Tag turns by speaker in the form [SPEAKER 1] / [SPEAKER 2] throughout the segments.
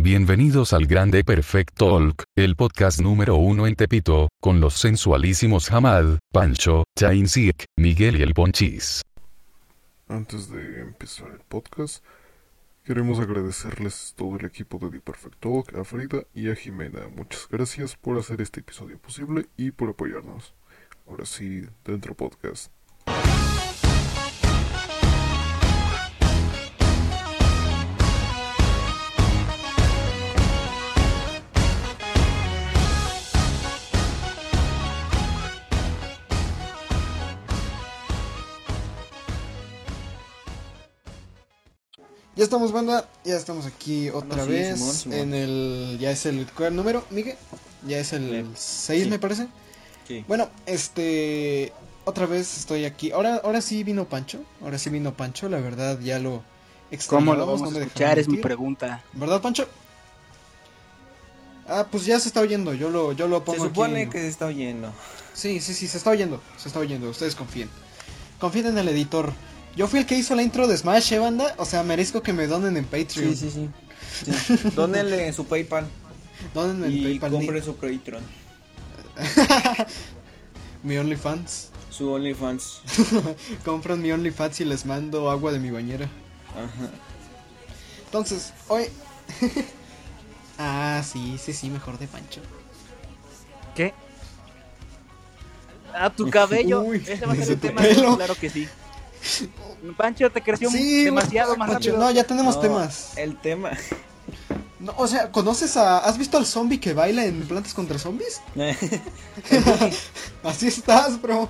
[SPEAKER 1] Bienvenidos al Grande Perfect Talk, el podcast número uno en Tepito, con los sensualísimos Hamad, Pancho, Chainsic, Miguel y el Ponchis.
[SPEAKER 2] Antes de empezar el podcast, queremos agradecerles todo el equipo de The Perfect Talk, a Frida y a Jimena. Muchas gracias por hacer este episodio posible y por apoyarnos. Ahora sí, dentro podcast.
[SPEAKER 3] Ya estamos, banda. Ya estamos aquí otra
[SPEAKER 4] sí,
[SPEAKER 3] vez.
[SPEAKER 4] Simón, Simón.
[SPEAKER 3] En el. Ya es el. ¿Cuál número, Miguel? Ya es el 6,
[SPEAKER 4] sí.
[SPEAKER 3] me parece.
[SPEAKER 4] Sí.
[SPEAKER 3] Bueno, este. Otra vez estoy aquí. Ahora, ahora sí vino Pancho. Ahora sí vino Pancho. La verdad, ya lo.
[SPEAKER 4] ¿Cómo
[SPEAKER 3] extrañábamos,
[SPEAKER 4] lo vamos
[SPEAKER 3] no me
[SPEAKER 4] a
[SPEAKER 3] dejaron
[SPEAKER 4] escuchar? Es mi
[SPEAKER 3] mentir.
[SPEAKER 4] pregunta.
[SPEAKER 3] ¿Verdad, Pancho? Ah, pues ya se está oyendo. Yo lo, yo lo
[SPEAKER 5] Se
[SPEAKER 3] pongo
[SPEAKER 5] supone
[SPEAKER 3] aquí.
[SPEAKER 5] que se está oyendo.
[SPEAKER 3] Sí, sí, sí, se está oyendo, se está oyendo, ustedes confíen. Confíen en el editor. Yo fui el que hizo la intro de Smash, ¿eh, banda? O sea, merezco que me donen en Patreon.
[SPEAKER 5] Sí, sí, sí. sí. Dónenle su PayPal
[SPEAKER 3] Donenme en
[SPEAKER 5] y
[SPEAKER 3] PayPal, ni-
[SPEAKER 5] compre su Patreon,
[SPEAKER 3] mi OnlyFans.
[SPEAKER 5] su OnlyFans.
[SPEAKER 3] Compran mi OnlyFans y les mando agua de mi bañera.
[SPEAKER 5] Ajá.
[SPEAKER 3] Entonces, hoy... ah, sí, sí, sí, mejor de Pancho.
[SPEAKER 4] ¿Qué? A tu cabello.
[SPEAKER 3] Uy,
[SPEAKER 4] Ese va a ser
[SPEAKER 3] dice
[SPEAKER 4] el
[SPEAKER 3] tu
[SPEAKER 4] tema.
[SPEAKER 3] pelo.
[SPEAKER 4] Claro que sí. Pancho, te creció
[SPEAKER 3] Sí, pues,
[SPEAKER 4] demasiado
[SPEAKER 3] güey,
[SPEAKER 4] más
[SPEAKER 3] Pancho,
[SPEAKER 4] rápido. eh.
[SPEAKER 3] No, ya tenemos
[SPEAKER 5] No,
[SPEAKER 3] temas.
[SPEAKER 5] El tema.
[SPEAKER 3] No, o sea, ¿conoces a... ¿Has visto al zombie que baila en Plantas contra Zombies? Así estás, bro.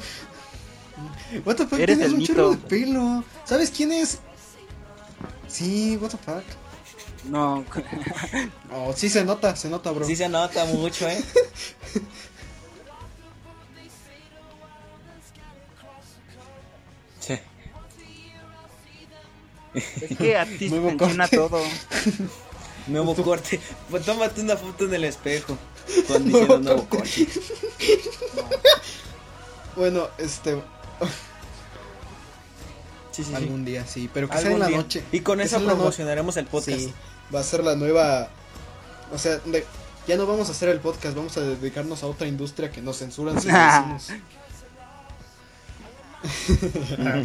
[SPEAKER 3] What the fuck,
[SPEAKER 4] Eres
[SPEAKER 3] tienes
[SPEAKER 4] el
[SPEAKER 3] un
[SPEAKER 4] mito.
[SPEAKER 3] chorro de pelo. ¿Sabes quién es? Sí, what the fuck.
[SPEAKER 4] No,
[SPEAKER 3] Oh, sí se nota, se nota, bro.
[SPEAKER 5] Sí se nota mucho, ¿eh? Sí.
[SPEAKER 4] es que a ti
[SPEAKER 3] Nuevo
[SPEAKER 4] menciona
[SPEAKER 3] corte.
[SPEAKER 4] todo.
[SPEAKER 5] Nuevo corte. Pues tómate una foto en el espejo. Con diciendo nuevo corte.
[SPEAKER 3] Bueno, este,
[SPEAKER 5] Sí, sí, sí.
[SPEAKER 3] algún día sí, pero que sea
[SPEAKER 5] Algún
[SPEAKER 3] en la
[SPEAKER 5] día.
[SPEAKER 3] noche.
[SPEAKER 5] Y con
[SPEAKER 3] Que
[SPEAKER 5] eso
[SPEAKER 3] sea en la noche.
[SPEAKER 5] promocionaremos el podcast.
[SPEAKER 3] Sí, va a ser la nueva. O sea, de- ya no vamos a hacer el podcast, vamos a dedicarnos a otra industria que nos censuran si lo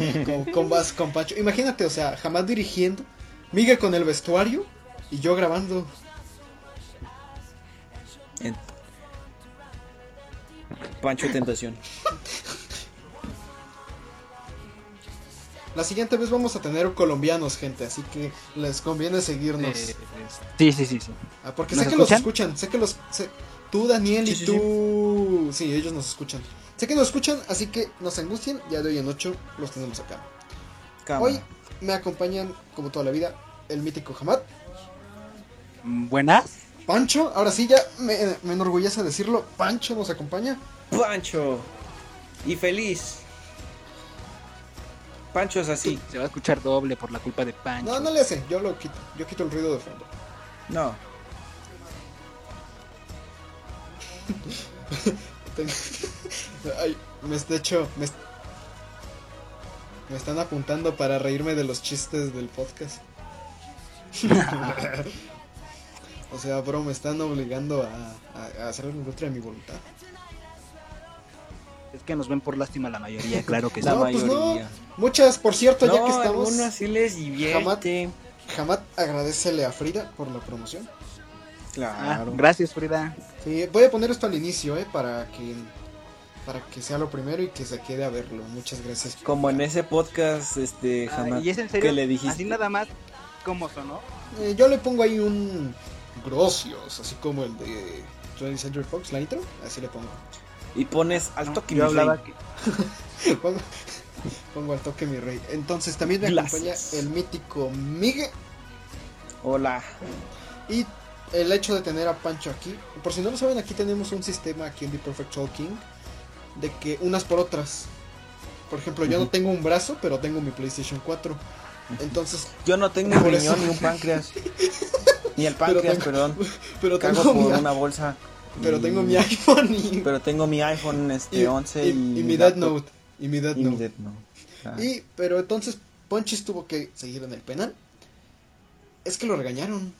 [SPEAKER 3] decimos. con, con Vas- con Pacho. Imagínate, o sea, jamás dirigiendo, Miguel con el vestuario y yo grabando.
[SPEAKER 5] En- Pancho Tentación.
[SPEAKER 3] La siguiente vez vamos a tener colombianos, gente, así que les conviene seguirnos.
[SPEAKER 4] Eh, Sí, sí, sí, sí.
[SPEAKER 3] Ah, porque
[SPEAKER 4] ¿Nos
[SPEAKER 3] sé que los escuchan, sé que los... sé- tú, Daniel,
[SPEAKER 5] Sí,
[SPEAKER 3] y
[SPEAKER 5] sí,
[SPEAKER 3] tú... Sí. ellos nos escuchan. Sé que nos escuchan, así que nos angustien. Ya de hoy en ocho los tenemos acá. Hoy
[SPEAKER 5] Cámara.
[SPEAKER 3] me acompañan, como toda la vida, el mítico Hamad.
[SPEAKER 4] Mm, Buenas.
[SPEAKER 3] Pancho, ahora sí ya me, me enorgullece decirlo. Pancho nos acompaña.
[SPEAKER 5] Pancho. Y feliz. Pancho es así.
[SPEAKER 4] Sí, se va a escuchar doble por la culpa de Pancho.
[SPEAKER 3] No, no le hace, yo lo quito. Yo quito el ruido de fondo.
[SPEAKER 5] No.
[SPEAKER 3] Ay, me, de hecho, me, me están apuntando para reírme de los chistes del podcast. o sea, bro, me están obligando a, a, a hacer algo en contra de mi voluntad.
[SPEAKER 4] Es que nos ven por lástima la mayoría, claro que sí.
[SPEAKER 5] La
[SPEAKER 3] No, pues no.
[SPEAKER 5] mayoría.
[SPEAKER 3] Muchas, por cierto, ya
[SPEAKER 5] no,
[SPEAKER 3] que estamos,
[SPEAKER 5] algunos sí les divierte.
[SPEAKER 3] jamás agradecele a Frida por la promoción.
[SPEAKER 4] Ah,
[SPEAKER 5] Claro.
[SPEAKER 4] gracias, Frida.
[SPEAKER 3] Sí, voy a poner esto al inicio, eh, para que para que sea lo primero y que se quede a verlo. Muchas gracias.
[SPEAKER 5] Como en
[SPEAKER 3] Frida.
[SPEAKER 5] ese podcast, este,
[SPEAKER 4] Ah,
[SPEAKER 5] jamás.
[SPEAKER 4] y es en serio,
[SPEAKER 5] ¿Qué le dijiste?
[SPEAKER 4] así nada más, ¿cómo sonó?
[SPEAKER 3] Eh, yo le pongo ahí un Grocios, así como el de 20th Century Fox, la intro, así le pongo.
[SPEAKER 5] Y pones alto
[SPEAKER 4] Ah, No,
[SPEAKER 5] que
[SPEAKER 4] yo
[SPEAKER 5] mi
[SPEAKER 4] hablaba
[SPEAKER 5] rey.
[SPEAKER 4] que-
[SPEAKER 3] pongo. pongo al toque mi rey. Entonces también me
[SPEAKER 5] Gracias.
[SPEAKER 3] acompaña el mítico Miguel
[SPEAKER 5] Hola.
[SPEAKER 3] y el hecho de tener a Pancho aquí. Por si no lo saben, aquí tenemos un sistema aquí en The Perfect Talking de que unas por otras. Por ejemplo, yo no tengo un brazo, pero tengo mi PlayStation 4. Entonces,
[SPEAKER 5] Yo no tengo un
[SPEAKER 3] Por eso.
[SPEAKER 5] riñón ni un páncreas. ni el páncreas,
[SPEAKER 3] tengo-
[SPEAKER 5] perdón.
[SPEAKER 3] pero
[SPEAKER 5] Cago
[SPEAKER 3] tengo,
[SPEAKER 5] por
[SPEAKER 3] mi,
[SPEAKER 5] una bolsa.
[SPEAKER 3] pero
[SPEAKER 5] Y-
[SPEAKER 3] tengo mi iPhone y,
[SPEAKER 5] Pero tengo mi iPhone
[SPEAKER 3] y-
[SPEAKER 5] este 11
[SPEAKER 3] y-
[SPEAKER 5] y,
[SPEAKER 3] y mi Dead
[SPEAKER 5] laptop.
[SPEAKER 3] Note. Y mi Dead
[SPEAKER 5] Y mi
[SPEAKER 3] Note.
[SPEAKER 5] Dead Note. Ah.
[SPEAKER 3] Y, pero entonces Ponchis tuvo que seguir en el penal. Es que lo regañaron.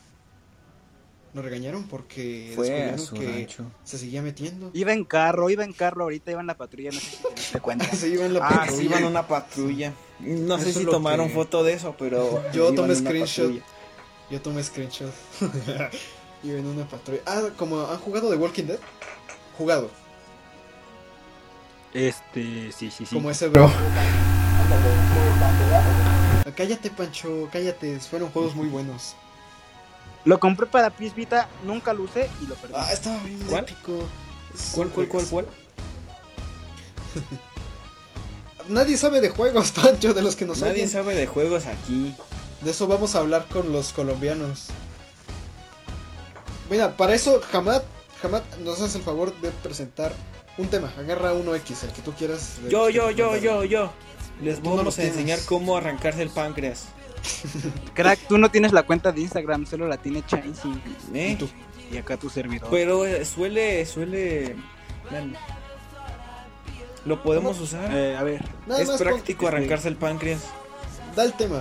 [SPEAKER 3] Lo regañaron porque
[SPEAKER 5] Fue a
[SPEAKER 3] descubrieron
[SPEAKER 5] su
[SPEAKER 3] que
[SPEAKER 5] rancho.
[SPEAKER 3] se seguía metiendo.
[SPEAKER 4] Iba en carro, iba en carro, ahorita iba en la patrulla, no sé si te diste cuenta.
[SPEAKER 3] Se iba en la
[SPEAKER 5] Ah,
[SPEAKER 3] patrulla.
[SPEAKER 5] sí, iban una patrulla. No
[SPEAKER 3] Eso
[SPEAKER 5] sé
[SPEAKER 3] es
[SPEAKER 5] si
[SPEAKER 3] lo
[SPEAKER 5] tomaron
[SPEAKER 3] que-
[SPEAKER 5] foto de eso, pero.
[SPEAKER 3] Yo
[SPEAKER 5] iban
[SPEAKER 3] tomé
[SPEAKER 5] en una
[SPEAKER 3] screenshot.
[SPEAKER 5] patrulla.
[SPEAKER 3] Yo tomé screenshot. Iba en una patrulla. Ah, como han jugado de Walking Dead. Jugado.
[SPEAKER 4] Este, sí, sí, sí.
[SPEAKER 3] Como ese bro. Ah, Cállate, Pancho, cállate. Fueron juegos muy buenos.
[SPEAKER 4] Lo compré para PS Vita, nunca lo usé y lo perdí.
[SPEAKER 3] Ah, estaba bien
[SPEAKER 5] ¿Cuál?
[SPEAKER 3] épico. Es-
[SPEAKER 5] ¿Cuál, cuál, cuál, cuál?
[SPEAKER 3] Nadie sabe de juegos, Pancho, de los que nos
[SPEAKER 5] Nadie
[SPEAKER 3] oyen.
[SPEAKER 5] sabe de juegos aquí.
[SPEAKER 3] De eso vamos a hablar con los colombianos. Mira, para eso jamás, jamás nos haces el favor de presentar un tema. Agarra uno X, el que tú quieras. de
[SPEAKER 5] Yo,
[SPEAKER 3] los que
[SPEAKER 5] yo,
[SPEAKER 3] te
[SPEAKER 5] yo, yo,
[SPEAKER 3] mandaron.
[SPEAKER 5] yo. Les
[SPEAKER 3] Tú no
[SPEAKER 5] vamos
[SPEAKER 3] lo
[SPEAKER 5] a enseñar
[SPEAKER 3] tienes.
[SPEAKER 5] cómo arrancarse el páncreas.
[SPEAKER 4] Crack, tú no tienes la cuenta de Instagram, solo la tiene Chainzy
[SPEAKER 5] ¿Eh?
[SPEAKER 3] Y tú.
[SPEAKER 4] y acá tu servidor.
[SPEAKER 5] Pero eh, suele, suele. vean, Lo podemos usar.
[SPEAKER 4] Eh, a ver,
[SPEAKER 3] Nada
[SPEAKER 5] es
[SPEAKER 3] más pon-
[SPEAKER 5] práctico
[SPEAKER 4] este-
[SPEAKER 5] arrancarse el páncreas.
[SPEAKER 3] da el tema.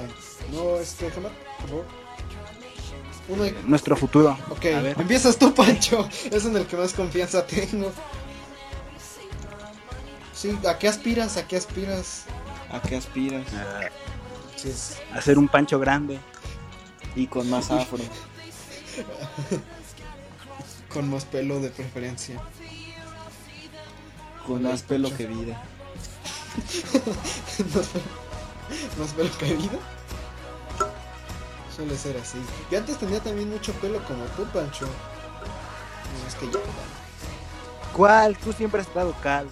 [SPEAKER 3] No, este, jamás, por favor. Uno X.
[SPEAKER 4] nuestro futuro.
[SPEAKER 3] Ok,
[SPEAKER 4] A ver.
[SPEAKER 3] empiezas tú, Pancho. Es en el que más confianza tengo. Sí, ¿a qué aspiras? ¿A qué aspiras?
[SPEAKER 5] ¿A qué aspiras?
[SPEAKER 4] Ah,
[SPEAKER 3] Sí, es-
[SPEAKER 4] hacer un pancho grande.
[SPEAKER 5] Y con más afro.
[SPEAKER 3] con más pelo de preferencia.
[SPEAKER 5] Con más pelo que vida.
[SPEAKER 3] más, pelo, más pelo que vida. Suele ser así. Yo antes tenía también mucho pelo como tú, Pancho. No, es que ya.
[SPEAKER 4] ¿Cuál? Tú siempre has estado calvo.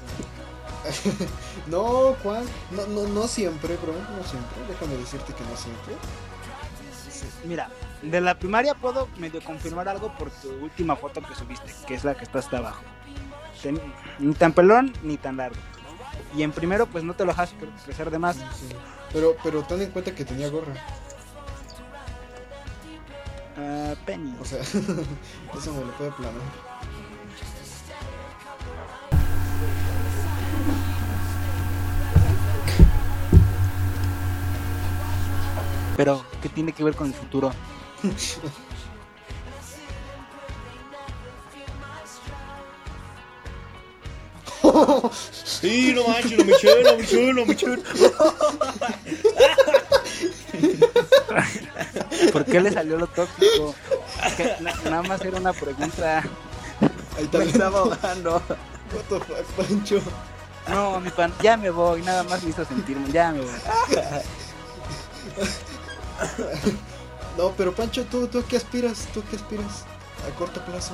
[SPEAKER 3] No, ¿cuál? No, no, no siempre, bro. No siempre. Déjame decirte que no siempre.
[SPEAKER 4] Mira, de la primaria puedo medio confirmar algo por tu última foto que subiste, que es la que está hasta abajo. Ten- ni tan pelón ni tan largo. Y en primero, pues no te lo dejas cre- crecer de más.
[SPEAKER 3] Sí. Pero, pero ten en cuenta que tenía gorra.
[SPEAKER 4] Ah, Penny.
[SPEAKER 3] O sea, eso me lo puede planear.
[SPEAKER 4] Pero, ¿qué tiene que ver con el futuro?
[SPEAKER 5] Sí, no manches, lo Michel, lo Michel, lo Michel.
[SPEAKER 4] ¿Por qué le salió lo tóxico? Que na- nada más era una pregunta.
[SPEAKER 3] Ahí
[SPEAKER 5] Me
[SPEAKER 3] también.
[SPEAKER 5] estaba ahogando.
[SPEAKER 3] What the fuck, Pancho.
[SPEAKER 4] No, mi pan, ya me voy, nada más me hizo sentirme, ya me voy.
[SPEAKER 3] No, pero Pancho, ¿tú, tú a qué aspiras? ¿Tú a qué aspiras? A corto plazo.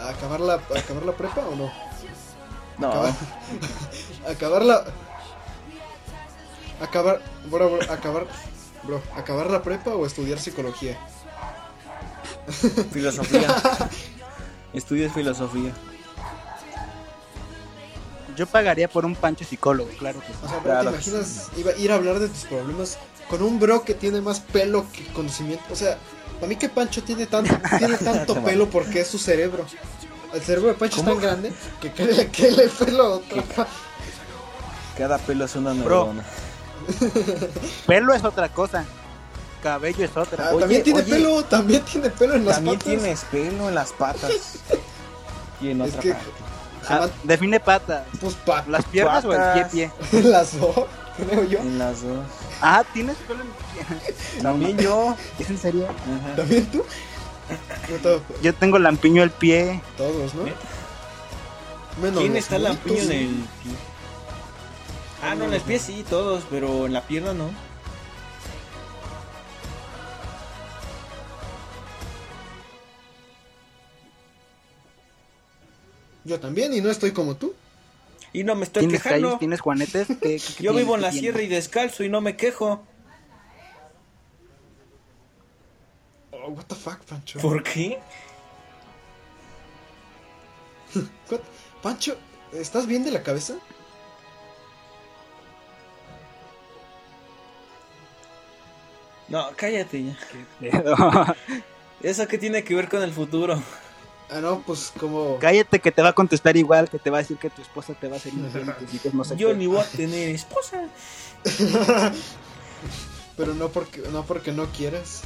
[SPEAKER 3] ¿A acabar la, a acabar la prepa o no?
[SPEAKER 5] No,
[SPEAKER 3] Acabar, acabar la. Acabar. Bro, bro, acabar. Bro, ¿acabar la prepa o estudiar psicología?
[SPEAKER 5] filosofía. Estudias filosofía.
[SPEAKER 4] Yo pagaría por un pancho psicólogo, claro que sí.
[SPEAKER 3] O sea, bro,
[SPEAKER 5] Claro.
[SPEAKER 3] ¿te imaginas iba- ir a hablar de tus problemas con un bro que tiene más pelo que conocimiento? O sea, a mí que Pancho tiene tanto, tiene tanto pelo porque es su cerebro. El cerebro de Pancho es tan grande que cree que le pelo atrapa.
[SPEAKER 5] Cada pelo es una
[SPEAKER 4] Bro.
[SPEAKER 5] neurona.
[SPEAKER 4] Pelo es otra cosa, cabello es otra.
[SPEAKER 3] Ah,
[SPEAKER 5] Oye,
[SPEAKER 3] también tiene
[SPEAKER 5] oye.
[SPEAKER 3] pelo, también tiene pelo en las
[SPEAKER 5] También
[SPEAKER 3] patas.
[SPEAKER 5] tienes pelo en las patas. Y en
[SPEAKER 3] Es
[SPEAKER 5] otra
[SPEAKER 3] que-
[SPEAKER 5] parte. Ah,
[SPEAKER 4] Ah,
[SPEAKER 3] Jamás-
[SPEAKER 4] define patas,
[SPEAKER 3] pues pa-
[SPEAKER 4] las piernas o el
[SPEAKER 5] Patas.
[SPEAKER 4] pie pie.
[SPEAKER 3] las dos, creo yo.
[SPEAKER 5] En las dos.
[SPEAKER 4] Ah, tienes pelo en pie.
[SPEAKER 5] También yo.
[SPEAKER 4] ¿Es en serio?
[SPEAKER 5] Ajá.
[SPEAKER 3] ¿También tú? No, todo-
[SPEAKER 4] Yo tengo lampiño el pie.
[SPEAKER 3] todos, ¿no?
[SPEAKER 5] ¿Eh?
[SPEAKER 3] Menos
[SPEAKER 5] ¿Quién
[SPEAKER 3] los
[SPEAKER 5] está lampiño en
[SPEAKER 3] bonitos.
[SPEAKER 5] el pie? Ah, no, en el pie sí, todos, pero en la pierna no.
[SPEAKER 3] Yo también, y no estoy como tú.
[SPEAKER 5] Y no me estoy
[SPEAKER 4] ¿Tienes callos?
[SPEAKER 5] quejando.
[SPEAKER 4] ¿Tienes juanetes? ¿Qué- qué- qué
[SPEAKER 5] Yo vivo en la
[SPEAKER 4] tienes?
[SPEAKER 5] sierra y descalzo y no me quejo.
[SPEAKER 3] Oh, what the fuck, Pancho.
[SPEAKER 5] ¿Por qué?
[SPEAKER 3] What- Pancho, ¿estás bien de la cabeza?
[SPEAKER 5] No, cállate ya.
[SPEAKER 4] Qué pedo.
[SPEAKER 5] ¿Eso qué tiene que ver con el futuro?
[SPEAKER 3] Ah, no, pues como...
[SPEAKER 4] Cállate que te va a contestar igual, que te va a decir que tu esposa te va a hacer infiel y tus hijos no sé
[SPEAKER 5] Yo
[SPEAKER 4] qué.
[SPEAKER 5] ni voy a tener esposa.
[SPEAKER 3] Pero no porque no, porque no quieras.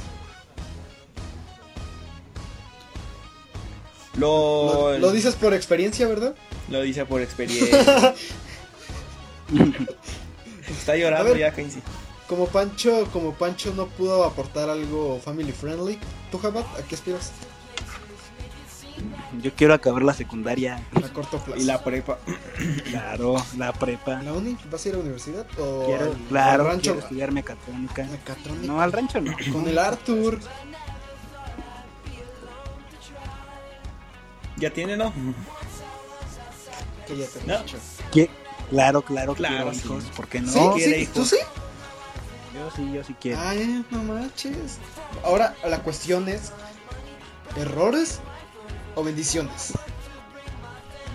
[SPEAKER 5] LOL.
[SPEAKER 3] Lo, lo dices por experiencia, ¿verdad?
[SPEAKER 5] Lo dice por experiencia. Está llorando
[SPEAKER 3] A ver.
[SPEAKER 5] ya, Kenzie.
[SPEAKER 3] Como Pancho, como Pancho no pudo aportar algo family friendly, ¿tú, Jabat, a qué aspiras?
[SPEAKER 4] Yo quiero acabar la secundaria.
[SPEAKER 3] A corto plazo.
[SPEAKER 5] Y la prepa.
[SPEAKER 4] Claro, la prepa.
[SPEAKER 3] ¿La uni? ¿Vas a ir a la universidad? ¿O
[SPEAKER 4] Quiero,
[SPEAKER 3] al,
[SPEAKER 4] claro,
[SPEAKER 3] al rancho?
[SPEAKER 4] quiero estudiar mecatrónica.
[SPEAKER 3] Mecatrónica.
[SPEAKER 4] No, al rancho no.
[SPEAKER 3] Con el Arthur.
[SPEAKER 5] ¿Ya tiene, no?
[SPEAKER 3] Que ya te
[SPEAKER 5] No.
[SPEAKER 3] he dicho.
[SPEAKER 4] Qui- Claro, claro,
[SPEAKER 5] Claro,
[SPEAKER 4] quiero
[SPEAKER 5] sí.
[SPEAKER 4] hijos. ¿Por qué no?
[SPEAKER 3] ¿Sí?
[SPEAKER 5] No,
[SPEAKER 3] ¿Sí?
[SPEAKER 5] quiere
[SPEAKER 3] ¿Tú
[SPEAKER 5] hijos.
[SPEAKER 3] sí?
[SPEAKER 4] Yo sí, yo sí quiero.
[SPEAKER 3] Ay, no manches. Ahora la cuestión es: ¿errores o bendiciones?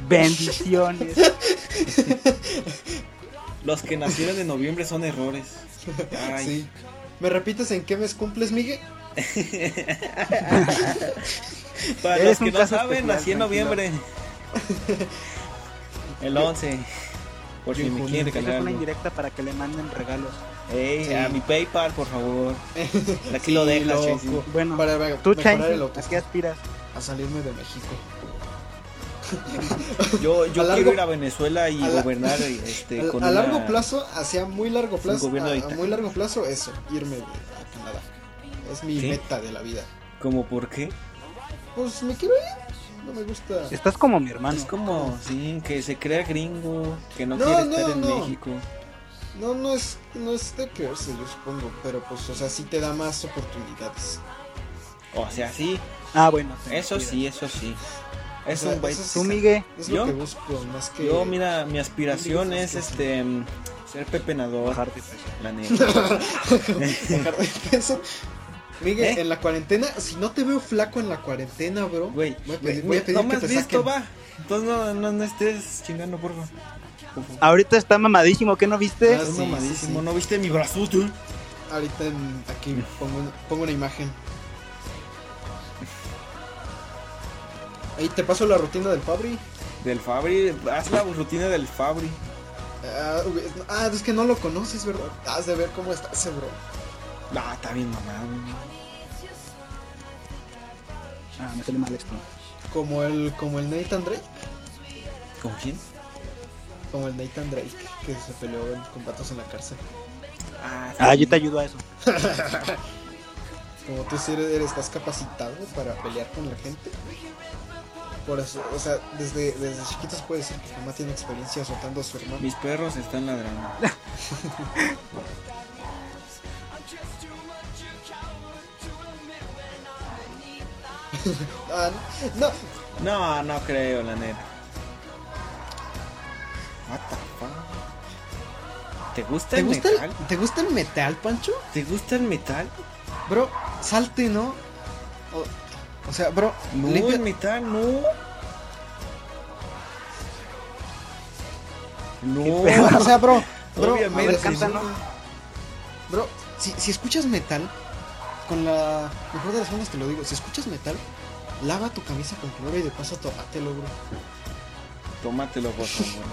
[SPEAKER 4] Bendiciones.
[SPEAKER 5] Los que nacieron en noviembre son errores. Ay.
[SPEAKER 3] Sí. ¿Me repites en qué mes cumples, Miguel?
[SPEAKER 5] Para los
[SPEAKER 4] Eres un
[SPEAKER 5] que no
[SPEAKER 4] caso
[SPEAKER 5] saben,
[SPEAKER 4] especial,
[SPEAKER 5] nací en
[SPEAKER 4] tranquilo.
[SPEAKER 5] noviembre. El 11. Por si
[SPEAKER 3] Yo
[SPEAKER 5] me
[SPEAKER 3] junio.
[SPEAKER 5] quieren
[SPEAKER 4] Esa
[SPEAKER 5] regalar
[SPEAKER 4] es una
[SPEAKER 5] algo.
[SPEAKER 4] indirecta para que le manden regalos.
[SPEAKER 5] Ey,
[SPEAKER 3] Sí.
[SPEAKER 5] a mi PayPal, por favor. Aquí lo
[SPEAKER 3] Sí,
[SPEAKER 5] dejas,
[SPEAKER 3] loco.
[SPEAKER 5] Chase.
[SPEAKER 4] Bueno,
[SPEAKER 3] Para me-
[SPEAKER 4] tú,
[SPEAKER 3] mejorar
[SPEAKER 4] Chainz,
[SPEAKER 3] el
[SPEAKER 4] ¿a qué
[SPEAKER 3] autismo.
[SPEAKER 4] aspiras?
[SPEAKER 3] A salirme de México.
[SPEAKER 5] Yo,
[SPEAKER 3] A
[SPEAKER 5] yo
[SPEAKER 3] largo-
[SPEAKER 5] quiero ir a Venezuela y
[SPEAKER 3] a la-
[SPEAKER 5] gobernar este,
[SPEAKER 3] Al-
[SPEAKER 5] con
[SPEAKER 3] a, largo
[SPEAKER 5] una-
[SPEAKER 3] plazo, hacia muy largo plazo,
[SPEAKER 5] gobierno
[SPEAKER 3] a,
[SPEAKER 5] de
[SPEAKER 3] a
[SPEAKER 5] Ita-
[SPEAKER 3] muy largo plazo, eso, irme de- a Canadá. Es mi
[SPEAKER 5] ¿Sí?
[SPEAKER 3] meta de la vida.
[SPEAKER 5] Como por qué?
[SPEAKER 3] Pues me quiero ir. No me gusta.
[SPEAKER 4] Estás como mi hermano.
[SPEAKER 5] Es como, sí, que se crea gringo, que no,
[SPEAKER 3] No,
[SPEAKER 5] quiere
[SPEAKER 3] no,
[SPEAKER 5] estar en
[SPEAKER 3] no.
[SPEAKER 5] México.
[SPEAKER 3] No, no es, no es de creerse, yo supongo. Pero pues, o sea, sí te da más oportunidades.
[SPEAKER 5] O sea, sí,
[SPEAKER 4] Ah, bueno. te
[SPEAKER 5] eso
[SPEAKER 4] aspiras.
[SPEAKER 5] sí, eso sí. Es
[SPEAKER 3] O sea,
[SPEAKER 5] un buen-
[SPEAKER 3] eso sí.
[SPEAKER 4] Tú, Migue.
[SPEAKER 3] Es
[SPEAKER 5] ¿Yo?
[SPEAKER 3] lo que busco, más que.
[SPEAKER 5] Yo, mira, mi aspiración
[SPEAKER 3] Sí,
[SPEAKER 5] es
[SPEAKER 3] sí, sí.
[SPEAKER 5] este mm, ser pepenador,
[SPEAKER 4] Bajar de peso.
[SPEAKER 5] la neta.
[SPEAKER 3] bajar de peso. Miguel,
[SPEAKER 5] ¿Eh?
[SPEAKER 3] en la cuarentena, si no te veo flaco en la cuarentena, bro.
[SPEAKER 5] Güey,
[SPEAKER 3] voy a pedir,
[SPEAKER 5] güey,
[SPEAKER 3] voy a pedir
[SPEAKER 5] no
[SPEAKER 3] que
[SPEAKER 5] me
[SPEAKER 3] te
[SPEAKER 5] has visto,
[SPEAKER 3] saquen.
[SPEAKER 5] va. Entonces no, no, no estés chingando, por favor. Por favor.
[SPEAKER 4] Ahorita está mamadísimo, ¿qué no viste?
[SPEAKER 3] Ah,
[SPEAKER 5] Estás
[SPEAKER 3] sí,
[SPEAKER 5] mamadísimo,
[SPEAKER 3] sí, sí.
[SPEAKER 5] ¿no viste mi brazote?
[SPEAKER 3] Ahorita en- aquí
[SPEAKER 5] Mm.
[SPEAKER 3] pongo, una- pongo una imagen. Ahí te paso la rutina del Fabri.
[SPEAKER 5] Del Fabri, haz la rutina del Fabri.
[SPEAKER 3] Ah, hubie- ah, es que no lo conoces, ¿verdad? Has de ver cómo está ese bro.
[SPEAKER 5] Ah, está bien mamado.
[SPEAKER 4] Ah, me sale mal esto.
[SPEAKER 3] Como el, como el Nathan Drake.
[SPEAKER 5] ¿Con quién?
[SPEAKER 3] Como el Nathan Drake que se peleó con patos en la cárcel.
[SPEAKER 5] Ah,
[SPEAKER 4] Ah,
[SPEAKER 5] sí.
[SPEAKER 4] yo te ayudo a eso.
[SPEAKER 3] Como tú sí eres, estás capacitado para pelear con la gente. Por eso, o sea, desde, desde chiquitos puede decir que mamá tiene experiencia azotando a su hermano.
[SPEAKER 5] Mis perros están ladrando.
[SPEAKER 3] Ah, no,
[SPEAKER 5] No, no creo, la neta. What the fuck? ¿Te gusta
[SPEAKER 3] ¿Te
[SPEAKER 5] el
[SPEAKER 3] gusta,
[SPEAKER 5] metal?
[SPEAKER 3] el, ¿Te gusta el metal, Pancho?
[SPEAKER 5] ¿Te gusta el metal?
[SPEAKER 3] Bro, salte, ¿no? O, o sea, bro,
[SPEAKER 5] No,
[SPEAKER 3] limpia-
[SPEAKER 5] el metal, no. No.
[SPEAKER 3] O sea, bro, bro,
[SPEAKER 5] Obviamente,
[SPEAKER 3] a ver,
[SPEAKER 5] canta,
[SPEAKER 3] sí.
[SPEAKER 5] ¿no?
[SPEAKER 3] Bro, si, si escuchas metal, con la mejor de las formas te lo digo, si escuchas metal, lava tu camisa con cloro y de paso tómatelo, bro.
[SPEAKER 5] Tómatelo, por favor.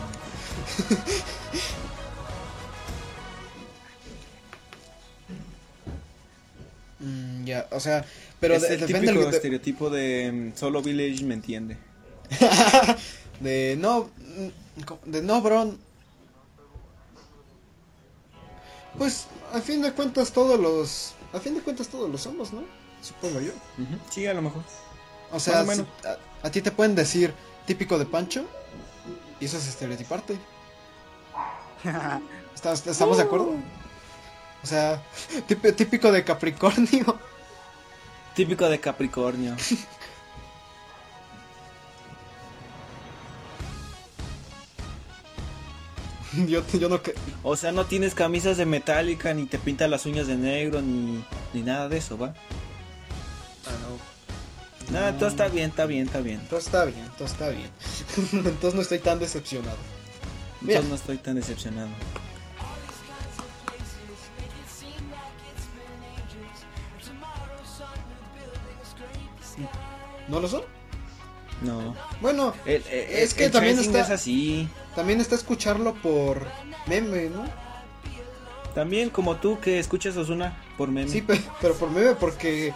[SPEAKER 3] Mm, ya, o sea, pero
[SPEAKER 5] es
[SPEAKER 3] de-
[SPEAKER 5] el
[SPEAKER 3] depende
[SPEAKER 5] típico
[SPEAKER 3] del- de-
[SPEAKER 5] estereotipo de mm, solo Village me entiende.
[SPEAKER 3] de no, mm, co- de no, bro. Pues, a fin de cuentas todos los, a fin de cuentas todos los somos, ¿no? Supongo yo.
[SPEAKER 5] Ujú, Sí, a lo mejor.
[SPEAKER 3] O sea,
[SPEAKER 5] Más o menos.
[SPEAKER 3] si- a, a ti te pueden decir típico de Pancho y eso es estereotiparte. ¿Estás- ¿Estamos de acuerdo?
[SPEAKER 5] Oh.
[SPEAKER 3] O sea, típ- típico de Capricornio.
[SPEAKER 5] Típico de Capricornio.
[SPEAKER 3] Yo, yo no que...
[SPEAKER 5] O sea, no tienes camisas de metálica, ni te pintas las uñas de negro, ni, ni nada de eso, ¿va?
[SPEAKER 3] Ah, no.
[SPEAKER 5] Nada, todo está bien, está bien, está bien.
[SPEAKER 3] Todo está bien, todo está bien. Entonces no estoy tan decepcionado. Mira.
[SPEAKER 5] Yo no estoy tan decepcionado.
[SPEAKER 3] ¿No lo son?
[SPEAKER 5] No.
[SPEAKER 3] Bueno,
[SPEAKER 5] El- el-
[SPEAKER 3] Es que
[SPEAKER 5] el
[SPEAKER 3] también
[SPEAKER 5] tracing
[SPEAKER 3] está-
[SPEAKER 5] es así.
[SPEAKER 3] también está escucharlo por meme, ¿no?
[SPEAKER 5] También como tú que escuchas Osuna por meme.
[SPEAKER 3] Sí, pe- pero por meme porque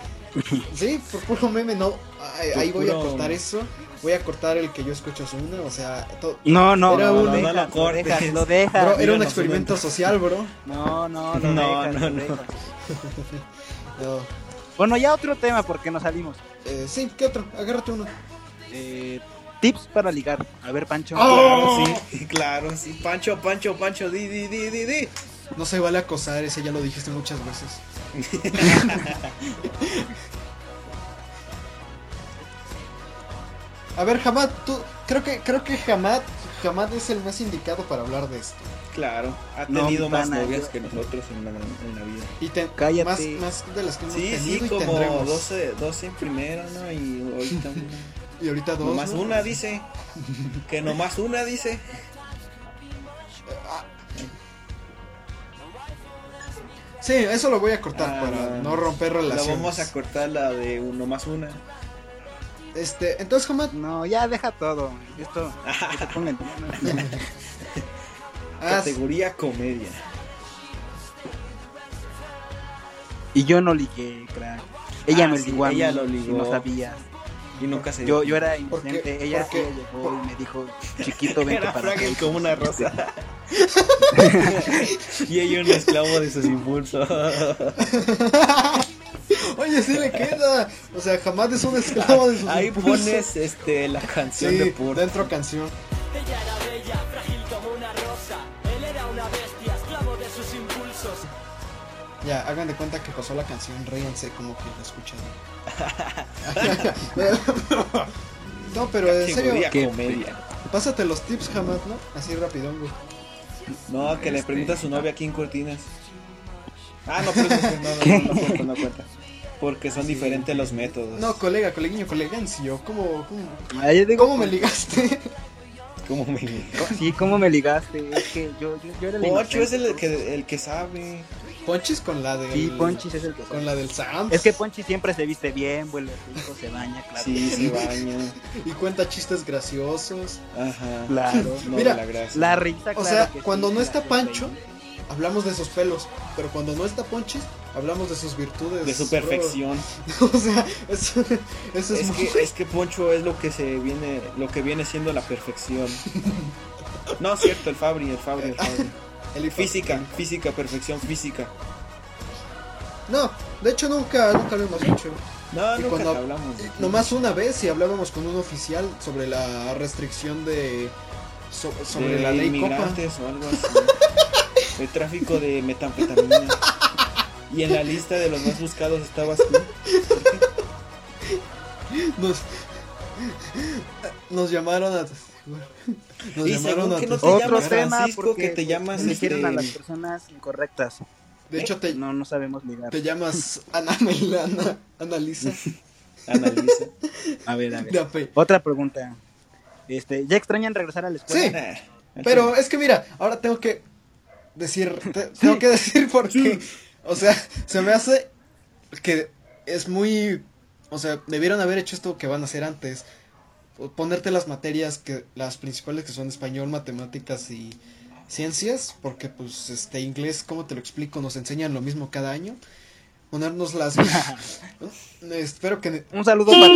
[SPEAKER 3] Sí, por puro meme, no. Ay,
[SPEAKER 5] Por
[SPEAKER 3] ahí voy a
[SPEAKER 5] puro-
[SPEAKER 3] cortar eso. Voy a cortar el que yo escucho su una, o sea, to-
[SPEAKER 4] No, no,
[SPEAKER 3] Era
[SPEAKER 4] no,
[SPEAKER 3] un-
[SPEAKER 4] lo
[SPEAKER 3] no,
[SPEAKER 5] no
[SPEAKER 4] dejas,
[SPEAKER 5] lo
[SPEAKER 4] lo dejas,
[SPEAKER 5] cortes.
[SPEAKER 4] lo dejas.
[SPEAKER 3] bro, era
[SPEAKER 5] díganos,
[SPEAKER 3] un experimento social, bro.
[SPEAKER 4] No, no, lo
[SPEAKER 5] No,
[SPEAKER 4] dejas,
[SPEAKER 5] no,
[SPEAKER 4] lo
[SPEAKER 5] no.
[SPEAKER 4] dejas.
[SPEAKER 3] No,
[SPEAKER 4] Bueno, ya otro tema porque nos salimos.
[SPEAKER 3] eh, sí, ¿qué otro? Agárrate uno.
[SPEAKER 4] Eh, tips para ligar. A ver, Pancho.
[SPEAKER 5] Claro,
[SPEAKER 3] Oh.
[SPEAKER 5] sí, claro, sí. Pancho, Pancho, Pancho, di, di, di, di, di.
[SPEAKER 3] No se vale acosar, ese ya lo dijiste muchas veces. A ver, Hamad, tú, creo que, creo que Hamad, Hamad es el más indicado para hablar de esto.
[SPEAKER 5] Claro, ha
[SPEAKER 4] No,
[SPEAKER 5] tenido más
[SPEAKER 4] pana,
[SPEAKER 5] novias
[SPEAKER 4] yo-
[SPEAKER 5] que nosotros en la, en la vida.
[SPEAKER 3] Y te,
[SPEAKER 4] Cállate.
[SPEAKER 3] Más, más de las que hemos
[SPEAKER 5] Sí,
[SPEAKER 3] tenido
[SPEAKER 5] sí,
[SPEAKER 3] y
[SPEAKER 5] como
[SPEAKER 3] tendremos.
[SPEAKER 5] 12, 12 en primero, ¿no? Y ahorita una.
[SPEAKER 3] Y ahorita dos.
[SPEAKER 5] nomás
[SPEAKER 3] ¿no?
[SPEAKER 5] una dice. Que nomás una dice.
[SPEAKER 3] Ah. Sí, eso lo voy a cortar
[SPEAKER 5] Ah,
[SPEAKER 3] para
[SPEAKER 5] no.
[SPEAKER 3] no romper
[SPEAKER 5] La
[SPEAKER 3] relaciones.
[SPEAKER 5] vamos a cortar la de un- nomás una.
[SPEAKER 3] Este, entonces, Hamad,
[SPEAKER 4] No, ya deja todo. Esto que se ponga en-
[SPEAKER 3] ah,
[SPEAKER 5] Categoría comedia.
[SPEAKER 4] Y yo no ligué, crack. Ella
[SPEAKER 5] Ah,
[SPEAKER 4] me
[SPEAKER 5] sí,
[SPEAKER 4] ligó a
[SPEAKER 5] ella
[SPEAKER 4] mí,
[SPEAKER 5] lo
[SPEAKER 4] y
[SPEAKER 5] ligó.
[SPEAKER 4] no sabía.
[SPEAKER 5] Y nunca se
[SPEAKER 4] Yo, yo era
[SPEAKER 3] ¿Por qué?
[SPEAKER 4] inocente, ella
[SPEAKER 3] ¿Por qué?
[SPEAKER 4] ella llegó y me dijo, chiquito, vente
[SPEAKER 5] Era
[SPEAKER 4] para acá.
[SPEAKER 5] frágil como una rosa. y ella un esclavo de sus impulsos.
[SPEAKER 3] Oye, sí le queda. O sea, Hamad es un esclavo de sus
[SPEAKER 5] Ahí
[SPEAKER 3] impulsos.
[SPEAKER 5] pones este, la canción
[SPEAKER 3] Sí,
[SPEAKER 5] de Pur.
[SPEAKER 3] dentro canción.
[SPEAKER 6] Ella era bella, frágil como una rosa. Él era una bestia, esclavo de sus impulsos.
[SPEAKER 3] Ya, hagan de cuenta que pasó la canción, ríanse como que la escuchan. no, pero en serio,
[SPEAKER 5] Categoría
[SPEAKER 4] Qué
[SPEAKER 5] comedia.
[SPEAKER 3] pásate los tips, Hamad, ¿no? Así rapidongo.
[SPEAKER 5] No, que le pregunta a su novia aquí en Cortinas. Ah, no, pero eso no, no, no,
[SPEAKER 4] ¿Qué?
[SPEAKER 5] no cuenta, no cuenta. Porque son diferentes los métodos.
[SPEAKER 3] No, colega, coleguiño, colegancio, ¿cómo, cómo,
[SPEAKER 4] Ah, yo digo,
[SPEAKER 3] cómo me ligaste?
[SPEAKER 5] como me
[SPEAKER 4] Sí, ¿cómo me ligaste? Es que yo, yo, yo era el
[SPEAKER 5] Pocho es
[SPEAKER 4] inocente.
[SPEAKER 5] el que, el que sabe.
[SPEAKER 3] Ponchis con la del...
[SPEAKER 4] Sí, Ponchis es el que...
[SPEAKER 3] Con la del Sam.
[SPEAKER 4] Es que Ponchi siempre se viste bien, vuelve rico, se baña, claro.
[SPEAKER 5] Sí, se baña.
[SPEAKER 3] Y cuenta chistes graciosos.
[SPEAKER 5] Ajá.
[SPEAKER 4] Claro.
[SPEAKER 5] No,
[SPEAKER 3] Mira,
[SPEAKER 5] de la gracia.
[SPEAKER 4] La risa,
[SPEAKER 3] O
[SPEAKER 4] claro
[SPEAKER 3] sea,
[SPEAKER 4] que sí,
[SPEAKER 3] cuando no
[SPEAKER 4] la
[SPEAKER 3] está
[SPEAKER 4] risa
[SPEAKER 3] Pancho,
[SPEAKER 4] ahí.
[SPEAKER 3] hablamos de sus pelos. Pero cuando no está Ponchis, hablamos de sus virtudes.
[SPEAKER 5] De su
[SPEAKER 3] bro.
[SPEAKER 5] perfección.
[SPEAKER 3] O sea, eso, eso es,
[SPEAKER 5] Es
[SPEAKER 3] muy-
[SPEAKER 5] que, es que Poncho es lo que se viene, lo que viene siendo la perfección. No, es cierto, el Fabri, el Fabri, el Fabri.
[SPEAKER 3] el-
[SPEAKER 5] Física, física, perfección física.
[SPEAKER 3] No, de hecho nunca, nunca lo hemos hecho.
[SPEAKER 5] No,
[SPEAKER 3] Y
[SPEAKER 5] nunca
[SPEAKER 3] cuando-
[SPEAKER 5] te hablamos. de ti.
[SPEAKER 3] Nomás una vez y hablábamos con un oficial sobre la restricción de... so- sobre
[SPEAKER 5] de
[SPEAKER 3] la ley Copa.
[SPEAKER 5] inmigrantes o algo así. El tráfico de metanfetamina. Y en la lista de los más buscados estabas tú.
[SPEAKER 3] Nos, nos llamaron a. Nos
[SPEAKER 5] Y
[SPEAKER 3] llamaron
[SPEAKER 5] según
[SPEAKER 3] a.
[SPEAKER 5] que no te
[SPEAKER 4] Otro
[SPEAKER 5] llamas
[SPEAKER 4] tema,
[SPEAKER 5] Francisco,
[SPEAKER 4] porque
[SPEAKER 5] que te llamas,
[SPEAKER 4] eligieron
[SPEAKER 5] este-
[SPEAKER 4] a las personas incorrectas.
[SPEAKER 3] De hecho, te,
[SPEAKER 4] No, no sabemos ligar.
[SPEAKER 3] te llamas Ana Melana. Analisa.
[SPEAKER 5] Analiza.
[SPEAKER 4] A ver, a ver.
[SPEAKER 3] de ape-
[SPEAKER 4] Otra pregunta. Este, ¿Ya extrañan regresar a la escuela?
[SPEAKER 3] Sí,
[SPEAKER 5] Ah,
[SPEAKER 3] Pero es que mira, ahora tengo que decir. te- tengo que decir porque. O sea, se me hace que es muy. O sea, debieron haber hecho esto que van a hacer antes. o Ponerte las materias que las principales que son español, matemáticas y ciencias, porque pues este inglés, ¿cómo te lo explico? Nos enseñan lo mismo cada año. Ponernos las Espero que
[SPEAKER 4] Un saludo para.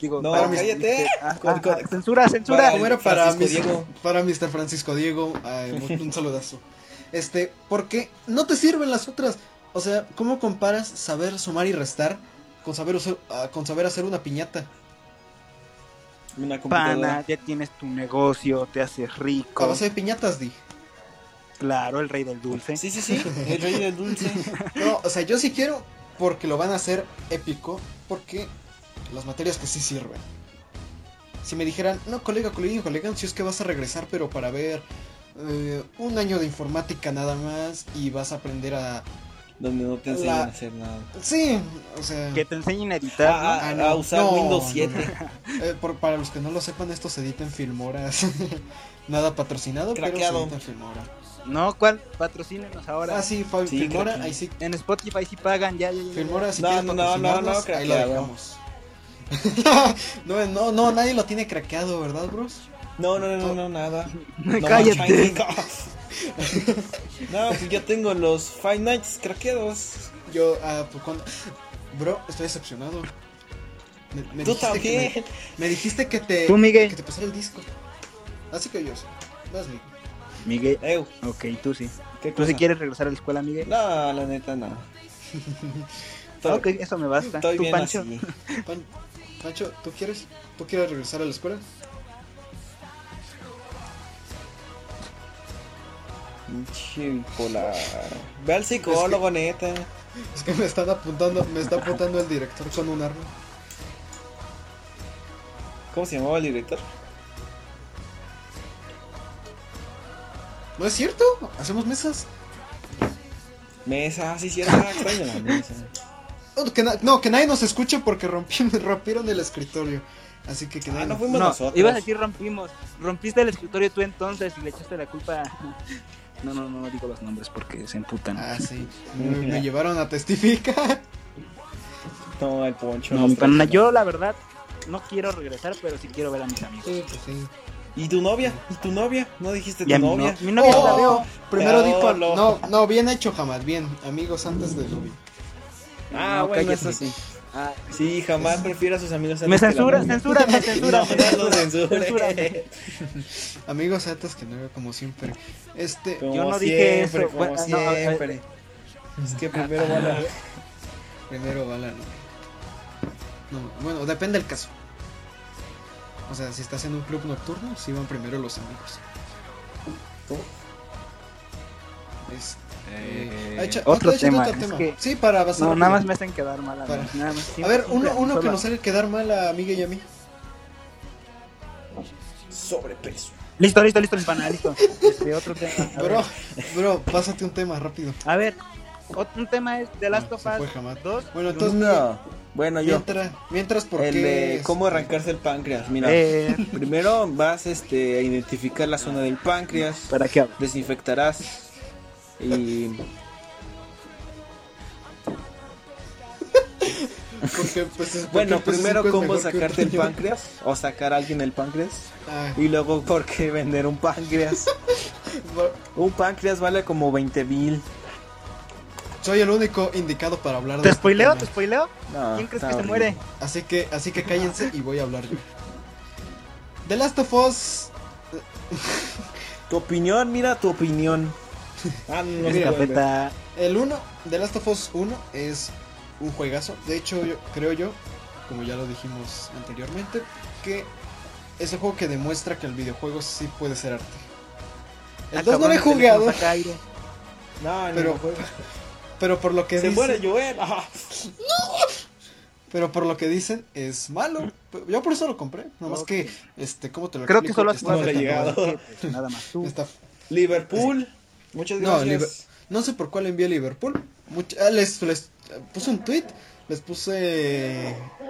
[SPEAKER 4] Digo,
[SPEAKER 5] No,
[SPEAKER 4] para mis-
[SPEAKER 5] cállate.
[SPEAKER 4] Ah,
[SPEAKER 5] Con-
[SPEAKER 4] ah,
[SPEAKER 5] con-
[SPEAKER 4] ah, censura, censura.
[SPEAKER 5] Para-
[SPEAKER 3] Como era para
[SPEAKER 5] Francisco
[SPEAKER 3] Mr.
[SPEAKER 5] Diego.
[SPEAKER 3] para Mr. Francisco Diego, ay, un- un saludazo. Este, porque no te sirven las otras. O sea, ¿cómo comparas saber sumar y restar con saber usar- ah, con saber hacer una piñata?
[SPEAKER 5] Una
[SPEAKER 4] Pana,
[SPEAKER 5] computadora.
[SPEAKER 4] ya tienes tu negocio, te haces
[SPEAKER 3] A
[SPEAKER 4] rico.
[SPEAKER 3] base de piñatas, di.
[SPEAKER 4] Claro, el rey del dulce.
[SPEAKER 5] Sí, sí, sí. El rey del dulce.
[SPEAKER 3] No, o sea, yo sí quiero porque lo van a hacer épico, porque las materias que sí sirven. Si me dijeran, no, colega, colega, colega, si es que vas a regresar, pero para ver eh, un año de informática nada más y vas a aprender a...
[SPEAKER 5] Donde no te enseñan
[SPEAKER 3] La-
[SPEAKER 5] a hacer nada.
[SPEAKER 3] Sí, o sea...
[SPEAKER 4] Que te enseñen a editar. ¿no?
[SPEAKER 5] A, a-
[SPEAKER 3] Ah, no.
[SPEAKER 5] a usar
[SPEAKER 3] No,
[SPEAKER 5] Windows
[SPEAKER 3] no,
[SPEAKER 5] 7.
[SPEAKER 3] Eh, por- para los que no lo sepan, esto se edita en Filmoras. Nada patrocinado,
[SPEAKER 5] Craqueado.
[SPEAKER 3] pero se edita en Filmora.
[SPEAKER 4] No, ¿cuál? Patrocínenos ahora.
[SPEAKER 3] Ah, sí, Fabio,
[SPEAKER 5] ah. Sí,
[SPEAKER 3] Filmora,
[SPEAKER 5] craqueado.
[SPEAKER 3] ahí sí.
[SPEAKER 4] En Spotify sí pagan, ya, ya, ya, ya.
[SPEAKER 3] Filmora, si
[SPEAKER 5] No,
[SPEAKER 3] quieren
[SPEAKER 5] no, no,
[SPEAKER 3] patrocinarnos,
[SPEAKER 5] no, no,
[SPEAKER 3] ahí lo
[SPEAKER 5] craqueado.
[SPEAKER 3] dejamos. no, no, no, nadie lo tiene craqueado, ¿verdad, bros?
[SPEAKER 5] No, no, no, no, nada. No
[SPEAKER 4] Oh. Cállate.
[SPEAKER 5] manches. No, pues yo tengo los Five Nights craqueados.
[SPEAKER 3] Yo, ah, pues, cuando- Bro, estoy decepcionado. Me, me
[SPEAKER 5] Tú
[SPEAKER 3] dijiste que
[SPEAKER 5] también.
[SPEAKER 3] Me, me dijiste que te,
[SPEAKER 4] Tú, Miguel.
[SPEAKER 3] que te pasara el disco. Así que yo sé. Vas, Miguel.
[SPEAKER 4] Miguel.
[SPEAKER 5] Ew,
[SPEAKER 4] Ok, tú sí.
[SPEAKER 5] ¿qué
[SPEAKER 4] ¿Tú
[SPEAKER 5] cosa?
[SPEAKER 4] si quieres regresar a la escuela, Miguel?
[SPEAKER 5] No, la neta, no. Estoy-
[SPEAKER 4] Ok, eso me basta.
[SPEAKER 5] Estoy
[SPEAKER 4] ¿Tú,
[SPEAKER 5] bien
[SPEAKER 4] Pancho?
[SPEAKER 5] así.
[SPEAKER 3] Pan- Pancho, ¿tú quieres? ¿Tú quieres regresar a la escuela?
[SPEAKER 5] Pinche bipolar. Ve al psicólogo, neta.
[SPEAKER 3] Es que me están apuntando, me está apuntando el director con un arma.
[SPEAKER 5] ¿Cómo se llamaba el director?
[SPEAKER 3] ¿No es cierto? ¿Hacemos mesas?
[SPEAKER 5] Mesa, sí, sí, era nada extraño la mesa.
[SPEAKER 3] Oh, que na- no, que nadie nos escuche porque rompieron, rompieron el escritorio. Así que que
[SPEAKER 5] Ah,
[SPEAKER 3] nadie
[SPEAKER 5] no
[SPEAKER 3] nos-
[SPEAKER 5] fuimos
[SPEAKER 4] No,
[SPEAKER 5] nosotros.
[SPEAKER 4] ibas a decir rompimos. Rompiste el escritorio tú entonces y le echaste la culpa. a- No, no, no, no digo los nombres porque se emputan.
[SPEAKER 3] Ah, sí. Me, me llevaron a testificar.
[SPEAKER 5] No, el poncho.
[SPEAKER 4] no,
[SPEAKER 5] nos
[SPEAKER 4] mi pana,
[SPEAKER 5] traicionó.
[SPEAKER 4] yo la verdad no quiero regresar, pero sí quiero ver a mis amigos.
[SPEAKER 3] Sí, pues sí.
[SPEAKER 5] ¿Y tu novia? ¿Y tu novia? ¿No dijiste
[SPEAKER 4] Y a
[SPEAKER 5] tu
[SPEAKER 4] mi no-
[SPEAKER 5] novia?
[SPEAKER 4] mi novia
[SPEAKER 3] Oh.
[SPEAKER 4] la veo.
[SPEAKER 3] Primero
[SPEAKER 5] No,
[SPEAKER 3] dijo,
[SPEAKER 5] no.
[SPEAKER 3] no, no, bien hecho jamás, bien, amigos antes del lobby.
[SPEAKER 5] Ah,
[SPEAKER 4] No,
[SPEAKER 5] bueno,
[SPEAKER 4] cállate.
[SPEAKER 5] eso sí.
[SPEAKER 4] Ah,
[SPEAKER 5] Sí, jamás prefiero a sus amigos.
[SPEAKER 4] me
[SPEAKER 5] antes que la
[SPEAKER 4] censura,
[SPEAKER 5] novia.
[SPEAKER 4] censura, me censura,
[SPEAKER 5] No,
[SPEAKER 4] me
[SPEAKER 5] no lo
[SPEAKER 4] censura.
[SPEAKER 5] censure.
[SPEAKER 4] Censúrame.
[SPEAKER 3] Amigos antes que no, como siempre. Este,
[SPEAKER 5] Como
[SPEAKER 4] Yo no dije
[SPEAKER 5] siempre,
[SPEAKER 4] eso.
[SPEAKER 5] como
[SPEAKER 4] Bueno, no, eh, a ver.
[SPEAKER 5] siempre. es que primero va la...
[SPEAKER 3] primero va la novia. No, bueno, depende del caso. O sea, si estás en un club nocturno, si van primero los amigos.
[SPEAKER 5] ¿Cómo?
[SPEAKER 3] Es-
[SPEAKER 4] Eh,
[SPEAKER 3] ah, Este, echa-
[SPEAKER 4] otro
[SPEAKER 3] echa
[SPEAKER 4] tema,
[SPEAKER 3] otro
[SPEAKER 4] es que-
[SPEAKER 3] Sí, para avanzar
[SPEAKER 4] No, nada más
[SPEAKER 3] rápido.
[SPEAKER 4] me hacen quedar mal a mí,
[SPEAKER 3] Para.
[SPEAKER 4] nada más.
[SPEAKER 3] A ver, uno,
[SPEAKER 4] Siempre,
[SPEAKER 3] uno que
[SPEAKER 4] solo-
[SPEAKER 3] nos haga quedar mal a Miguel y a mí.
[SPEAKER 5] Sobrepeso.
[SPEAKER 4] Listo, listo, listo, mi pana, listo. Este, otro tema. A ver,
[SPEAKER 3] Bro, bro, pásate un tema rápido.
[SPEAKER 4] a ver, ot- un tema es The Last
[SPEAKER 3] No,
[SPEAKER 4] of
[SPEAKER 3] se fue
[SPEAKER 4] Us
[SPEAKER 3] jamás.
[SPEAKER 4] 2.
[SPEAKER 3] Bueno,
[SPEAKER 4] y
[SPEAKER 3] entonces,
[SPEAKER 4] un-
[SPEAKER 5] No,
[SPEAKER 4] Ah,
[SPEAKER 5] bueno, yo.
[SPEAKER 3] Mientras, mientras porque
[SPEAKER 5] El de cómo arrancarse el páncreas. Mira,
[SPEAKER 4] Eh,
[SPEAKER 5] primero vas este, a identificar la zona del páncreas,
[SPEAKER 4] ¿Para qué hablo?
[SPEAKER 5] desinfectarás y...
[SPEAKER 3] porque, pues, es-
[SPEAKER 5] Bueno,
[SPEAKER 3] porque, pues,
[SPEAKER 5] primero
[SPEAKER 3] cinco es
[SPEAKER 5] cómo
[SPEAKER 3] mejor que
[SPEAKER 5] sacarte el
[SPEAKER 3] otro.
[SPEAKER 5] páncreas o sacar a alguien el páncreas
[SPEAKER 3] Ah,
[SPEAKER 5] y luego por qué vender un páncreas.
[SPEAKER 3] bro,
[SPEAKER 5] un páncreas vale como 20 mil.
[SPEAKER 3] soy el único indicado para hablar de
[SPEAKER 4] ¿Te
[SPEAKER 3] este
[SPEAKER 4] spoileo?
[SPEAKER 3] tema.
[SPEAKER 4] ¿Te spoileo?
[SPEAKER 5] No,
[SPEAKER 4] ¿Quién crees
[SPEAKER 5] está
[SPEAKER 4] que se
[SPEAKER 5] horrible.
[SPEAKER 4] muere?
[SPEAKER 3] Así que, así que cállense y voy a hablar yo. The Last of Us.
[SPEAKER 5] Tu opinión, mira tu opinión. Ah, no, se
[SPEAKER 3] Mira,
[SPEAKER 5] puede ver.
[SPEAKER 4] Cafeta.
[SPEAKER 3] El 1, The Last of Us 1 es un juegazo. De hecho, yo, creo yo, como ya lo dijimos anteriormente, que es el juego que demuestra que el videojuego sí puede ser arte.
[SPEAKER 4] Ah,
[SPEAKER 3] El 2 no lo he jugado,
[SPEAKER 5] No, no,
[SPEAKER 3] Pero-
[SPEAKER 5] no, juega.
[SPEAKER 3] pero por lo que
[SPEAKER 5] se
[SPEAKER 3] dicen-
[SPEAKER 5] muere Joel. Ah,
[SPEAKER 3] pero por lo que dicen es malo. Yo por eso lo compré, nomás
[SPEAKER 4] Ok.
[SPEAKER 3] que este cómo te lo
[SPEAKER 4] Creo que
[SPEAKER 3] explico?
[SPEAKER 4] solo has
[SPEAKER 3] Está
[SPEAKER 4] jugado
[SPEAKER 5] no le he
[SPEAKER 3] fatal.
[SPEAKER 5] llegado.
[SPEAKER 4] Nada más tú.
[SPEAKER 3] Está
[SPEAKER 5] Liverpool. Muchas
[SPEAKER 3] No,
[SPEAKER 5] gracias.
[SPEAKER 3] Liber- no sé por cuál envié a Liverpool. Much- ah, les, les puse un tweet. Les puse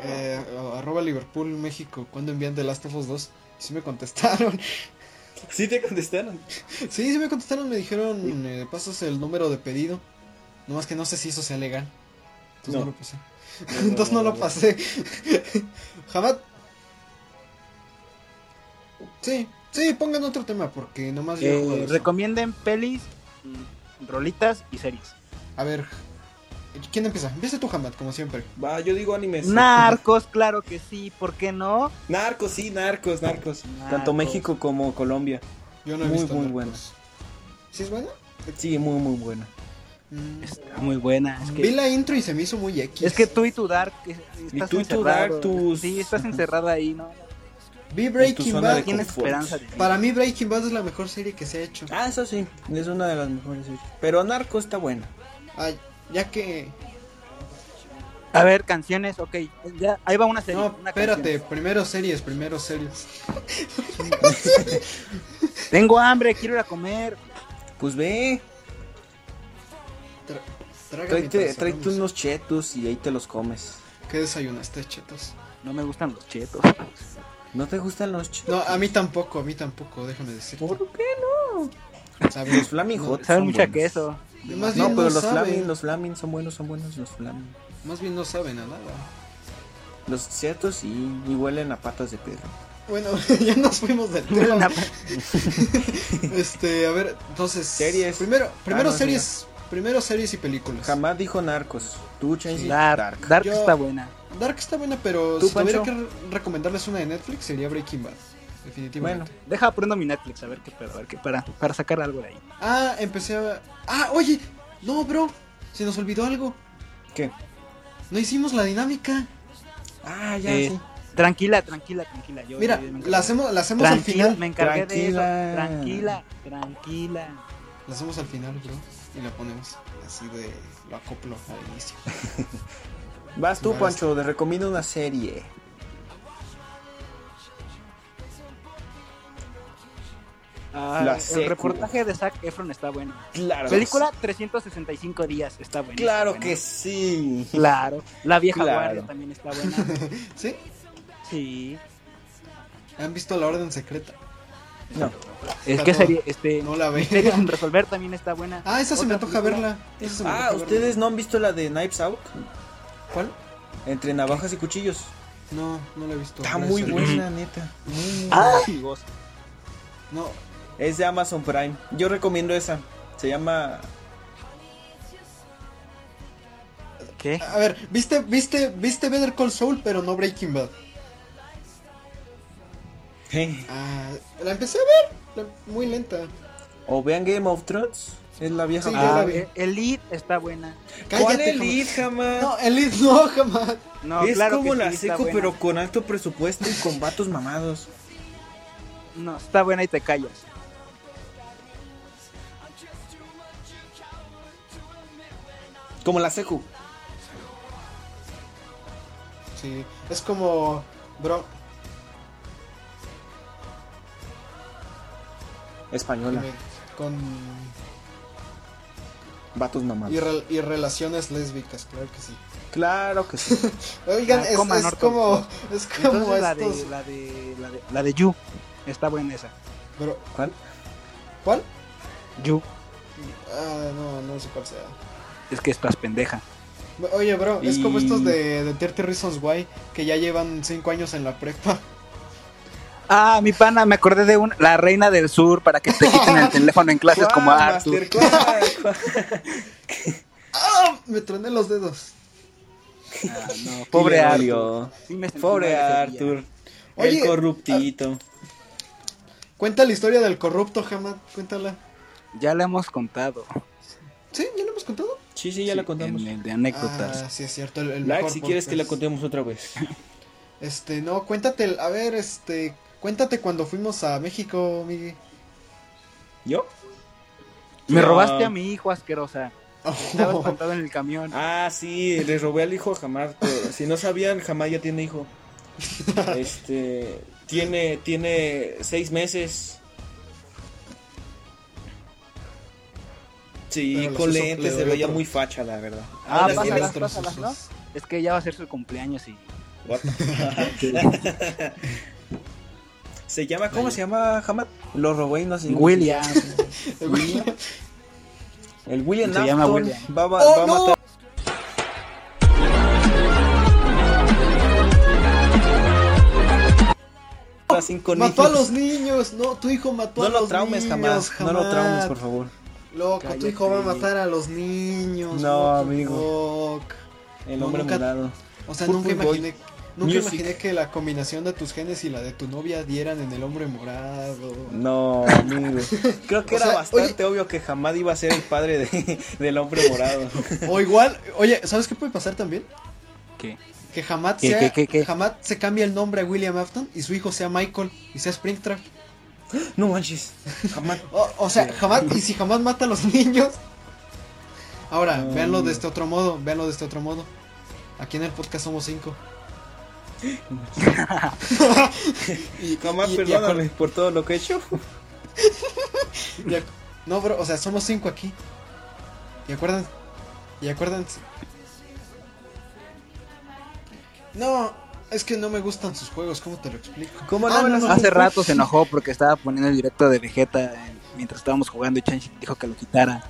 [SPEAKER 3] eh, arroba Liverpool México. ¿Cuándo envían The Last of Us 2? Sí me contestaron.
[SPEAKER 5] Sí te contestaron.
[SPEAKER 3] Sí, sí me contestaron. Me dijeron, eh, pasas el número de pedido. Nomás que no sé si eso sea legal. Entonces no,
[SPEAKER 5] No.
[SPEAKER 3] lo pasé.
[SPEAKER 5] no,
[SPEAKER 3] Entonces no,
[SPEAKER 5] no,
[SPEAKER 3] lo
[SPEAKER 5] no.
[SPEAKER 3] pasé. Jamás. Sí, sí, pongan otro tema porque nomás yo he jugado
[SPEAKER 4] Eh,
[SPEAKER 3] eso.
[SPEAKER 4] recomienden pelis, mm, rolitas y series.
[SPEAKER 3] A ver, ¿quién empieza? Empieza tú, Hamad, como siempre.
[SPEAKER 5] Va, yo digo animes.
[SPEAKER 4] Narcos, claro que sí, ¿por qué no?
[SPEAKER 5] Narcos, sí, narcos, narcos.
[SPEAKER 4] Narcos.
[SPEAKER 5] Tanto México como Colombia.
[SPEAKER 3] Yo no he
[SPEAKER 5] Muy,
[SPEAKER 3] visto.
[SPEAKER 5] muy
[SPEAKER 3] Narcos.
[SPEAKER 5] buena.
[SPEAKER 3] ¿Sí es buena?
[SPEAKER 5] Sí, muy, muy buena.
[SPEAKER 3] Mm.
[SPEAKER 4] Está muy buena. Es que,
[SPEAKER 3] Vi la intro y se me hizo muy X.
[SPEAKER 4] es que tú y tu Dark. es- Estás
[SPEAKER 5] Y tú y tu
[SPEAKER 4] encerrado.
[SPEAKER 5] Dark, tus-
[SPEAKER 4] Sí, estás encerrada ahí, ¿no?
[SPEAKER 3] Vi
[SPEAKER 5] en tu
[SPEAKER 3] Breaking
[SPEAKER 5] zona
[SPEAKER 3] Bad.
[SPEAKER 5] de
[SPEAKER 4] Tienes
[SPEAKER 5] confort.
[SPEAKER 4] esperanza de
[SPEAKER 3] Para mí Breaking Bad es la mejor serie que se ha hecho.
[SPEAKER 5] Ah, eso sí, es una de las mejores. series. Pero Narcos está buena.
[SPEAKER 3] Ay, ya que...
[SPEAKER 4] A ver, canciones, ok. Ya, ahí va una serie.
[SPEAKER 3] No,
[SPEAKER 4] una
[SPEAKER 3] espérate.
[SPEAKER 4] canción.
[SPEAKER 3] Primero series, primero series.
[SPEAKER 4] Tengo hambre, quiero ir a comer.
[SPEAKER 5] Pues ve,
[SPEAKER 3] Tra- traga
[SPEAKER 5] tráete,
[SPEAKER 3] mientras
[SPEAKER 5] tráete
[SPEAKER 3] hablamos.
[SPEAKER 5] unos chetos y ahí te los comes.
[SPEAKER 3] ¿Qué desayunaste, chetos?
[SPEAKER 4] No me gustan los chetos.
[SPEAKER 5] ¿No te gustan los chetos?
[SPEAKER 3] No, a mí tampoco, a mí tampoco, déjame decir.
[SPEAKER 5] ¿Por qué?
[SPEAKER 3] ¿Sabes?
[SPEAKER 5] Los Flaming Hot
[SPEAKER 4] Saben
[SPEAKER 5] son
[SPEAKER 4] mucho a
[SPEAKER 5] buenos.
[SPEAKER 4] queso.
[SPEAKER 3] Más
[SPEAKER 5] No,
[SPEAKER 3] bien
[SPEAKER 5] pero
[SPEAKER 3] no
[SPEAKER 5] los
[SPEAKER 3] saben.
[SPEAKER 5] Flaming, los Flaming son buenos, son buenos los Flaming.
[SPEAKER 3] Más bien no saben a nada.
[SPEAKER 5] Los chetos sí, y huelen a patas de perro.
[SPEAKER 3] Bueno, ya nos fuimos del tema.
[SPEAKER 4] Una-
[SPEAKER 3] Este, a ver, entonces.
[SPEAKER 5] Series. Ah,
[SPEAKER 3] Primero, primero
[SPEAKER 5] no,
[SPEAKER 3] series. Primero series y películas.
[SPEAKER 5] Jamás dijo narcos. Tú, Chainsaw
[SPEAKER 4] Dark. Dark,
[SPEAKER 3] Yo-
[SPEAKER 4] está buena.
[SPEAKER 3] Dark está buena, pero
[SPEAKER 5] ¿Tú,
[SPEAKER 3] si tuviera que
[SPEAKER 5] Pancho?
[SPEAKER 3] re- recomendarles una de Netflix sería Breaking Bad. Definitivamente.
[SPEAKER 5] Bueno,
[SPEAKER 4] Deja prendo mi Netflix a ver qué pedo, a ver qué para, para sacar algo de ahí.
[SPEAKER 3] Ah, empecé a. Ah, oye, no, bro. Se nos olvidó algo.
[SPEAKER 5] ¿qué?
[SPEAKER 3] No hicimos la dinámica.
[SPEAKER 5] Ah, ya,
[SPEAKER 4] Eh,
[SPEAKER 5] sí.
[SPEAKER 4] Tranquila, tranquila, tranquila. Yo,
[SPEAKER 3] Mira,
[SPEAKER 4] yo- yo me encargo.
[SPEAKER 3] la hacemos, la hacemos al
[SPEAKER 4] Tranquila, me
[SPEAKER 3] final.
[SPEAKER 4] encargué de
[SPEAKER 5] Tranquila.
[SPEAKER 4] eso. Tranquila, tranquila.
[SPEAKER 3] La hacemos al final, bro. Y la ponemos así de. Lo acoplo al inicio.
[SPEAKER 5] Vas tú,
[SPEAKER 3] Vas.
[SPEAKER 5] Pancho, te recomiendo una serie.
[SPEAKER 4] Ah,
[SPEAKER 5] La
[SPEAKER 4] el
[SPEAKER 5] secu.
[SPEAKER 4] reportaje de Zac Efron está bueno.
[SPEAKER 5] Claro.
[SPEAKER 4] Película 365 días está buena.
[SPEAKER 5] Claro
[SPEAKER 4] está buena.
[SPEAKER 5] que sí.
[SPEAKER 4] Claro. La vieja
[SPEAKER 5] Claro.
[SPEAKER 4] guardia también está buena.
[SPEAKER 3] ¿Sí?
[SPEAKER 4] Sí.
[SPEAKER 3] ¿Han visto la orden secreta?
[SPEAKER 5] No.
[SPEAKER 4] Es
[SPEAKER 3] Está
[SPEAKER 4] que
[SPEAKER 3] toda-
[SPEAKER 4] serie, este,
[SPEAKER 3] No la
[SPEAKER 4] Misterio sin
[SPEAKER 3] vean.
[SPEAKER 4] resolver también está buena.
[SPEAKER 3] Ah, esa se me
[SPEAKER 4] Otra
[SPEAKER 3] antoja
[SPEAKER 4] película-
[SPEAKER 3] verla. Esa se me
[SPEAKER 5] Ah,
[SPEAKER 3] antoja verla.
[SPEAKER 5] ¿ustedes no han visto la de Knives Out?
[SPEAKER 3] ¿Cuál?
[SPEAKER 5] Entre navajas y cuchillos.
[SPEAKER 3] No, no la he visto.
[SPEAKER 5] Está
[SPEAKER 3] Gracias
[SPEAKER 5] muy
[SPEAKER 3] a Dios.
[SPEAKER 5] buena, neta. Muy, muy
[SPEAKER 4] Ah, amigos.
[SPEAKER 3] No,
[SPEAKER 5] Es de Amazon Prime. Yo recomiendo esa. Se llama.
[SPEAKER 4] ¿Qué?
[SPEAKER 3] a ver, viste, viste, viste Better Call Saul, pero no Breaking Bad. Ah, la empecé a ver. la- muy lenta.
[SPEAKER 5] O vean Game of Thrones. Es la vieja.
[SPEAKER 3] Sí, ya
[SPEAKER 4] Ah,
[SPEAKER 3] la vi.
[SPEAKER 4] Elite está buena.
[SPEAKER 5] ¿Cuál
[SPEAKER 3] Cállate,
[SPEAKER 5] Elite, jamás?
[SPEAKER 3] jamás. No, Elite no, jamás.
[SPEAKER 4] No,
[SPEAKER 5] es
[SPEAKER 4] claro
[SPEAKER 5] como
[SPEAKER 4] que
[SPEAKER 5] la
[SPEAKER 4] sí, está
[SPEAKER 5] seco,
[SPEAKER 4] buena.
[SPEAKER 5] pero con alto presupuesto y con vatos mamados.
[SPEAKER 4] No, está buena y te callas.
[SPEAKER 5] Como la secu.
[SPEAKER 3] Sí, es como, bro,
[SPEAKER 5] Española.
[SPEAKER 3] dime, con
[SPEAKER 5] Vatos mamados.
[SPEAKER 3] y, re- y relaciones lésbicas, claro que sí.
[SPEAKER 5] Claro que sí.
[SPEAKER 3] Oigan,
[SPEAKER 4] Ah,
[SPEAKER 3] es,
[SPEAKER 4] coma,
[SPEAKER 3] es
[SPEAKER 4] Norton.
[SPEAKER 3] como, es como
[SPEAKER 4] Entonces la
[SPEAKER 3] estos,
[SPEAKER 4] de, la de, la de, la de You. Está buena esa.
[SPEAKER 3] bro,
[SPEAKER 5] ¿Cuál?
[SPEAKER 3] ¿cuál?
[SPEAKER 4] You.
[SPEAKER 3] Ah, no, no sé cuál sea.
[SPEAKER 4] Es que estás pendeja.
[SPEAKER 3] Oye, bro, es como
[SPEAKER 5] Y-
[SPEAKER 3] estos de, de 30 Reasons Why que ya llevan 5 años en la prepa.
[SPEAKER 4] Ah, mi pana, me acordé de una, la reina del sur para que te quiten el teléfono en clases como
[SPEAKER 5] ¿Cuál,
[SPEAKER 4] a Arthur.
[SPEAKER 5] Masterclass?
[SPEAKER 3] ¡Ah! Me troné los dedos.
[SPEAKER 4] Ah, no, pobre
[SPEAKER 5] Qué
[SPEAKER 4] Arthur.
[SPEAKER 5] odio.
[SPEAKER 4] Sí me sentí
[SPEAKER 5] Pobre
[SPEAKER 4] mal ese día.
[SPEAKER 5] Arthur.
[SPEAKER 3] Oye,
[SPEAKER 5] el corruptito.
[SPEAKER 4] ah,
[SPEAKER 3] Cuenta la historia del corrupto, Hamad, cuéntala.
[SPEAKER 4] Ya la hemos contado.
[SPEAKER 3] ¿Sí? ¿Ya lo hemos contado?
[SPEAKER 5] Sí, sí, ya la
[SPEAKER 4] Sí,
[SPEAKER 5] contamos.
[SPEAKER 4] En el de anécdotas.
[SPEAKER 3] Ah, sí, es cierto, el, el
[SPEAKER 5] Like,
[SPEAKER 3] mejor
[SPEAKER 5] si quieres que la
[SPEAKER 3] podcast.
[SPEAKER 5] contemos otra vez.
[SPEAKER 3] Este, no, cuéntate, el- a ver, este, cuéntate cuando fuimos a México, Miguel.
[SPEAKER 5] ¿Yo?
[SPEAKER 4] me
[SPEAKER 5] Ah.
[SPEAKER 4] robaste a mi hijo asquerosa. Estaba espantado en el camión.
[SPEAKER 5] Ah, sí, le robé al hijo a Jamás. pero si no sabían, Jamás ya tiene hijo. Este. Tiene, tiene seis meses. Sí,
[SPEAKER 3] Pero los
[SPEAKER 5] con
[SPEAKER 3] hizo- le
[SPEAKER 5] lentes se
[SPEAKER 3] doy
[SPEAKER 5] veía
[SPEAKER 3] otro.
[SPEAKER 5] muy facha, la verdad.
[SPEAKER 4] Ah,
[SPEAKER 5] Ahora
[SPEAKER 4] pásalas,
[SPEAKER 5] tiene-
[SPEAKER 4] pásalas, ¿no? Es que ya va a ser su cumpleaños y.
[SPEAKER 5] What the fuck? se llama, ¿cómo se llama Hamad? Lo robé y no sé.
[SPEAKER 4] William.
[SPEAKER 5] El William
[SPEAKER 4] Se llama
[SPEAKER 5] Afton
[SPEAKER 4] William.
[SPEAKER 5] Va, va- va
[SPEAKER 3] ¡Oh,
[SPEAKER 5] a
[SPEAKER 3] no!
[SPEAKER 5] matar. a cinco
[SPEAKER 3] Mató a
[SPEAKER 5] niños.
[SPEAKER 3] los niños, no, tu hijo mató
[SPEAKER 5] No
[SPEAKER 3] a los
[SPEAKER 5] lo traumes
[SPEAKER 3] niños.
[SPEAKER 5] jamás. No lo traumes, por favor.
[SPEAKER 3] Loco, tu
[SPEAKER 4] Cállate.
[SPEAKER 3] hijo va a matar a los niños.
[SPEAKER 5] No,
[SPEAKER 3] what the
[SPEAKER 5] amigo.
[SPEAKER 3] fuck.
[SPEAKER 5] El
[SPEAKER 3] No,
[SPEAKER 5] hombre
[SPEAKER 3] nunca-
[SPEAKER 5] murado.
[SPEAKER 3] O sea,
[SPEAKER 5] Purple
[SPEAKER 3] nunca
[SPEAKER 5] Boy.
[SPEAKER 3] imaginé, nunca
[SPEAKER 5] Music.
[SPEAKER 3] imaginé que la combinación de tus genes y la de tu novia dieran en el hombre morado.
[SPEAKER 5] No, amigo. Creo que
[SPEAKER 3] O
[SPEAKER 5] era
[SPEAKER 3] sea,
[SPEAKER 5] bastante obvio que jamás iba a ser el padre de- del hombre morado.
[SPEAKER 3] O igual, oye, ¿sabes qué puede pasar también?
[SPEAKER 4] ¿Qué?
[SPEAKER 3] Que jamás
[SPEAKER 4] ¿Qué,
[SPEAKER 3] sea,
[SPEAKER 4] qué, qué, qué?
[SPEAKER 3] jamás se cambie el nombre a William Afton y su hijo sea Michael y sea Springtrap.
[SPEAKER 5] No manches. Jamás.
[SPEAKER 3] O, o sea, jamás, y si jamás mata a los niños. Ahora,
[SPEAKER 4] Mm.
[SPEAKER 5] No,
[SPEAKER 3] véanlo de
[SPEAKER 5] no.
[SPEAKER 3] este otro modo, véanlo de este otro modo. Aquí en el podcast somos cinco. y,
[SPEAKER 5] Jamás
[SPEAKER 3] y- y
[SPEAKER 5] perdóname
[SPEAKER 3] acuer-
[SPEAKER 5] por todo lo que he hecho.
[SPEAKER 3] y acu- no, bro, o sea, somos cinco aquí. Y acuerdan, y acuérdense. No, es que no me gustan sus juegos, ¿cómo te lo explico?
[SPEAKER 5] ¿Cómo
[SPEAKER 3] Ah,
[SPEAKER 5] no?
[SPEAKER 3] no,
[SPEAKER 5] no,
[SPEAKER 4] Hace rato se enojó porque estaba poniendo el directo de Vegeta eh, mientras estábamos jugando y Chanchi dijo que lo quitara.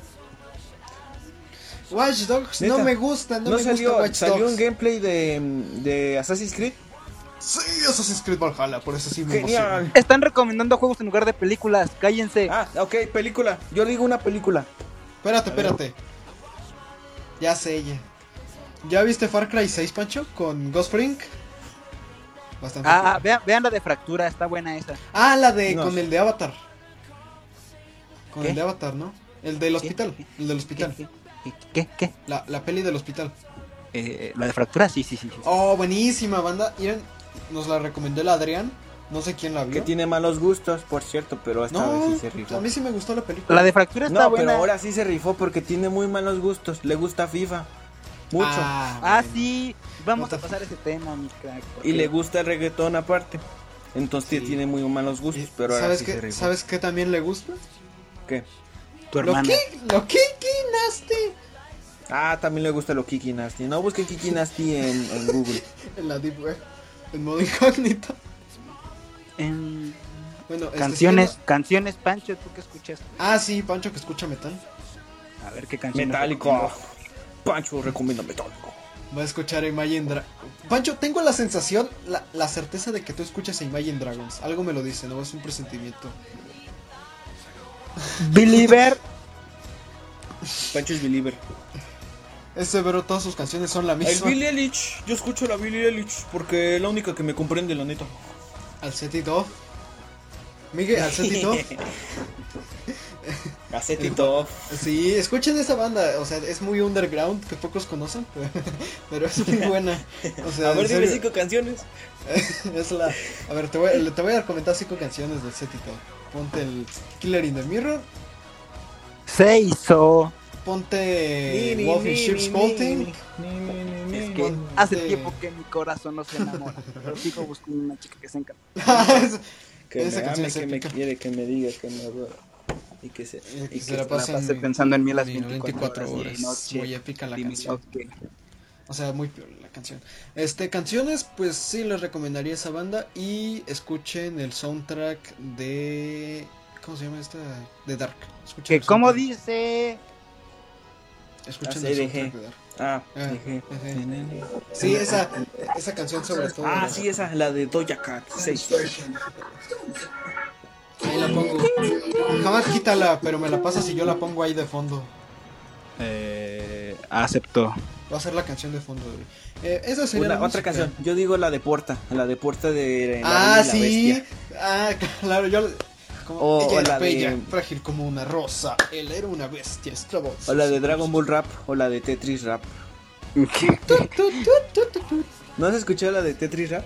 [SPEAKER 3] Watch Dogs no
[SPEAKER 5] Neta,
[SPEAKER 3] me gusta, no, me
[SPEAKER 5] no
[SPEAKER 3] gusta
[SPEAKER 5] salió,
[SPEAKER 3] Watch
[SPEAKER 5] salió
[SPEAKER 3] Dogs.
[SPEAKER 5] un gameplay de, de Assassin's Creed.
[SPEAKER 3] Sí, Assassin's Creed Valhalla, por eso sí me emociona.
[SPEAKER 5] Genial.
[SPEAKER 4] Están recomendando juegos en lugar de películas, cállense.
[SPEAKER 5] Ah, ok, película. Yo le digo una película.
[SPEAKER 3] Espérate, espérate. Ya sé ella. ¿Ya viste Far Cry 6, Pancho? Con Ghost Fring. Bastante.
[SPEAKER 4] Ah, ah, vean, vean la de fractura, está buena esa.
[SPEAKER 3] Ah, la de
[SPEAKER 5] No.
[SPEAKER 3] con el de Avatar. Con
[SPEAKER 4] ¿Qué?
[SPEAKER 3] el de Avatar, ¿no? El del hospital. El del hospital.
[SPEAKER 4] ¿Qué? ¿Qué? ¿Qué? qué?
[SPEAKER 3] La, la peli del hospital.
[SPEAKER 4] Eh, la de fractura, sí, sí, sí. sí.
[SPEAKER 3] Oh, buenísima banda. Miren, nos la recomendó el Adrián. No sé quién la
[SPEAKER 5] Que
[SPEAKER 3] vio.
[SPEAKER 5] tiene malos gustos, por cierto, pero esta vez
[SPEAKER 3] No,
[SPEAKER 5] sí se rifó.
[SPEAKER 3] a mí sí me gustó la película. Ah,
[SPEAKER 4] La de fractura está
[SPEAKER 5] No,
[SPEAKER 4] buena.
[SPEAKER 5] pero ahora sí se rifó porque tiene muy malos gustos. Le gusta FIFA. Mucho.
[SPEAKER 3] Ah,
[SPEAKER 4] Ah,
[SPEAKER 3] bueno.
[SPEAKER 4] sí. Vamos
[SPEAKER 3] No te-
[SPEAKER 4] a pasar ese tema, mi crack. porque-
[SPEAKER 5] y le gusta el reggaetón aparte. Entonces
[SPEAKER 4] Sí.
[SPEAKER 5] tiene muy malos gustos,
[SPEAKER 3] Y-
[SPEAKER 5] pero ahora
[SPEAKER 3] Eh, ¿Sabes,
[SPEAKER 5] sí se
[SPEAKER 3] qué,
[SPEAKER 5] rifó.
[SPEAKER 3] ¿Sabes qué también le gusta?
[SPEAKER 5] ¿Qué?
[SPEAKER 4] tu
[SPEAKER 3] Lo
[SPEAKER 4] hermana.
[SPEAKER 3] que, lo que quinaste
[SPEAKER 5] Ah, también le gusta lo Kiki Nasty. No busquen Kiki Nasty en, en Google.
[SPEAKER 3] en la Deep Web. En modo incógnito.
[SPEAKER 4] Em,
[SPEAKER 3] Bueno, este,
[SPEAKER 4] canciones,
[SPEAKER 3] seguimos.
[SPEAKER 4] canciones, Pancho, ¿tú qué escuchas?
[SPEAKER 3] Ah, sí, Pancho que escucha metal.
[SPEAKER 4] A ver qué canciones.
[SPEAKER 5] Metálico. Pancho recomienda Metálico.
[SPEAKER 3] Va a escuchar a Imagine Dragons. Pancho, tengo la sensación, la, la certeza de que tú escuchas a Imagine Dragons. Algo me lo dice, no es un presentimiento.
[SPEAKER 4] Believer.
[SPEAKER 5] Pancho es believer.
[SPEAKER 3] Este pero todas sus canciones son la
[SPEAKER 5] El
[SPEAKER 3] misma.
[SPEAKER 5] Billy Eilish. Yo escucho la Billy Eilish porque es la única que me comprende, la neta.
[SPEAKER 3] Al set it off. Miguel, al set it off.
[SPEAKER 5] Gacetito.
[SPEAKER 3] Sí, escuchen esa banda. O sea, es muy underground que pocos conocen, pero, pero es muy buena. O sea,
[SPEAKER 5] A ver,
[SPEAKER 3] en
[SPEAKER 5] dime
[SPEAKER 3] serio,
[SPEAKER 5] cinco canciones.
[SPEAKER 3] es la. A ver, te voy, le- te voy a comentar cinco canciones del set it off. Ponte el Killer in the Mirror.
[SPEAKER 4] Se hizo.
[SPEAKER 3] Ponte Wolf in Eh, Sheep's Clothing.
[SPEAKER 4] Es que hace tiempo que mi corazón no se enamora. Pero sigo buscando una chica que se encanta.
[SPEAKER 3] Ah,
[SPEAKER 5] Que
[SPEAKER 3] Esa
[SPEAKER 5] me
[SPEAKER 3] canción
[SPEAKER 5] ame,
[SPEAKER 3] es
[SPEAKER 5] que me
[SPEAKER 3] épica.
[SPEAKER 5] quiere, que me diga, que me adora. Y que se.
[SPEAKER 3] Y
[SPEAKER 5] y
[SPEAKER 3] que
[SPEAKER 5] que
[SPEAKER 3] se la
[SPEAKER 5] se
[SPEAKER 4] La
[SPEAKER 3] pasen
[SPEAKER 4] pasé pensando en mí las
[SPEAKER 3] en
[SPEAKER 4] 24, horas. y
[SPEAKER 3] Muy
[SPEAKER 4] noche.
[SPEAKER 3] épica la
[SPEAKER 4] y mi
[SPEAKER 3] canción.
[SPEAKER 4] noche.
[SPEAKER 3] O sea, muy peor la canción. Este, canciones, pues sí les recomendaría esa banda. Y escuchen el soundtrack de. ¿Cómo se llama esta? De Dark. Escuchen
[SPEAKER 4] Que
[SPEAKER 3] el
[SPEAKER 4] como
[SPEAKER 3] soundtrack.
[SPEAKER 4] dice.
[SPEAKER 3] Escuchen
[SPEAKER 5] Ah,
[SPEAKER 3] el
[SPEAKER 5] sí,
[SPEAKER 3] soundtrack
[SPEAKER 5] dejé.
[SPEAKER 3] de Dark.
[SPEAKER 5] Ah,
[SPEAKER 3] Ah,
[SPEAKER 5] dije.
[SPEAKER 3] ajá. Sí, esa, esa canción sobre todo.
[SPEAKER 5] Ah, sí, esa es la de Doja Cat. seis.
[SPEAKER 3] Ahí la pongo. Jamás quítala, pero me la pasas y yo la pongo ahí de fondo.
[SPEAKER 4] Eh, aceptó.
[SPEAKER 3] Va a ser la canción de fondo. güey. Eh, esa sería la
[SPEAKER 5] Una- otra
[SPEAKER 3] música.
[SPEAKER 5] canción. Yo digo la de Porta. La de Porta de. la
[SPEAKER 3] Ah,
[SPEAKER 5] Bella y la
[SPEAKER 3] sí.
[SPEAKER 5] Bestia. Oh,
[SPEAKER 3] Ah, claro, yo. Como,
[SPEAKER 5] O-
[SPEAKER 3] ella
[SPEAKER 5] o
[SPEAKER 3] era
[SPEAKER 5] la de-
[SPEAKER 3] bella, frágil como una rosa. Él era una bestia, esclavo.
[SPEAKER 5] O la de Dragon Ball Rap. O la de Tetris Rap.
[SPEAKER 3] Tu, tu, tu, tu, tu, tu.
[SPEAKER 5] ¿No has escuchado la de Tetris Rap?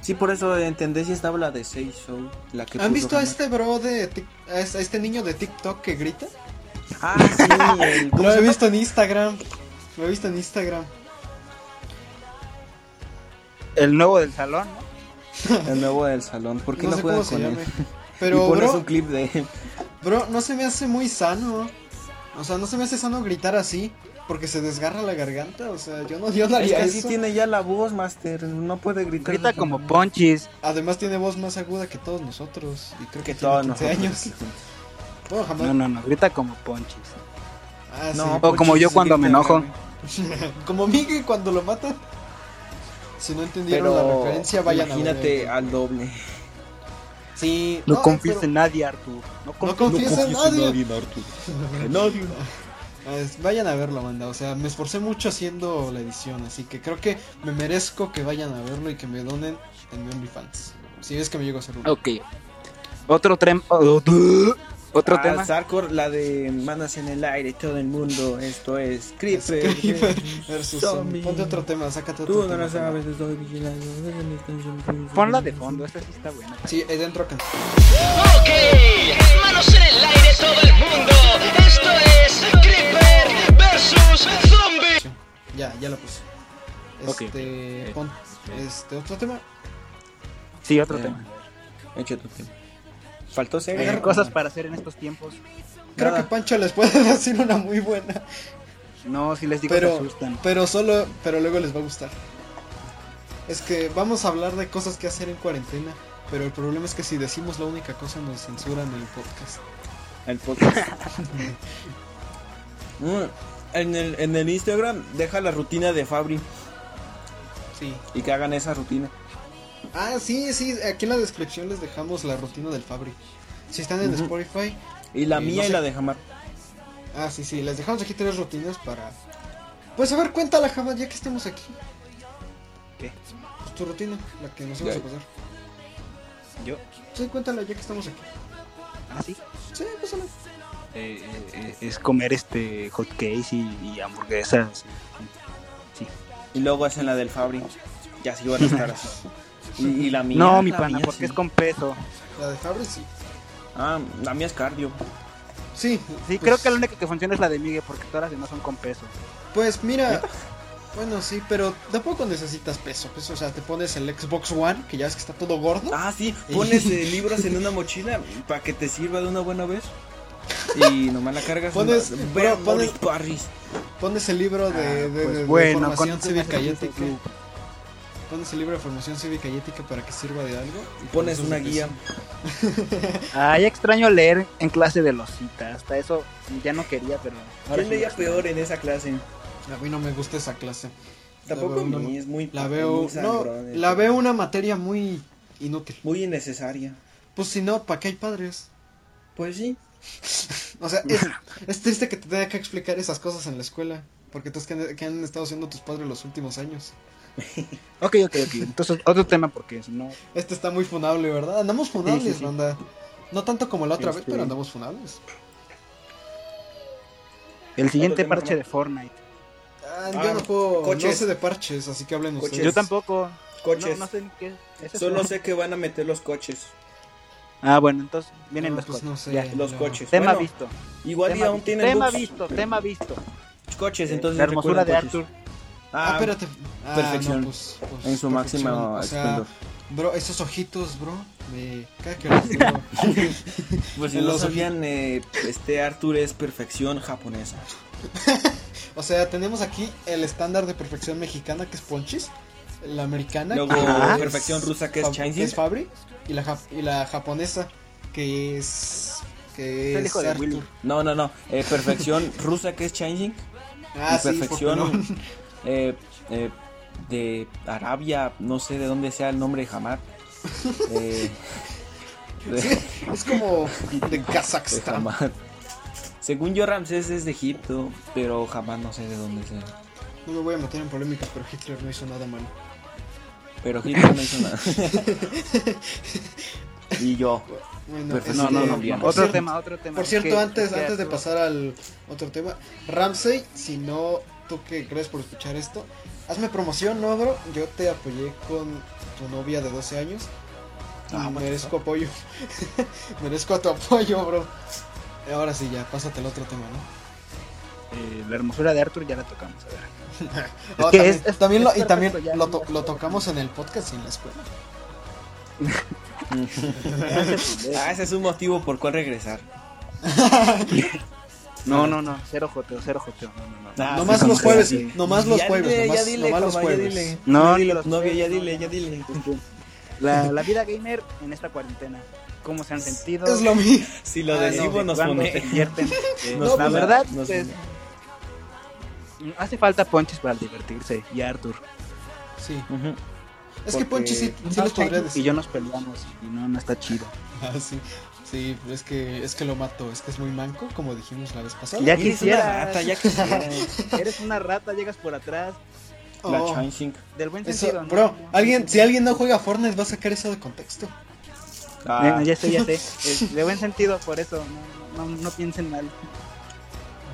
[SPEAKER 5] Sí, por eso en tendencia estaba la de Seis Soul, la que
[SPEAKER 3] ¿Han
[SPEAKER 5] puso
[SPEAKER 3] visto a
[SPEAKER 5] Román.
[SPEAKER 3] este bro de. tic- a es- a este niño de TikTok que grita?
[SPEAKER 5] Ah, sí, el...
[SPEAKER 3] Lo he visto en Instagram. Lo he visto en Instagram.
[SPEAKER 4] El nuevo del salón, ¿no?
[SPEAKER 5] el nuevo del salón. ¿Por qué no,
[SPEAKER 3] No sé
[SPEAKER 5] juegan
[SPEAKER 3] cómo se
[SPEAKER 5] con
[SPEAKER 3] llame.
[SPEAKER 5] él? y
[SPEAKER 3] Pero,
[SPEAKER 5] pones
[SPEAKER 3] bro,
[SPEAKER 5] un clip de
[SPEAKER 3] bro, no se me hace muy sano. O sea, no se me hace sano gritar así. Porque se desgarra la garganta. O sea, yo no, yo no
[SPEAKER 5] Es que
[SPEAKER 3] haría
[SPEAKER 5] así
[SPEAKER 3] eso.
[SPEAKER 5] tiene ya la voz, Master. No puede gritar.
[SPEAKER 4] Grita como Ponchis.
[SPEAKER 3] Además, tiene voz más aguda que todos nosotros. Y creo que,
[SPEAKER 5] Que
[SPEAKER 3] tiene
[SPEAKER 5] todos
[SPEAKER 3] 15
[SPEAKER 5] nosotros.
[SPEAKER 3] años. Bueno, jamás.
[SPEAKER 4] No, no, no. Grita como Ponchis.
[SPEAKER 3] Ah, sí.
[SPEAKER 5] No, pues,
[SPEAKER 4] O como
[SPEAKER 5] Ponchis
[SPEAKER 4] yo
[SPEAKER 5] sí
[SPEAKER 4] cuando me
[SPEAKER 5] grita,
[SPEAKER 4] enojo.
[SPEAKER 5] güey.
[SPEAKER 3] Como Miguel cuando lo matan. Si no entendieron la
[SPEAKER 5] Pero
[SPEAKER 3] referencia, vayan a
[SPEAKER 5] imagínate
[SPEAKER 3] ver.
[SPEAKER 5] al doble.
[SPEAKER 3] Sí,
[SPEAKER 4] No, confíes
[SPEAKER 3] pero-
[SPEAKER 4] en nadie, Artur. No confíes.
[SPEAKER 3] No confíes en nadie.
[SPEAKER 5] nadie.
[SPEAKER 3] Es- Vayan a verlo, banda. O sea, me esforcé mucho haciendo la edición. Así que creo que me merezco que vayan a verlo y que me donen en mi OnlyFans. Si es que me llego a hacer uno.
[SPEAKER 4] Ok. Otro, trem- oh, otro
[SPEAKER 5] Ah,
[SPEAKER 4] tema.
[SPEAKER 5] Sarkor, la de manos en el aire, todo el mundo. Esto es Creeper.
[SPEAKER 3] Creeper versus zombie.
[SPEAKER 5] zombie.
[SPEAKER 3] Ponte otro tema, sácate otro
[SPEAKER 5] Tú
[SPEAKER 3] tema.
[SPEAKER 5] no lo sabes, estoy vigilando. déjame descansar.
[SPEAKER 4] Ponla de fondo, esta sí está buena.
[SPEAKER 3] Sí, es dentro acá.
[SPEAKER 7] Ok, manos en el aire todo el mundo. Esto es Creeper versus Zombie.
[SPEAKER 3] Ya, ya lo puse.
[SPEAKER 4] Ok,
[SPEAKER 3] Este, pon- este, otro tema.
[SPEAKER 4] Sí, otro
[SPEAKER 5] Eh,
[SPEAKER 4] tema.
[SPEAKER 5] Echa tu tema. Faltó
[SPEAKER 4] Eh,
[SPEAKER 5] ser.
[SPEAKER 4] cosas para hacer en estos tiempos.
[SPEAKER 3] Creo
[SPEAKER 5] Nada.
[SPEAKER 3] que Pancho les puede decir una muy buena.
[SPEAKER 4] No, si les digo que
[SPEAKER 3] pero,
[SPEAKER 4] asustan.
[SPEAKER 3] pero solo, pero luego les va a gustar. Es que vamos a hablar de cosas que hacer en cuarentena, pero el problema es que si decimos la única cosa nos censuran el podcast.
[SPEAKER 5] El podcast. Mm, en, el, en el Instagram, deja la rutina de Fabri.
[SPEAKER 3] Sí.
[SPEAKER 5] y que hagan esa rutina.
[SPEAKER 3] Ah, sí, sí, aquí en la descripción les dejamos la rutina del Fabri. Si están en
[SPEAKER 5] Ujú.
[SPEAKER 3] Spotify,
[SPEAKER 5] Y la
[SPEAKER 3] Y no
[SPEAKER 5] mía y
[SPEAKER 3] sé-
[SPEAKER 5] la de Jamar.
[SPEAKER 3] ah, sí, sí, les dejamos aquí tres rutinas para... Pues a ver, cuéntala, jamás, ya que estamos aquí.
[SPEAKER 4] ¿Qué?
[SPEAKER 3] Pues tu rutina, la que nos vamos
[SPEAKER 5] Ya.
[SPEAKER 3] a pasar.
[SPEAKER 4] Yo,
[SPEAKER 3] Sí, cuéntala, ya que estamos aquí.
[SPEAKER 4] así.
[SPEAKER 3] Sí, pásala.
[SPEAKER 4] eh, eh, es comer este hot cakes y, y hamburguesas.
[SPEAKER 5] Y luego hacen la del Fabri. Y así van a estar así. Y, y la mía.
[SPEAKER 4] no, mi
[SPEAKER 5] la
[SPEAKER 4] pana,
[SPEAKER 5] mía
[SPEAKER 4] porque
[SPEAKER 5] sí.
[SPEAKER 4] es con peso.
[SPEAKER 3] La de Fabri, sí.
[SPEAKER 5] Ah, la mía es cardio.
[SPEAKER 3] Sí,
[SPEAKER 4] Sí,
[SPEAKER 3] pues-
[SPEAKER 4] creo que la única que funciona es la de Miguel, porque todas las demás son con peso.
[SPEAKER 3] Pues mira, bueno, sí, pero tampoco necesitas peso, pues, o sea, te pones el Xbox One, que ya ves que está todo gordo.
[SPEAKER 5] Ah, sí, pones eh, libros en una mochila para que te sirva de una buena vez. Y nomás la cargas.
[SPEAKER 3] Pones-
[SPEAKER 5] en la-
[SPEAKER 3] bro,
[SPEAKER 5] Ve a
[SPEAKER 3] pones-
[SPEAKER 5] Boris Parris.
[SPEAKER 3] Pones el libro de,
[SPEAKER 4] Ah,
[SPEAKER 3] de-
[SPEAKER 4] pues
[SPEAKER 3] de- de
[SPEAKER 4] bueno,
[SPEAKER 3] formación
[SPEAKER 4] ¿cuántas veces
[SPEAKER 3] cívica y
[SPEAKER 4] has visto
[SPEAKER 3] ética.
[SPEAKER 4] tú?
[SPEAKER 3] Pones el libro de formación cívica y ética para que sirva de algo. y con
[SPEAKER 5] Pones
[SPEAKER 3] eso
[SPEAKER 5] una
[SPEAKER 3] se
[SPEAKER 5] guía.
[SPEAKER 4] Ay, extraño leer en clase de losita. Hasta eso ya no quería, pero. ahora
[SPEAKER 5] ¿Quién
[SPEAKER 4] sí
[SPEAKER 5] leía
[SPEAKER 4] me
[SPEAKER 5] peor en esa clase?
[SPEAKER 3] pesa. A mí no me gusta esa clase.
[SPEAKER 5] Tampoco
[SPEAKER 3] veo
[SPEAKER 5] a
[SPEAKER 3] una-
[SPEAKER 5] mí, es muy.
[SPEAKER 3] La veo,
[SPEAKER 5] muy
[SPEAKER 3] no,
[SPEAKER 5] sangrón, eh,
[SPEAKER 3] la veo una materia muy inútil.
[SPEAKER 5] Muy innecesaria.
[SPEAKER 3] Pues si no, ¿para qué hay padres?
[SPEAKER 5] Pues sí.
[SPEAKER 3] O sea, es, es triste que te tenga que explicar esas cosas en la escuela. Porque tú es que, que han estado haciendo tus padres los últimos años.
[SPEAKER 4] Ok, ok, ok. Entonces, otro tema, porque si no.
[SPEAKER 3] Este está muy funable, ¿verdad? Andamos funables,
[SPEAKER 4] Sí, sí, sí.
[SPEAKER 3] banda. No tanto como la otra vez,
[SPEAKER 5] Este-
[SPEAKER 3] pero andamos funables.
[SPEAKER 4] El siguiente
[SPEAKER 5] tema,
[SPEAKER 4] parche
[SPEAKER 5] Ramón.
[SPEAKER 4] de Fortnite.
[SPEAKER 3] Ah,
[SPEAKER 5] Ah,
[SPEAKER 3] yo no puedo, no
[SPEAKER 5] coches.
[SPEAKER 3] sé de parches, así que hablen
[SPEAKER 5] Coches.
[SPEAKER 3] ustedes.
[SPEAKER 4] Pues Yo tampoco.
[SPEAKER 5] Coches.
[SPEAKER 4] No, no sé ni qué. ¿Eso es-
[SPEAKER 5] Solo sé que van a meter los coches.
[SPEAKER 4] Ah, bueno, entonces vienen
[SPEAKER 3] No,
[SPEAKER 4] los
[SPEAKER 3] pues
[SPEAKER 4] coches.
[SPEAKER 3] no sé.
[SPEAKER 4] Ya.
[SPEAKER 5] Los
[SPEAKER 3] No.
[SPEAKER 5] coches.
[SPEAKER 4] Tema
[SPEAKER 5] Bueno,
[SPEAKER 4] visto.
[SPEAKER 5] Igual y
[SPEAKER 4] tema
[SPEAKER 5] aún
[SPEAKER 4] visto,
[SPEAKER 5] tienen
[SPEAKER 4] tema
[SPEAKER 5] bugs.
[SPEAKER 4] visto, tema visto.
[SPEAKER 5] coches, entonces
[SPEAKER 4] Eh, la hermosura de
[SPEAKER 5] recuerden
[SPEAKER 4] Arthur.
[SPEAKER 5] coches.
[SPEAKER 3] Eh, Ah,
[SPEAKER 5] Ah,
[SPEAKER 3] espérate. Ah,
[SPEAKER 5] perfección.
[SPEAKER 3] no, pues- pues,
[SPEAKER 5] en su
[SPEAKER 3] perfección.
[SPEAKER 5] máxima
[SPEAKER 3] O sea,
[SPEAKER 5] esplendor.
[SPEAKER 3] bro, esos ojitos, bro, me cada que los veo.
[SPEAKER 5] Pues si
[SPEAKER 3] en
[SPEAKER 5] no
[SPEAKER 3] los-
[SPEAKER 5] sabían, eh, este Arthur es perfección japonesa.
[SPEAKER 3] O sea, tenemos aquí el estándar de perfección mexicana que es Ponchis, la americana
[SPEAKER 5] Luego,
[SPEAKER 3] que
[SPEAKER 5] perfección rusa, que es
[SPEAKER 3] Fab-
[SPEAKER 5] Chainsis.
[SPEAKER 3] es Fabri y la jap- y la japonesa que es que
[SPEAKER 4] Es
[SPEAKER 3] es
[SPEAKER 4] el hijo de
[SPEAKER 3] Arthur.
[SPEAKER 4] Willy.
[SPEAKER 5] No, no, no. eh, perfección rusa, que es changing.
[SPEAKER 3] Ah,
[SPEAKER 5] y
[SPEAKER 3] sí,
[SPEAKER 5] perfección
[SPEAKER 3] Pokémon.
[SPEAKER 5] eh, eh, de Arabia, no sé de dónde sea el nombre de Hamad. Eh, de-
[SPEAKER 3] Es como de
[SPEAKER 5] de
[SPEAKER 3] Kazajstán.
[SPEAKER 5] Hamad. Según yo, Ramsés es de Egipto, pero jamás no sé de dónde sea.
[SPEAKER 3] No me voy a meter en polémicas, pero Hitler no hizo nada malo.
[SPEAKER 5] Pero Egipto no hizo nada. y yo.
[SPEAKER 3] Bueno,
[SPEAKER 5] Perfecto.
[SPEAKER 4] No,
[SPEAKER 3] este,
[SPEAKER 4] no, no.
[SPEAKER 5] bien.
[SPEAKER 3] Por
[SPEAKER 4] Otro
[SPEAKER 3] cierto,
[SPEAKER 4] tema, otro tema.
[SPEAKER 3] Por
[SPEAKER 4] Es
[SPEAKER 3] cierto,
[SPEAKER 4] que-
[SPEAKER 3] antes,
[SPEAKER 4] es que
[SPEAKER 3] antes de
[SPEAKER 4] Arthur-
[SPEAKER 3] pasar al otro tema, Ramsey, si no, tú que gracias por escuchar esto, hazme promoción, ¿no, bro? Yo te apoyé con tu novia de 12 años. y
[SPEAKER 5] Ah, what the
[SPEAKER 3] merezco apoyo. merezco tu apoyo, bro. Ahora sí, ya, pásate el otro tema, ¿no?
[SPEAKER 4] eh, la hermosura de Arthur ya la tocamos. A ver.
[SPEAKER 3] Ah,
[SPEAKER 4] que
[SPEAKER 3] también,
[SPEAKER 4] es- es-
[SPEAKER 3] también
[SPEAKER 4] es
[SPEAKER 3] lo, y también
[SPEAKER 4] perfecto, ya,
[SPEAKER 3] lo,
[SPEAKER 4] ya
[SPEAKER 3] to-
[SPEAKER 4] está
[SPEAKER 3] lo
[SPEAKER 4] todo.
[SPEAKER 3] tocamos en el podcast y en la escuela.
[SPEAKER 5] Ah, ese es un motivo por cual regresar.
[SPEAKER 4] No, no, no, cero joteo, cero joteo. No, no, no.
[SPEAKER 5] Ah, sí,
[SPEAKER 3] nomás
[SPEAKER 5] como
[SPEAKER 3] los jueves,
[SPEAKER 5] sea, sí.
[SPEAKER 3] nomás los
[SPEAKER 5] Ya
[SPEAKER 3] jueves,
[SPEAKER 5] dile,
[SPEAKER 3] nomás,
[SPEAKER 5] ya dile,
[SPEAKER 3] nomás los
[SPEAKER 5] Jama, ya
[SPEAKER 3] jueves.
[SPEAKER 5] dile. Ya
[SPEAKER 4] No,
[SPEAKER 5] dile
[SPEAKER 4] ni
[SPEAKER 5] a tu
[SPEAKER 4] los
[SPEAKER 5] novia, ya
[SPEAKER 4] jueves,
[SPEAKER 5] dile, ya dile.
[SPEAKER 4] La, la vida gamer en esta cuarentena. ¿Cómo se han sentido?
[SPEAKER 3] Es lo mío.
[SPEAKER 5] Si lo
[SPEAKER 3] Ah, no, pues,
[SPEAKER 5] decimos
[SPEAKER 4] ¿Desde
[SPEAKER 5] nos
[SPEAKER 4] cuándo
[SPEAKER 5] pone.
[SPEAKER 4] se divierten? Eh,
[SPEAKER 5] Nos
[SPEAKER 4] la
[SPEAKER 5] pone-
[SPEAKER 4] verdad,
[SPEAKER 5] nos
[SPEAKER 4] pues,
[SPEAKER 5] pone.
[SPEAKER 4] hace falta ponches para divertirse. Y Arthur.
[SPEAKER 3] Sí.
[SPEAKER 5] Ujú.
[SPEAKER 3] Es que
[SPEAKER 5] Porque-
[SPEAKER 3] Ponchi sí, sí les podría decir.
[SPEAKER 4] Y yo nos peleamos. Y no, no está chido.
[SPEAKER 3] Ah, sí. Sí, es que, es que lo mato, es que es muy manco, como dijimos la vez pasada.
[SPEAKER 4] Ya
[SPEAKER 5] Eres una
[SPEAKER 4] quisieras.
[SPEAKER 5] rata, ya quisieras.
[SPEAKER 4] Eres una rata, llegas por atrás.
[SPEAKER 3] Oh,
[SPEAKER 5] La Changing.
[SPEAKER 4] Del buen
[SPEAKER 3] eso,
[SPEAKER 4] sentido. ¿no?
[SPEAKER 3] bro,
[SPEAKER 4] No,
[SPEAKER 3] alguien,
[SPEAKER 4] no.
[SPEAKER 3] si alguien no juega Fortnite va a sacar eso de contexto.
[SPEAKER 5] Ah,
[SPEAKER 4] Bueno, ya sé, ya sé. Es de buen sentido, por eso. No, no, no piensen mal.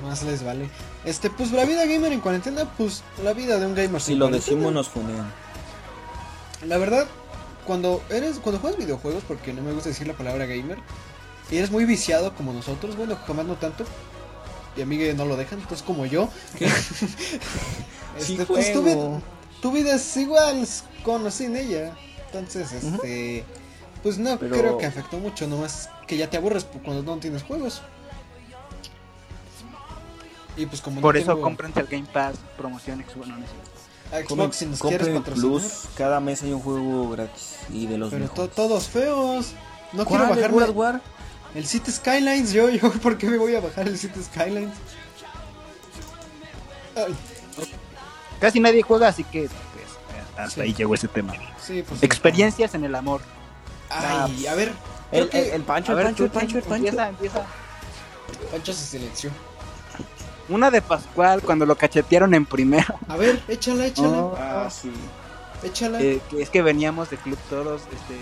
[SPEAKER 3] Más les vale. Este, pues la vida gamer en cuarentena, pues la vida de un gamer.
[SPEAKER 5] si
[SPEAKER 3] sin
[SPEAKER 5] lo
[SPEAKER 3] cuarentena.
[SPEAKER 5] decimos nos funean.
[SPEAKER 3] La verdad, cuando eres, cuando juegas videojuegos, porque no me gusta decir la palabra gamer, y eres muy viciado como nosotros, bueno, jamás no tanto. Y a mí que no lo dejan, entonces como yo.
[SPEAKER 5] ¿Qué? Sí
[SPEAKER 3] Este, pues, tu, vi-
[SPEAKER 5] juego.
[SPEAKER 3] tu vida es igual con o sin ella. Entonces, este. Pues no,
[SPEAKER 5] Pero-
[SPEAKER 3] creo que afectó mucho, nomás que ya te aburres por cuando no tienes juegos. Y pues como no
[SPEAKER 4] Por eso
[SPEAKER 3] tengo
[SPEAKER 4] cómprense el Game Pass, promoción, ex- bueno, no es cierto.
[SPEAKER 3] Xbox,
[SPEAKER 5] Compren-
[SPEAKER 3] si nos
[SPEAKER 5] compren
[SPEAKER 3] quieres
[SPEAKER 5] el
[SPEAKER 3] patrocinar.
[SPEAKER 5] Plus, cada mes hay un juego gratis y de los
[SPEAKER 3] Pero to-
[SPEAKER 5] mejores.
[SPEAKER 3] todos feos. No
[SPEAKER 5] ¿Cuál?
[SPEAKER 3] quiero
[SPEAKER 5] ¿El
[SPEAKER 3] bajarme.
[SPEAKER 5] World War?
[SPEAKER 3] El City Skylines, yo, yo, ¿por qué me voy a bajar el City Skylines? Ay,
[SPEAKER 4] Casi nadie juega, así que pues, eh, Hasta
[SPEAKER 3] Sí.
[SPEAKER 4] ahí llegó ese tema.
[SPEAKER 3] Sí, pues.
[SPEAKER 4] Experiencias en el amor.
[SPEAKER 3] Ay, a ver,
[SPEAKER 5] Ah,
[SPEAKER 3] creo
[SPEAKER 5] El,
[SPEAKER 3] que
[SPEAKER 5] el- el Pancho,
[SPEAKER 4] A
[SPEAKER 5] el
[SPEAKER 4] ver,
[SPEAKER 5] Pancho,
[SPEAKER 4] tú,
[SPEAKER 5] el Pancho, el Pancho.
[SPEAKER 4] Empieza, empieza.
[SPEAKER 3] Pancho se silenció.
[SPEAKER 4] Una de Pascual cuando lo cachetearon en primero.
[SPEAKER 3] A ver, échala, échala,
[SPEAKER 5] Ah, sí.
[SPEAKER 3] échala.
[SPEAKER 4] Eh, que es que veníamos de Club Toros, este,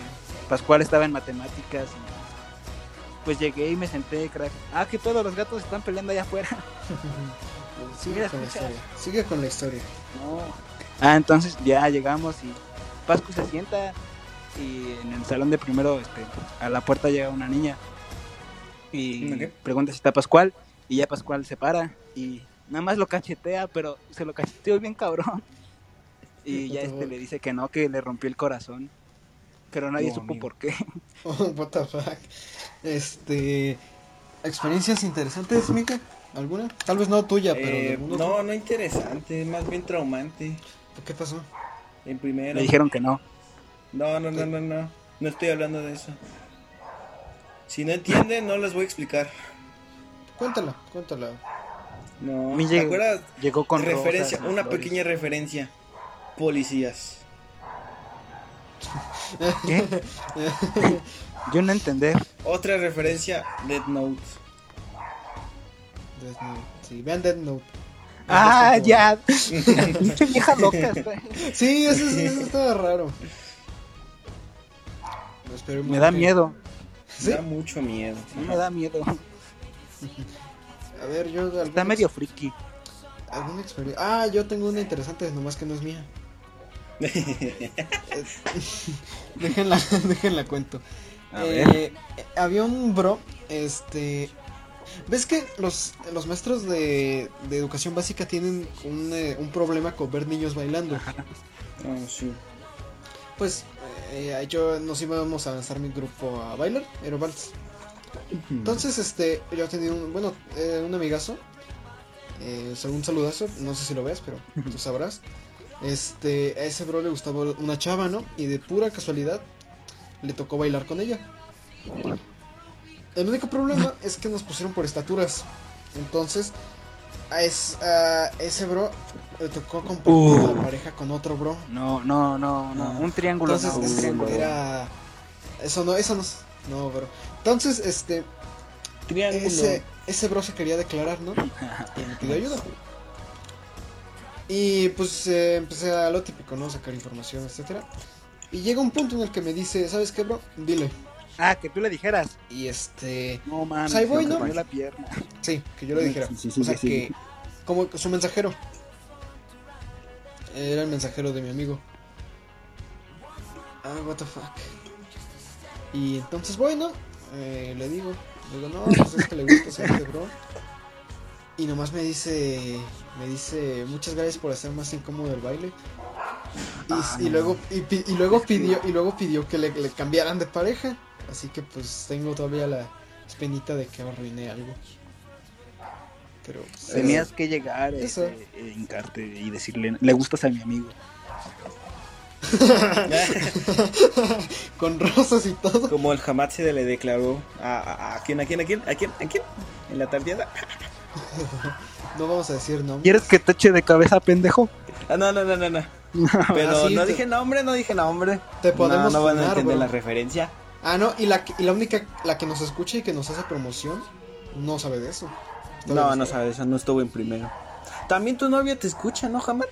[SPEAKER 4] Pascual estaba en matemáticas. y, pues llegué y me senté, crack. Ah, que todos los gatos están peleando allá afuera.
[SPEAKER 3] sigue
[SPEAKER 4] mira,
[SPEAKER 3] con la
[SPEAKER 4] escucha.
[SPEAKER 3] historia. Sigue con la historia.
[SPEAKER 4] No. Ah, entonces ya llegamos y Pascu se sienta y en el salón de primero, este, a la puerta llega una niña y
[SPEAKER 5] ¿Una qué?
[SPEAKER 4] pregunta si está Pascual y ya Pascual se para y nada más lo cachetea, pero se lo cacheteó bien cabrón. Y ya este le dice que no, que le rompió el corazón, pero nadie
[SPEAKER 5] No,
[SPEAKER 4] supo
[SPEAKER 5] amigo.
[SPEAKER 4] por qué.
[SPEAKER 3] Oh, what the fuck. Este. Experiencias interesantes, Mika. ¿Alguna? Tal vez no tuya, pero. de
[SPEAKER 5] Eh,
[SPEAKER 3] algún otro.
[SPEAKER 5] no, no interesante, más bien traumante.
[SPEAKER 3] ¿Qué pasó?
[SPEAKER 5] En primero.
[SPEAKER 4] Le dijeron que no.
[SPEAKER 5] No, no, no, no, no. No estoy hablando de eso. Si no entienden, no les voy a explicar.
[SPEAKER 3] Cuéntala, cuéntala.
[SPEAKER 5] No.
[SPEAKER 4] Me
[SPEAKER 5] ¿Te
[SPEAKER 4] llegó-
[SPEAKER 5] acuerdas?
[SPEAKER 4] Llegó con
[SPEAKER 5] referencia,
[SPEAKER 4] rosas y
[SPEAKER 5] una
[SPEAKER 4] flores.
[SPEAKER 5] pequeña referencia. Policías.
[SPEAKER 4] ¿Qué? Yo no entendí.
[SPEAKER 5] Otra referencia, Dead Note.
[SPEAKER 3] Death Note. Sí, vean Death Note.
[SPEAKER 4] Ah, ya. Pinche vieja loca está.
[SPEAKER 3] Sí, eso, eso- eso estaba raro. Esperemos
[SPEAKER 4] Me da
[SPEAKER 3] que-
[SPEAKER 4] miedo,
[SPEAKER 3] Sí.
[SPEAKER 5] Da mucho miedo.
[SPEAKER 4] me da miedo.
[SPEAKER 3] A ver, yo.
[SPEAKER 4] Está
[SPEAKER 3] alguna-
[SPEAKER 4] medio friki.
[SPEAKER 3] alguna experien- Ah, yo tengo una interesante, nomás que no es mía. Eh, Déjenla, déjenla cuento.
[SPEAKER 4] A
[SPEAKER 3] Eh, había un bro, este... ¿Ves que los, los maestros de, de educación básica tienen un, eh, un problema con ver niños bailando?
[SPEAKER 5] Oh, sí.
[SPEAKER 3] Pues eh, yo nos íbamos a lanzar mi grupo a bailar, era vals. Entonces, este, yo tenía un, bueno, eh, un amigazo, eh, o sea, un saludazo, no sé si lo veas, pero tú sabrás. Este, a ese bro le gustaba una chava, ¿no? Y de pura casualidad le tocó bailar con ella. El único problema es que nos pusieron por estaturas. Entonces, a, es- a ese bro le tocó compartir
[SPEAKER 4] Uh.
[SPEAKER 3] la pareja con otro bro.
[SPEAKER 4] No, no, no, no. Un triángulo.
[SPEAKER 3] Entonces,
[SPEAKER 4] no, un
[SPEAKER 3] este,
[SPEAKER 4] triángulo.
[SPEAKER 3] era... Eso no, eso no... es- No, bro. Entonces, este...
[SPEAKER 5] Triángulo.
[SPEAKER 3] Ese, ese bro se quería declarar, ¿no? Y me pidió ayuda. Y pues eh, empecé a lo típico, ¿no? Sacar información, etcétera. Y llega un punto en el que me dice, ¿sabes qué, bro? Dile.
[SPEAKER 4] Ah, que tú le dijeras.
[SPEAKER 3] Y este...
[SPEAKER 4] No mames.
[SPEAKER 3] Ahí voy,
[SPEAKER 4] me
[SPEAKER 3] ¿no?
[SPEAKER 4] rompió la pierna.
[SPEAKER 3] Sí, que yo le dijera.
[SPEAKER 4] Sí, sí, sí,
[SPEAKER 3] o sea,
[SPEAKER 4] sí, sí.
[SPEAKER 3] que... Como su mensajero. Era el mensajero de mi amigo. Ah, what the fuck. Y entonces, bueno, eh, le digo. Le digo, no, pues es que le gusta a este bro. Y nomás me dice, me dice, muchas gracias por hacer más incómodo el baile. Y,
[SPEAKER 4] Ah,
[SPEAKER 3] y luego, y, pi- y luego pidió, y luego pidió que le, le cambiaran de pareja. Así que pues tengo todavía la espinita de que arruiné algo. Pero pues,
[SPEAKER 4] Tenías que llegar,
[SPEAKER 3] Eso.
[SPEAKER 4] este, eh, hincarte y decirle, le gustas a mi amigo.
[SPEAKER 3] con rosas y todo.
[SPEAKER 5] Como el Hamat se le declaró a, a, a quién, a quién, a quién, a quién, a quién, en la tardeada.
[SPEAKER 3] No vamos a decir nombres.
[SPEAKER 4] ¿Quieres que te eche de cabeza, pendejo?
[SPEAKER 5] Ah, no, no, no, no, no. Pero
[SPEAKER 3] sí,
[SPEAKER 5] no
[SPEAKER 3] te-
[SPEAKER 5] dije nombre, no dije nombre.
[SPEAKER 3] Te
[SPEAKER 5] no,
[SPEAKER 3] podemos
[SPEAKER 5] no van a
[SPEAKER 3] funar,
[SPEAKER 5] entender
[SPEAKER 3] bro.
[SPEAKER 5] la referencia.
[SPEAKER 3] Ah, no, y la, que- y la única, la que nos escucha y que nos hace promoción, no sabe de eso.
[SPEAKER 5] No, no sabes, eso no estuvo en primero. También tu novia te escucha, ¿no, Hamat?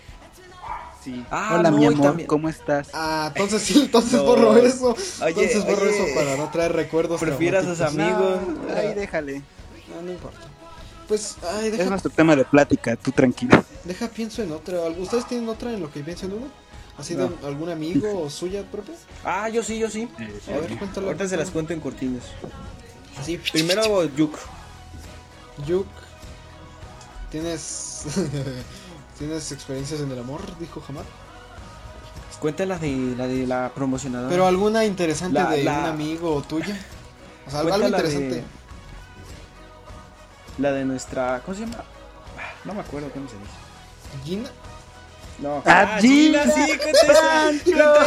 [SPEAKER 4] Sí.
[SPEAKER 5] Ah,
[SPEAKER 4] Hola,
[SPEAKER 5] no,
[SPEAKER 4] mi
[SPEAKER 5] y
[SPEAKER 4] amor,
[SPEAKER 5] también-
[SPEAKER 4] ¿cómo estás?
[SPEAKER 3] Ah, entonces sí, entonces
[SPEAKER 5] No.
[SPEAKER 3] borro eso.
[SPEAKER 5] Oye,
[SPEAKER 3] entonces borro
[SPEAKER 5] oye.
[SPEAKER 3] eso para no traer recuerdos.
[SPEAKER 5] Prefiero a sus
[SPEAKER 3] traumáticos.
[SPEAKER 5] amigo.
[SPEAKER 4] No, ahí déjale.
[SPEAKER 3] No, no importa. Pues, ay,
[SPEAKER 4] Es
[SPEAKER 3] deja,
[SPEAKER 4] nuestro tema de plática, tú tranquilo.
[SPEAKER 3] deja pienso en otra. ¿Ustedes tienen otra en lo que pienso en uno? ¿Así de
[SPEAKER 5] No.
[SPEAKER 3] algún amigo o suya propia?
[SPEAKER 5] Ah, yo sí, yo sí.
[SPEAKER 3] A ver, cuéntalo.
[SPEAKER 5] Ahorita se las cuento en cortinas.
[SPEAKER 3] Así,
[SPEAKER 5] Primero, Yuk.
[SPEAKER 3] Yuk, ¿tienes, ¿tienes experiencias en el amor? Dijo Hamad.
[SPEAKER 5] Cuenta la de la, de la promocionadora.
[SPEAKER 3] Pero alguna interesante
[SPEAKER 5] Ah. La-
[SPEAKER 3] de
[SPEAKER 5] la-
[SPEAKER 3] un amigo o tuya. O sea, algo,
[SPEAKER 5] Cuenta
[SPEAKER 3] algo
[SPEAKER 5] la de-
[SPEAKER 3] interesante.
[SPEAKER 5] La de nuestra. ¿Cómo se llama? Ah, No me acuerdo cómo se dice.
[SPEAKER 3] Gina.
[SPEAKER 5] No.
[SPEAKER 4] Ah, Gina.
[SPEAKER 5] sí, cuenta esa, cuenta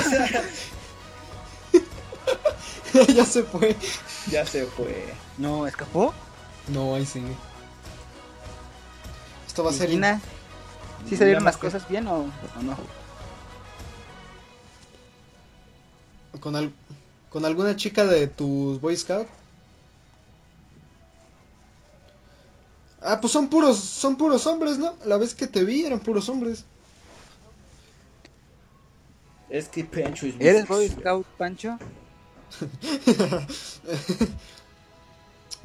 [SPEAKER 5] esa.
[SPEAKER 3] ya se fue.
[SPEAKER 5] Ya se fue.
[SPEAKER 4] No, ¿escapó?
[SPEAKER 3] No, ahí sigue. Esto va a ser.
[SPEAKER 4] Gina, ¿Sí
[SPEAKER 5] Ya
[SPEAKER 4] salieron
[SPEAKER 5] me
[SPEAKER 4] las
[SPEAKER 5] fue.
[SPEAKER 4] cosas bien o, o no?
[SPEAKER 3] con, al- con alguna chica de tus Boy Scout. Ah, pues son puros, son puros hombres, ¿no? La vez que te vi eran puros hombres.
[SPEAKER 5] Es que Pancho es
[SPEAKER 4] ¿Eres Boy
[SPEAKER 5] bisexual.
[SPEAKER 4] Scout, Pancho?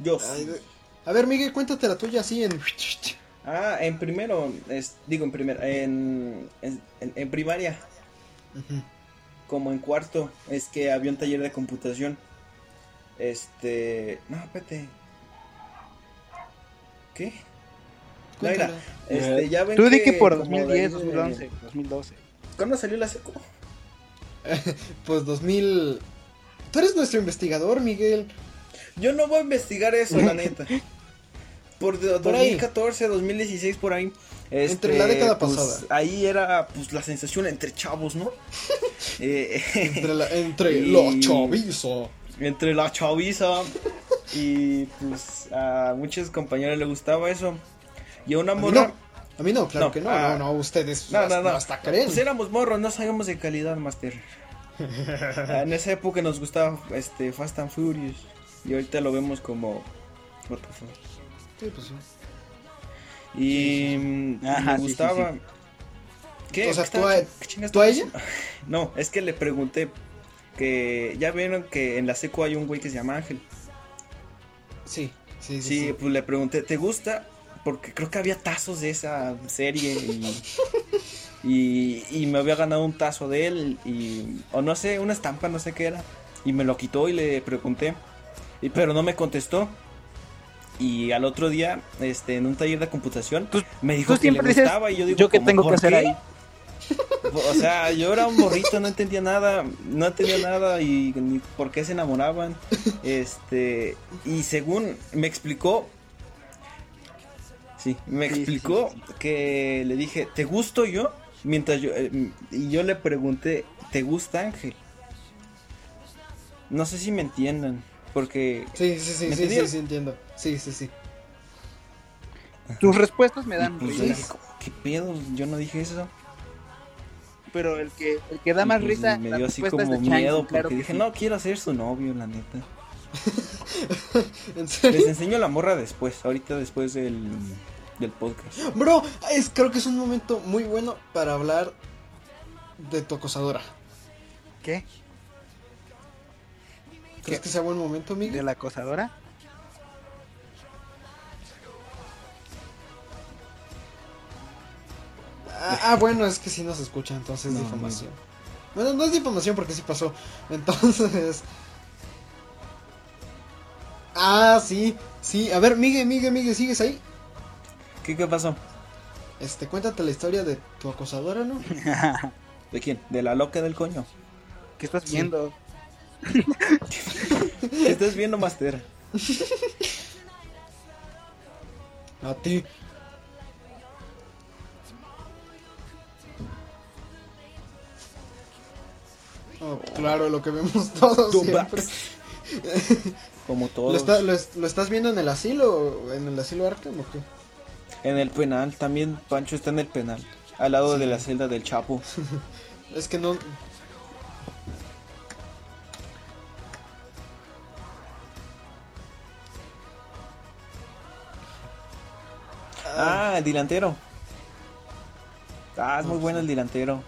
[SPEAKER 5] Yo
[SPEAKER 3] Ay,
[SPEAKER 5] sí.
[SPEAKER 3] de- A ver, Miguel, cuéntate la tuya así en...
[SPEAKER 5] Ah, en primero, es- digo en primero, en, en, en- en primaria,
[SPEAKER 3] Ujú.
[SPEAKER 5] como en cuarto, es que había un taller de computación. Este, no, espérate. ¿Qué? No, mira,
[SPEAKER 3] Cuéntala.
[SPEAKER 5] este, ya ven
[SPEAKER 4] Tú di que por
[SPEAKER 5] como de ahí
[SPEAKER 4] 2010,
[SPEAKER 5] de-
[SPEAKER 4] 2011, 2012.
[SPEAKER 5] ¿Cuándo salió la seco?
[SPEAKER 3] Pues 2000... Tú eres nuestro investigador, Miguel.
[SPEAKER 5] Yo no voy a investigar eso, la neta. Por de-
[SPEAKER 3] Por ahí.
[SPEAKER 5] 2014, 2016, por ahí.
[SPEAKER 3] Entre la década
[SPEAKER 5] pues,
[SPEAKER 3] pasada.
[SPEAKER 5] Ahí era pues la sensación entre chavos, ¿no? Eh,
[SPEAKER 3] Entre, la- entre
[SPEAKER 5] Y-
[SPEAKER 3] los chavizo.
[SPEAKER 5] entre la chaviza y pues a muchos compañeros le gustaba eso. Y a una
[SPEAKER 3] A mí
[SPEAKER 5] morra.
[SPEAKER 3] no. A mí no, claro
[SPEAKER 5] No,
[SPEAKER 3] que no.
[SPEAKER 5] ah.
[SPEAKER 3] no, no, ustedes
[SPEAKER 5] No, no,
[SPEAKER 3] hasta-
[SPEAKER 5] no.
[SPEAKER 3] hasta creen.
[SPEAKER 5] Pues éramos morros, no sabíamos de calidad, Master. en esa época nos gustaba este Fast and Furious. Y ahorita lo vemos como. What the fuck.
[SPEAKER 3] Sí, pues sí.
[SPEAKER 5] Y mm,
[SPEAKER 4] Ajá,
[SPEAKER 5] me
[SPEAKER 4] sí, sí,
[SPEAKER 5] gustaba.
[SPEAKER 4] sí.
[SPEAKER 5] ¿Qué?
[SPEAKER 3] O sea,
[SPEAKER 5] ¿Qué estaba
[SPEAKER 3] ¿tú a-
[SPEAKER 5] chi- qué chingas
[SPEAKER 3] ¿Tú a ella?
[SPEAKER 5] estaba haciendo? No, es que le pregunté que ya vieron que en la seco hay un güey que se llama Ángel.
[SPEAKER 3] Sí, sí, sí.
[SPEAKER 5] Sí,
[SPEAKER 3] sí.
[SPEAKER 5] pues le pregunté, ¿te gusta? Porque creo que había tazos de esa serie y, y, y me había ganado un tazo de él y, o no sé, una estampa, no sé qué era. Y me lo quitó y le pregunté, y, pero no me contestó. Y al otro día, este, en un taller de computación,
[SPEAKER 4] Tú-
[SPEAKER 5] me dijo
[SPEAKER 4] Tú
[SPEAKER 5] que le
[SPEAKER 4] siempre dices,
[SPEAKER 5] gustaba y yo
[SPEAKER 4] yo,
[SPEAKER 5] digo,
[SPEAKER 4] que
[SPEAKER 5] ¿cómo?
[SPEAKER 4] tengo que
[SPEAKER 5] ¿Por
[SPEAKER 4] hacer
[SPEAKER 5] qué?
[SPEAKER 4] ahí.
[SPEAKER 5] O sea, yo era un morrito, no entendía nada, no entendía nada y ni por qué se enamoraban. Este, y según me explicó, sí, me
[SPEAKER 4] Sí, sí,
[SPEAKER 5] explicó
[SPEAKER 4] sí,
[SPEAKER 5] que le dije, ¿te gusto yo? Mientras yo, eh, y yo le pregunté, ¿te gusta Ángel? No sé si me entiendan, porque
[SPEAKER 3] Sí, sí, sí,
[SPEAKER 5] ¿Me
[SPEAKER 3] sí, sí,
[SPEAKER 5] entendieron?
[SPEAKER 3] sí, entiendo. Sí, sí, sí.
[SPEAKER 4] Tus respuestas me dan
[SPEAKER 5] pues, yo
[SPEAKER 4] risa,
[SPEAKER 5] dije, ¿qué pedo? Yo no dije eso.
[SPEAKER 4] pero el que, el que da más
[SPEAKER 5] Y, pues,
[SPEAKER 4] risa,
[SPEAKER 5] me
[SPEAKER 4] la
[SPEAKER 5] dio así
[SPEAKER 4] respuesta es
[SPEAKER 5] como
[SPEAKER 4] de Chango,
[SPEAKER 5] miedo porque
[SPEAKER 4] claro que
[SPEAKER 5] dije,
[SPEAKER 4] sí.
[SPEAKER 5] no quiero ser su novio, la neta.
[SPEAKER 3] ¿En serio?
[SPEAKER 5] Les enseño la morra después, ahorita después del, del podcast.
[SPEAKER 3] Bro, es, creo que es un momento muy bueno para hablar de tu acosadora.
[SPEAKER 4] ¿Qué?
[SPEAKER 3] ¿Crees que sea buen momento,
[SPEAKER 4] ¿De
[SPEAKER 3] Miguel?
[SPEAKER 4] la acosadora?
[SPEAKER 3] Ah, ah, bueno, es que si no se escucha, entonces es
[SPEAKER 5] No,
[SPEAKER 3] difamación. Bueno, no es difamación porque sí pasó. Entonces. Ah, sí, sí. A ver, Miguel, Miguel, Miguel, ¿sigues ahí?
[SPEAKER 5] ¿Qué, qué pasó?
[SPEAKER 3] Este, cuéntate la historia de tu acosadora, ¿no?
[SPEAKER 5] ¿De quién? ¿De la loca del coño?
[SPEAKER 4] ¿Qué estás
[SPEAKER 3] Sí.
[SPEAKER 4] viendo?
[SPEAKER 5] ¿Qué estás viendo, Master?
[SPEAKER 3] A ti. Oh, claro, lo que vemos todos
[SPEAKER 5] Tú,
[SPEAKER 3] siempre.
[SPEAKER 5] Bax. Como
[SPEAKER 3] ¿Lo,
[SPEAKER 5] todos.
[SPEAKER 3] está- lo es- lo estás viendo en el asilo? ¿En el asilo Arkham o qué?
[SPEAKER 5] En el penal, también Pancho está en el penal. Al lado de la celda del Chapo.
[SPEAKER 3] Es que no...
[SPEAKER 5] Ah, el delantero. Ah, es muy bueno el delantero.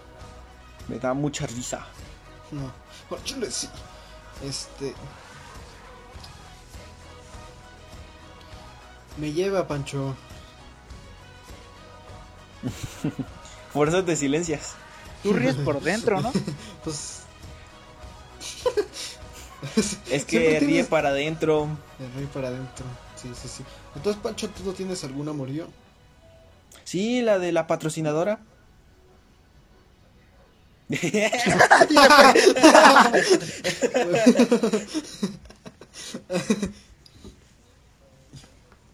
[SPEAKER 5] Me da mucha risa.
[SPEAKER 3] No. Bueno, chile, sí. Este... Me lleva, Pancho.
[SPEAKER 5] Fuerzas de silencias.
[SPEAKER 4] Tú ríes por dentro, ¿no?
[SPEAKER 3] Pues...
[SPEAKER 5] Es
[SPEAKER 3] Siempre
[SPEAKER 5] que ríe
[SPEAKER 3] tienes-
[SPEAKER 5] para adentro.
[SPEAKER 3] El rey para adentro. Sí, sí, sí. Entonces, Pancho, ¿tú no tienes algún amorío?
[SPEAKER 5] Sí, la de la patrocinadora.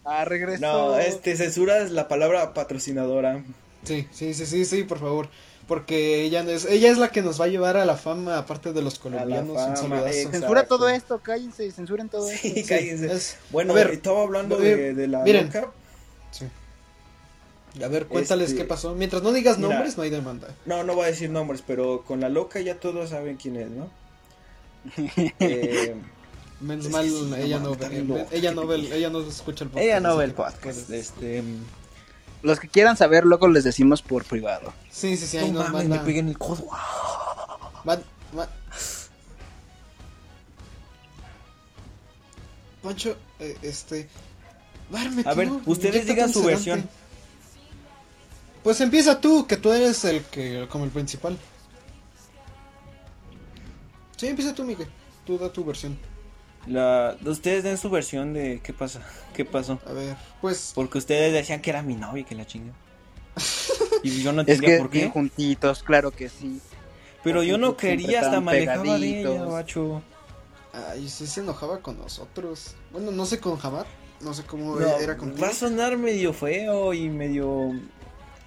[SPEAKER 4] Ah, regresó.
[SPEAKER 5] No, este, censuras la palabra patrocinadora.
[SPEAKER 3] Sí, sí, sí, sí, sí, por favor. Porque ella no es, ella es la que nos va a llevar a la fama, aparte de los colombianos.
[SPEAKER 5] fama,
[SPEAKER 3] un saludazo.
[SPEAKER 5] ex-
[SPEAKER 4] Censura todo
[SPEAKER 5] Exacto.
[SPEAKER 4] esto, cállense, censuren todo esto.
[SPEAKER 5] Sí, cállense.
[SPEAKER 3] Es-
[SPEAKER 5] Bueno,
[SPEAKER 3] a ver,
[SPEAKER 5] estaba hablando
[SPEAKER 3] eh,
[SPEAKER 5] de, de la
[SPEAKER 3] miren,
[SPEAKER 5] loca.
[SPEAKER 3] sí. A ver, cuéntales
[SPEAKER 5] Este-
[SPEAKER 3] qué pasó. Mientras no digas
[SPEAKER 5] Mira.
[SPEAKER 3] nombres, no hay demanda.
[SPEAKER 5] No, no voy a decir nombres, pero con la loca ya todos saben quién es, ¿no? Eh,
[SPEAKER 3] Menos
[SPEAKER 5] Es
[SPEAKER 3] mal,
[SPEAKER 5] que sí, no
[SPEAKER 3] ella, no,
[SPEAKER 5] mames,
[SPEAKER 3] ve-
[SPEAKER 5] también lo-
[SPEAKER 3] ella, no ve, el- ella no escucha el podcast.
[SPEAKER 5] ella no
[SPEAKER 3] así
[SPEAKER 5] ve el
[SPEAKER 3] que,
[SPEAKER 5] podcast.
[SPEAKER 3] pues,
[SPEAKER 5] Este,
[SPEAKER 4] Los que quieran saber, luego les decimos por privado.
[SPEAKER 3] Sí, sí, sí, ahí
[SPEAKER 5] no
[SPEAKER 3] nos
[SPEAKER 5] mames, me
[SPEAKER 3] manda.
[SPEAKER 5] pegué en el codo. Ah,
[SPEAKER 3] man- man- Pancho, eh, este.
[SPEAKER 5] A ver, ustedes digan su versión.
[SPEAKER 3] Pues empieza tú, que tú eres el que como el principal. Sí, empieza tú, Miguel. Tú da tu versión.
[SPEAKER 5] La, ustedes den su versión de qué pasa, qué pasó.
[SPEAKER 3] A ver, pues
[SPEAKER 5] Porque ustedes decían que era mi novia y que la chinga. Y yo no
[SPEAKER 4] Es
[SPEAKER 5] entendía
[SPEAKER 4] que
[SPEAKER 5] por
[SPEAKER 4] bien
[SPEAKER 5] qué.
[SPEAKER 4] juntitos, claro que sí.
[SPEAKER 5] Pero yo no
[SPEAKER 4] siempre
[SPEAKER 5] quería, hasta
[SPEAKER 4] estaban
[SPEAKER 5] me alejaba de
[SPEAKER 4] pegaditos.
[SPEAKER 5] ella, macho.
[SPEAKER 3] Ay, sí se enojaba con nosotros. Bueno, no sé con Hamad, no sé cómo
[SPEAKER 5] No,
[SPEAKER 3] era con
[SPEAKER 5] va a sonar medio feo y medio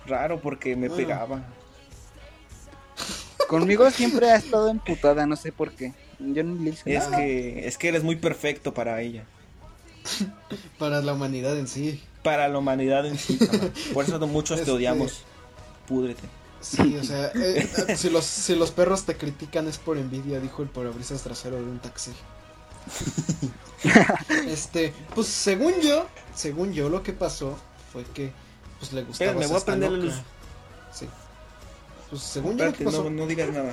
[SPEAKER 5] raro porque me
[SPEAKER 3] Ah.
[SPEAKER 5] pegaba.
[SPEAKER 4] Conmigo siempre ha estado emputada, no sé por qué. Yo ni le hice
[SPEAKER 5] Es
[SPEAKER 3] Ah.
[SPEAKER 4] nada.
[SPEAKER 5] que es que eres muy perfecto para ella.
[SPEAKER 3] para la humanidad en sí.
[SPEAKER 5] Para la humanidad en sí. cabrón. Por eso muchos
[SPEAKER 3] Este-
[SPEAKER 5] te odiamos. Púdrete.
[SPEAKER 3] Sí, o sea, eh, eh, si, los, si los perros te critican es por envidia, dijo el parabrisas trasero de un taxi. Este, pues según yo, según yo lo que pasó fue que pues le gustaba
[SPEAKER 5] Espérame, Eh, voy a prender la luz.
[SPEAKER 3] Sí. Pues según yo lo
[SPEAKER 5] Espérate,
[SPEAKER 3] que pasó.
[SPEAKER 5] no, no digas nada.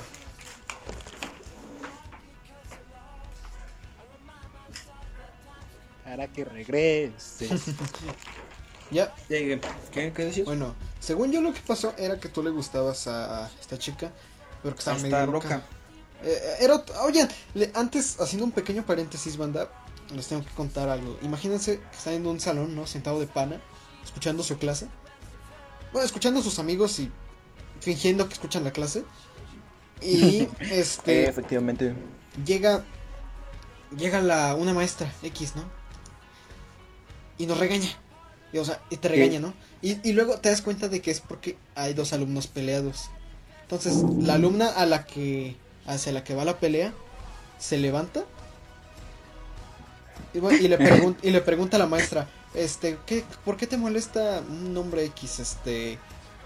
[SPEAKER 4] Para que regrese.
[SPEAKER 3] Ya,
[SPEAKER 5] Ya llegué. ¿Qué, qué decías?
[SPEAKER 3] bueno, según yo lo que pasó era que tú le gustabas a, a esta chica, pero que estaba
[SPEAKER 5] Está
[SPEAKER 3] medio loca.
[SPEAKER 5] loca.
[SPEAKER 3] Eh, era ot- oigan, le- antes, haciendo un pequeño paréntesis, banda, les tengo que contar algo. Imagínense que están en un salón, ¿no? Sentado de pana, escuchando su clase. Bueno, escuchando a sus amigos y fingiendo que escuchan la clase. Y
[SPEAKER 5] Eh,
[SPEAKER 3] este
[SPEAKER 5] efectivamente.
[SPEAKER 3] llega llega la una maestra X, ¿no? Y nos regaña. Y, o sea, y te regaña, ¿no? Y, y luego te das cuenta de que es porque hay dos alumnos peleados. Entonces, la alumna a la que hacia la que va la pelea se levanta y, bueno, y le, pregun- y le pregunta a la maestra, este, ¿qué, ¿por qué te molesta un nombre X? Este,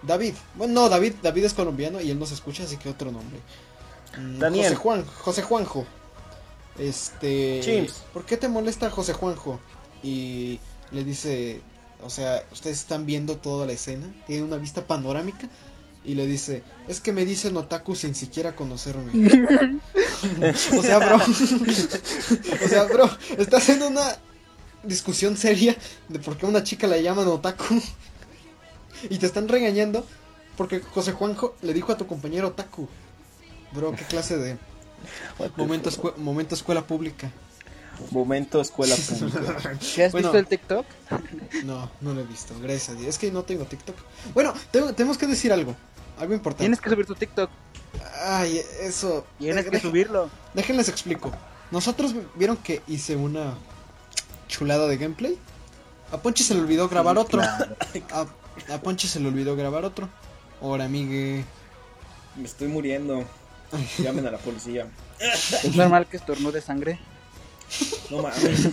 [SPEAKER 3] David. Bueno, no, David, David es colombiano y él no se escucha, así que otro nombre. Mm,
[SPEAKER 5] Daniel.
[SPEAKER 3] José Juan, José Juanjo. Este,
[SPEAKER 5] Chimps.
[SPEAKER 3] ¿por qué te molesta José Juanjo? Y le dice, o sea, ustedes están viendo toda la escena, tienen una vista panorámica y le dice, es que me dicen otaku sin siquiera conocerme. o sea, bro. o sea, bro, está haciendo una discusión seria de por qué a una chica la llaman otaku. y te están regañando porque José Juanjo le dijo a tu compañero otaku. Bro, qué clase de momento, escue- momento escuela pública.
[SPEAKER 5] Momento escuela pública.
[SPEAKER 4] ¿Qué has
[SPEAKER 3] Bueno.
[SPEAKER 4] visto el TikTok?
[SPEAKER 3] No, no lo he visto, gracias a Dios. Es que no tengo TikTok. Bueno, tengo- tenemos que decir algo. Algo importante.
[SPEAKER 4] Tienes que subir tu TikTok.
[SPEAKER 3] Ay, eso.
[SPEAKER 4] Tienes que
[SPEAKER 3] Deja-
[SPEAKER 4] subirlo.
[SPEAKER 3] Déjenles explico. Nosotros vieron que hice una chulada de gameplay. A Ponchi se le olvidó grabar otro. A, a Ponchi se le olvidó grabar otro. Ahora, migue.
[SPEAKER 5] Me estoy muriendo. Llamen a la policía.
[SPEAKER 4] Es normal que estornude sangre.
[SPEAKER 5] No mames.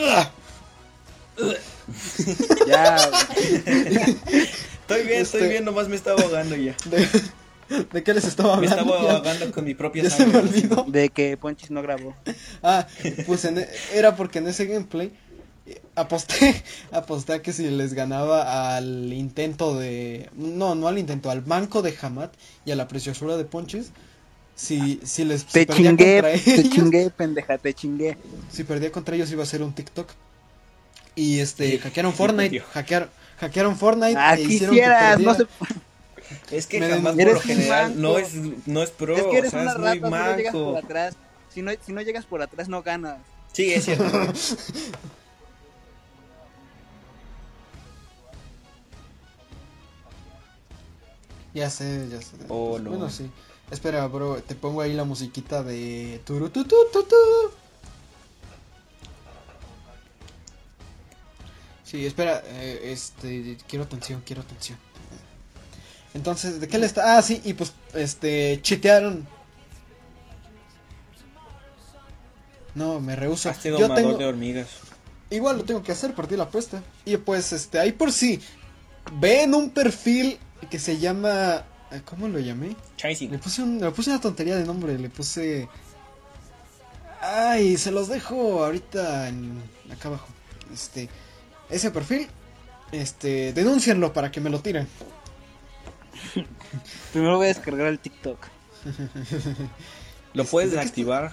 [SPEAKER 3] ¡Ah!
[SPEAKER 4] Ya,
[SPEAKER 5] Estoy bien, estoy
[SPEAKER 3] Este-
[SPEAKER 5] bien. Nomás me estaba ahogando ya.
[SPEAKER 3] ¿De, de qué les estaba
[SPEAKER 5] Me
[SPEAKER 3] hablando?
[SPEAKER 5] estaba
[SPEAKER 3] Ya-
[SPEAKER 5] ahogando con mi propia
[SPEAKER 3] ya se me
[SPEAKER 5] sangre.
[SPEAKER 3] olvidó.
[SPEAKER 4] de que Ponchis no grabó.
[SPEAKER 3] Ah, pues en e- era porque en ese gameplay eh, aposté, aposté a que si les ganaba al intento de, no, no al intento, al banco de Hamad y a la preciosura de Ponchis, si, si les si
[SPEAKER 4] Te
[SPEAKER 3] perdía
[SPEAKER 4] chingué,
[SPEAKER 3] contra
[SPEAKER 4] te
[SPEAKER 3] ellos,
[SPEAKER 4] chingué, pendeja, te chingué.
[SPEAKER 3] si perdía contra ellos iba a ser un TikTok. Y este, hackearon Fortnite,
[SPEAKER 5] perdió.
[SPEAKER 3] hackear- hackearon Fortnite
[SPEAKER 4] Ah,
[SPEAKER 3] e hicieron
[SPEAKER 4] quisieras,
[SPEAKER 3] que
[SPEAKER 4] no sé.
[SPEAKER 3] perdiera.
[SPEAKER 5] Es que
[SPEAKER 3] Me
[SPEAKER 5] jamás por
[SPEAKER 4] eres
[SPEAKER 5] lo
[SPEAKER 4] un
[SPEAKER 5] general no
[SPEAKER 4] manco.
[SPEAKER 5] es, no es pro.
[SPEAKER 4] Es que
[SPEAKER 5] o
[SPEAKER 4] eres
[SPEAKER 5] sea,
[SPEAKER 4] una
[SPEAKER 5] es muy
[SPEAKER 4] rata, si no llegas por
[SPEAKER 5] manco.
[SPEAKER 4] atrás. Si no, si no llegas por atrás, no ganas.
[SPEAKER 5] Sí, es cierto.
[SPEAKER 3] Ya sé, ya sé. Pues,
[SPEAKER 5] Oh, no.
[SPEAKER 3] Bueno, sí. Espera, bro, te pongo ahí la musiquita de turututututu. Sí, espera, eh, este, quiero atención, quiero atención. Entonces, ¿de qué le está? Ah, sí, y pues, este, chitearon. No, me rehuso.
[SPEAKER 5] Has sido
[SPEAKER 3] Yo
[SPEAKER 5] domador
[SPEAKER 3] tengo,
[SPEAKER 5] de hormigas.
[SPEAKER 3] igual lo tengo que hacer, perdí la apuesta. Y pues, este, ahí por sí, ven un perfil que se llama ¿a ¿Cómo lo llamé?
[SPEAKER 5] Chasing.
[SPEAKER 3] Le puse, un- le puse una tontería de nombre, le puse... Ay, se los dejo ahorita en- acá abajo. Este, ese perfil, este, denúncienlo para que me lo tiren.
[SPEAKER 4] Primero voy a descargar el TikTok.
[SPEAKER 5] Lo puedes
[SPEAKER 3] ¿de qué
[SPEAKER 5] desactivar.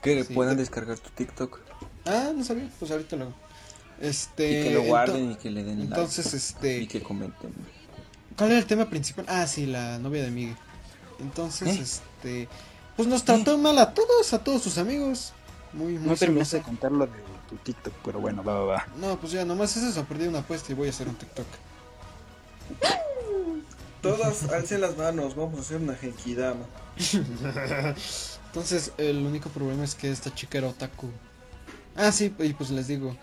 [SPEAKER 5] Que
[SPEAKER 3] Sí,
[SPEAKER 5] puedan
[SPEAKER 3] de-
[SPEAKER 5] descargar tu TikTok.
[SPEAKER 3] Ah, no sabía, pues ahorita lo hago.
[SPEAKER 5] Y
[SPEAKER 3] Este,
[SPEAKER 5] que lo
[SPEAKER 3] ento-
[SPEAKER 5] guarden y que le den like.
[SPEAKER 3] entonces, este...
[SPEAKER 5] Y que comenten.
[SPEAKER 3] ¿Cuál era el tema principal? Ah, sí, la novia de Miguel. Entonces,
[SPEAKER 5] ¿Eh?
[SPEAKER 3] este. Pues nos trató mal a todos, a todos sus amigos. Muy, muy
[SPEAKER 4] ¿Eh? No terminaste
[SPEAKER 3] celosa.
[SPEAKER 4] de contar lo de tu TikTok, pero bueno, va, va, va.
[SPEAKER 3] No, pues ya, nomás es eso, perdí una apuesta y voy a hacer un TikTok.
[SPEAKER 5] Todos alcen las manos, vamos a hacer una genkidama.
[SPEAKER 3] Entonces, el único problema es que esta chica era otaku. Ah, sí, y pues les digo.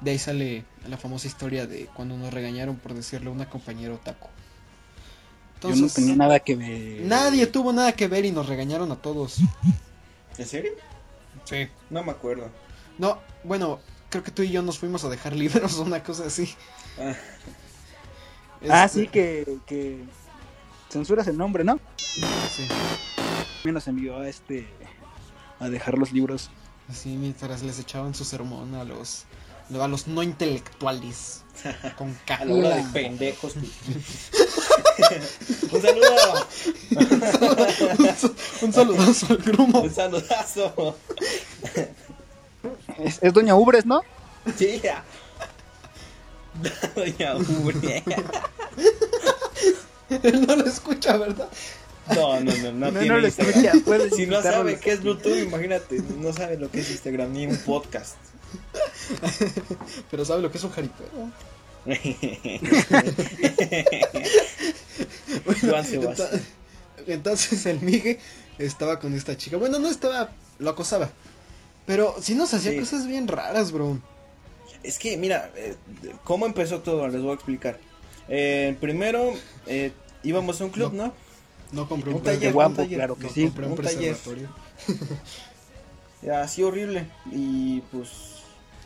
[SPEAKER 3] De ahí sale la famosa historia de cuando nos regañaron por decirle a una compañera otaku.
[SPEAKER 4] Yo no
[SPEAKER 3] Entonces,
[SPEAKER 4] tenía nada que ver.
[SPEAKER 3] nadie tuvo nada que ver y nos regañaron a todos.
[SPEAKER 5] ¿En serio?
[SPEAKER 3] Sí.
[SPEAKER 5] No me acuerdo.
[SPEAKER 3] No, bueno, creo que tú y yo nos fuimos a dejar libros o una cosa así.
[SPEAKER 5] Ah.
[SPEAKER 4] Ah,
[SPEAKER 3] Este,
[SPEAKER 4] sí, que, que censuras el nombre, ¿no?
[SPEAKER 3] sí.
[SPEAKER 4] También nos envió a este a dejar los libros.
[SPEAKER 3] Así mientras les echaban su sermón a los, a los no intelectuales. Con
[SPEAKER 5] A la hora de
[SPEAKER 3] cajula.
[SPEAKER 5] pendejos. un saludo.
[SPEAKER 3] un, sa- un saludazo al grumo.
[SPEAKER 5] Un saludazo.
[SPEAKER 4] Es, es Doña Ubres, ¿no?
[SPEAKER 5] Sí. ya. Doña Uri.
[SPEAKER 3] Él no lo escucha, ¿verdad?
[SPEAKER 5] No, no, no, no,
[SPEAKER 4] No,
[SPEAKER 5] tiene
[SPEAKER 4] no lo
[SPEAKER 5] Instagram.
[SPEAKER 4] escucha, puedes
[SPEAKER 5] Si no
[SPEAKER 4] quitarlo.
[SPEAKER 5] sabe qué es Bluetooth, imagínate, no sabe lo que es Instagram ni un podcast.
[SPEAKER 3] Pero sabe lo que es un jaripeo.
[SPEAKER 5] Juan
[SPEAKER 3] Enta-
[SPEAKER 5] Sebastián.
[SPEAKER 3] Entonces el Migue estaba con esta chica. Bueno, no estaba, lo acosaba. Pero sí nos hacía
[SPEAKER 5] Sí.
[SPEAKER 3] cosas bien raras, bro.
[SPEAKER 5] Es que, mira, eh, ¿cómo empezó todo? Les voy a explicar. Eh, primero, eh, íbamos a un club, ¿no?
[SPEAKER 3] No compré un
[SPEAKER 5] Un taller,
[SPEAKER 3] perro.
[SPEAKER 5] un
[SPEAKER 4] guapo,
[SPEAKER 5] taller.
[SPEAKER 4] claro que
[SPEAKER 3] No
[SPEAKER 4] sí.
[SPEAKER 3] compré un
[SPEAKER 5] un taller.
[SPEAKER 3] preservatorio.
[SPEAKER 5] Así horrible. Y pues,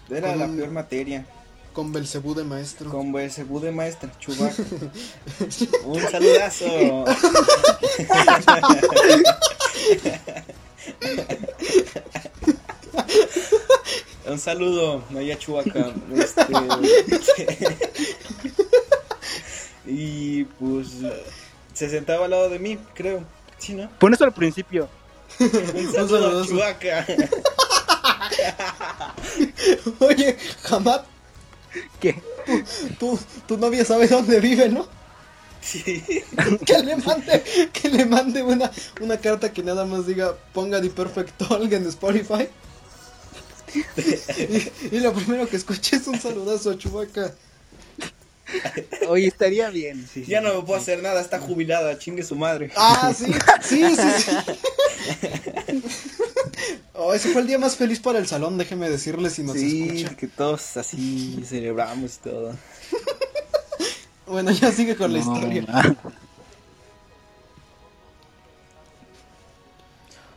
[SPEAKER 5] era
[SPEAKER 3] Con
[SPEAKER 5] la
[SPEAKER 3] un-
[SPEAKER 5] peor materia.
[SPEAKER 3] Con Belcebú de maestro.
[SPEAKER 5] Con Belcebú de maestra, Chubaca. un saludazo. un saludo, Naya Chubaca. Este... y pues se sentaba al lado de mí, creo. Sí, ¿no?
[SPEAKER 4] Pon eso al principio.
[SPEAKER 5] Un
[SPEAKER 3] saludazo.
[SPEAKER 5] saludo, Chubaca.
[SPEAKER 3] Oye, jamás
[SPEAKER 4] ¿Qué?
[SPEAKER 3] tú, tu novia sabe dónde vive, ¿no?
[SPEAKER 5] Sí.
[SPEAKER 3] Que le mande, que le mande una, una carta que nada más diga ponga The Perfect Talk en Spotify. Y, y lo primero que escuché es un saludazo a Chubaca.
[SPEAKER 4] Hoy estaría bien. sí, sí.
[SPEAKER 5] Ya no me puedo hacer nada, está jubilada, chingue su madre.
[SPEAKER 3] Ah, sí, sí, sí. sí. Oh, ese fue el día más feliz para el salón, déjeme decirles si nos
[SPEAKER 5] sí,
[SPEAKER 3] escucha.
[SPEAKER 5] que todos así celebramos y todo.
[SPEAKER 3] Bueno, ya sigue con la
[SPEAKER 4] No,
[SPEAKER 3] historia.
[SPEAKER 4] ah,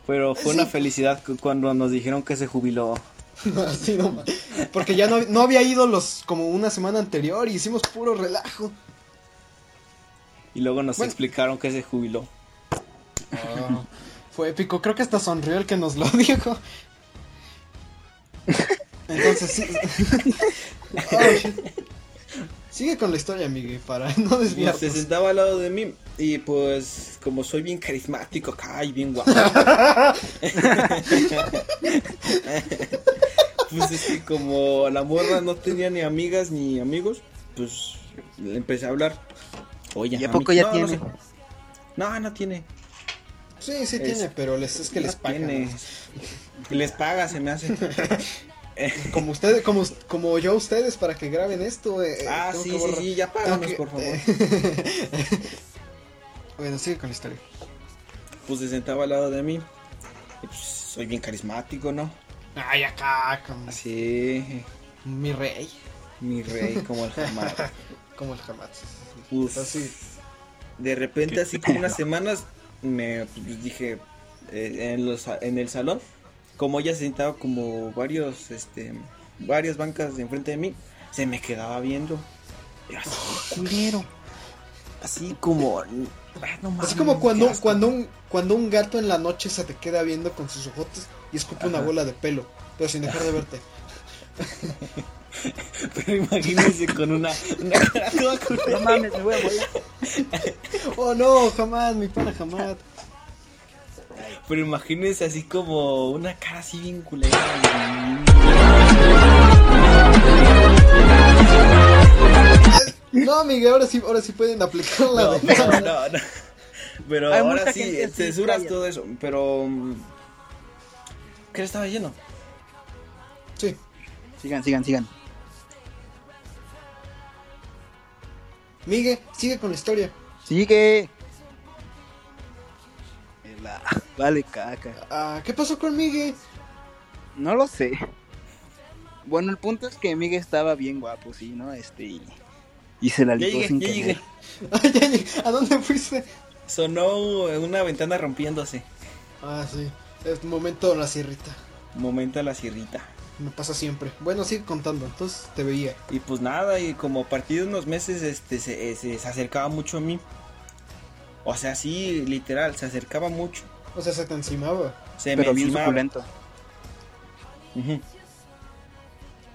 [SPEAKER 5] Pero fue una felicidad cu- cuando nos dijeron que se jubiló.
[SPEAKER 3] Así nomás. Porque ya no, no había ido los como una semana anterior y hicimos puro relajo.
[SPEAKER 5] Y luego nos
[SPEAKER 3] Bueno.
[SPEAKER 5] explicaron que se jubiló. Ah.
[SPEAKER 3] Fue épico, creo que hasta sonrió el que nos lo dijo. Entonces sí. Oh, shit. Sigue con la historia, Miguel, para no
[SPEAKER 5] Y se
[SPEAKER 3] desviarnos.
[SPEAKER 5] sentaba al lado de mí. Y pues, como soy bien carismático acá y bien guapo. pues es que como la morra no tenía ni amigas ni amigos, pues le empecé a hablar. Oye,
[SPEAKER 4] ¿Y a
[SPEAKER 5] mí-
[SPEAKER 4] poco ya
[SPEAKER 5] no, No,
[SPEAKER 4] tiene?
[SPEAKER 5] sé. no, no tiene.
[SPEAKER 3] Sí, sí tiene,
[SPEAKER 5] Es-
[SPEAKER 3] pero les, es que
[SPEAKER 5] No
[SPEAKER 3] les pagan.
[SPEAKER 5] tiene. Les paga, se me hace.
[SPEAKER 3] Como ustedes, como, como yo a ustedes para que graben esto. eh, eh,
[SPEAKER 5] Ah,
[SPEAKER 3] tengo
[SPEAKER 5] sí,
[SPEAKER 3] que
[SPEAKER 5] sí,
[SPEAKER 3] borrar-
[SPEAKER 5] sí, ya
[SPEAKER 3] tengo
[SPEAKER 5] páganos,
[SPEAKER 3] que- eh,
[SPEAKER 5] por favor.
[SPEAKER 3] Bueno, sigue con la historia.
[SPEAKER 5] Pues se sentaba al lado de mí. Y, pues, soy bien carismático, ¿no?
[SPEAKER 3] Ay, acá, como
[SPEAKER 5] Así,
[SPEAKER 3] mi rey,
[SPEAKER 5] mi rey, como el jamás.
[SPEAKER 3] como el jamás.
[SPEAKER 5] Pues,
[SPEAKER 3] Así.
[SPEAKER 5] de repente, así como unas semanas, me pues, dije eh, en, los, en el salón, como ella se sentaba como varios, este, varias bancas de enfrente de mí, se me quedaba viendo. Era así, culero. Así como. ah, no mames,
[SPEAKER 3] Así como cuando,
[SPEAKER 5] qué asco.
[SPEAKER 3] cuando, un, cuando un gato en la noche se te queda viendo con sus ojotes y escupe una
[SPEAKER 5] Ajá.
[SPEAKER 3] bola de pelo, pero sin dejar de verte.
[SPEAKER 5] Pero imagínense con una. una caracola con
[SPEAKER 4] No mames, me voy a morir.
[SPEAKER 3] Oh no, jamás, mi pana, jamás.
[SPEAKER 5] Pero imagínense así como una cara así bien culera. güey.
[SPEAKER 3] No, amiga, ahora sí, ahora sí pueden aplicarla.
[SPEAKER 5] No,
[SPEAKER 3] de-
[SPEAKER 5] pero no, no. Pero
[SPEAKER 4] Hay
[SPEAKER 5] ahora
[SPEAKER 4] mucha
[SPEAKER 5] sí,
[SPEAKER 4] gente así,
[SPEAKER 5] censuras
[SPEAKER 4] calla.
[SPEAKER 5] todo eso. Pero. mm, ¿Qué le estaba lleno?
[SPEAKER 3] Sí.
[SPEAKER 4] Sigan, sigan, sigan.
[SPEAKER 3] Migue, sigue con la historia.
[SPEAKER 4] Sigue. La- Vale, caca.
[SPEAKER 3] Ah, ¿Qué pasó con Migue?
[SPEAKER 4] No lo sé. Bueno, el punto es que Miguel estaba bien guapo, sí, ¿no? Este, y, y se la
[SPEAKER 5] Ya
[SPEAKER 4] ligó
[SPEAKER 5] llegué,
[SPEAKER 4] sin
[SPEAKER 5] ya
[SPEAKER 4] querer.
[SPEAKER 5] llegué.
[SPEAKER 3] Ay, ya llegué. ¿A dónde fuiste?
[SPEAKER 5] Sonó en una ventana rompiéndose.
[SPEAKER 3] Ah, sí. Es momento la sierrita.
[SPEAKER 5] Momento a la sierrita.
[SPEAKER 3] Me pasa siempre. Bueno, sigue contando. Entonces te veía.
[SPEAKER 5] Y pues nada, y como a partir de unos meses este, se, eh, se- se acercaba mucho a mí. O sea, sí, literal, se acercaba mucho.
[SPEAKER 3] O sea, se te encimaba.
[SPEAKER 5] Se
[SPEAKER 4] Pero
[SPEAKER 5] me
[SPEAKER 4] bien
[SPEAKER 5] encimaba.
[SPEAKER 4] suculento.
[SPEAKER 5] Ujú.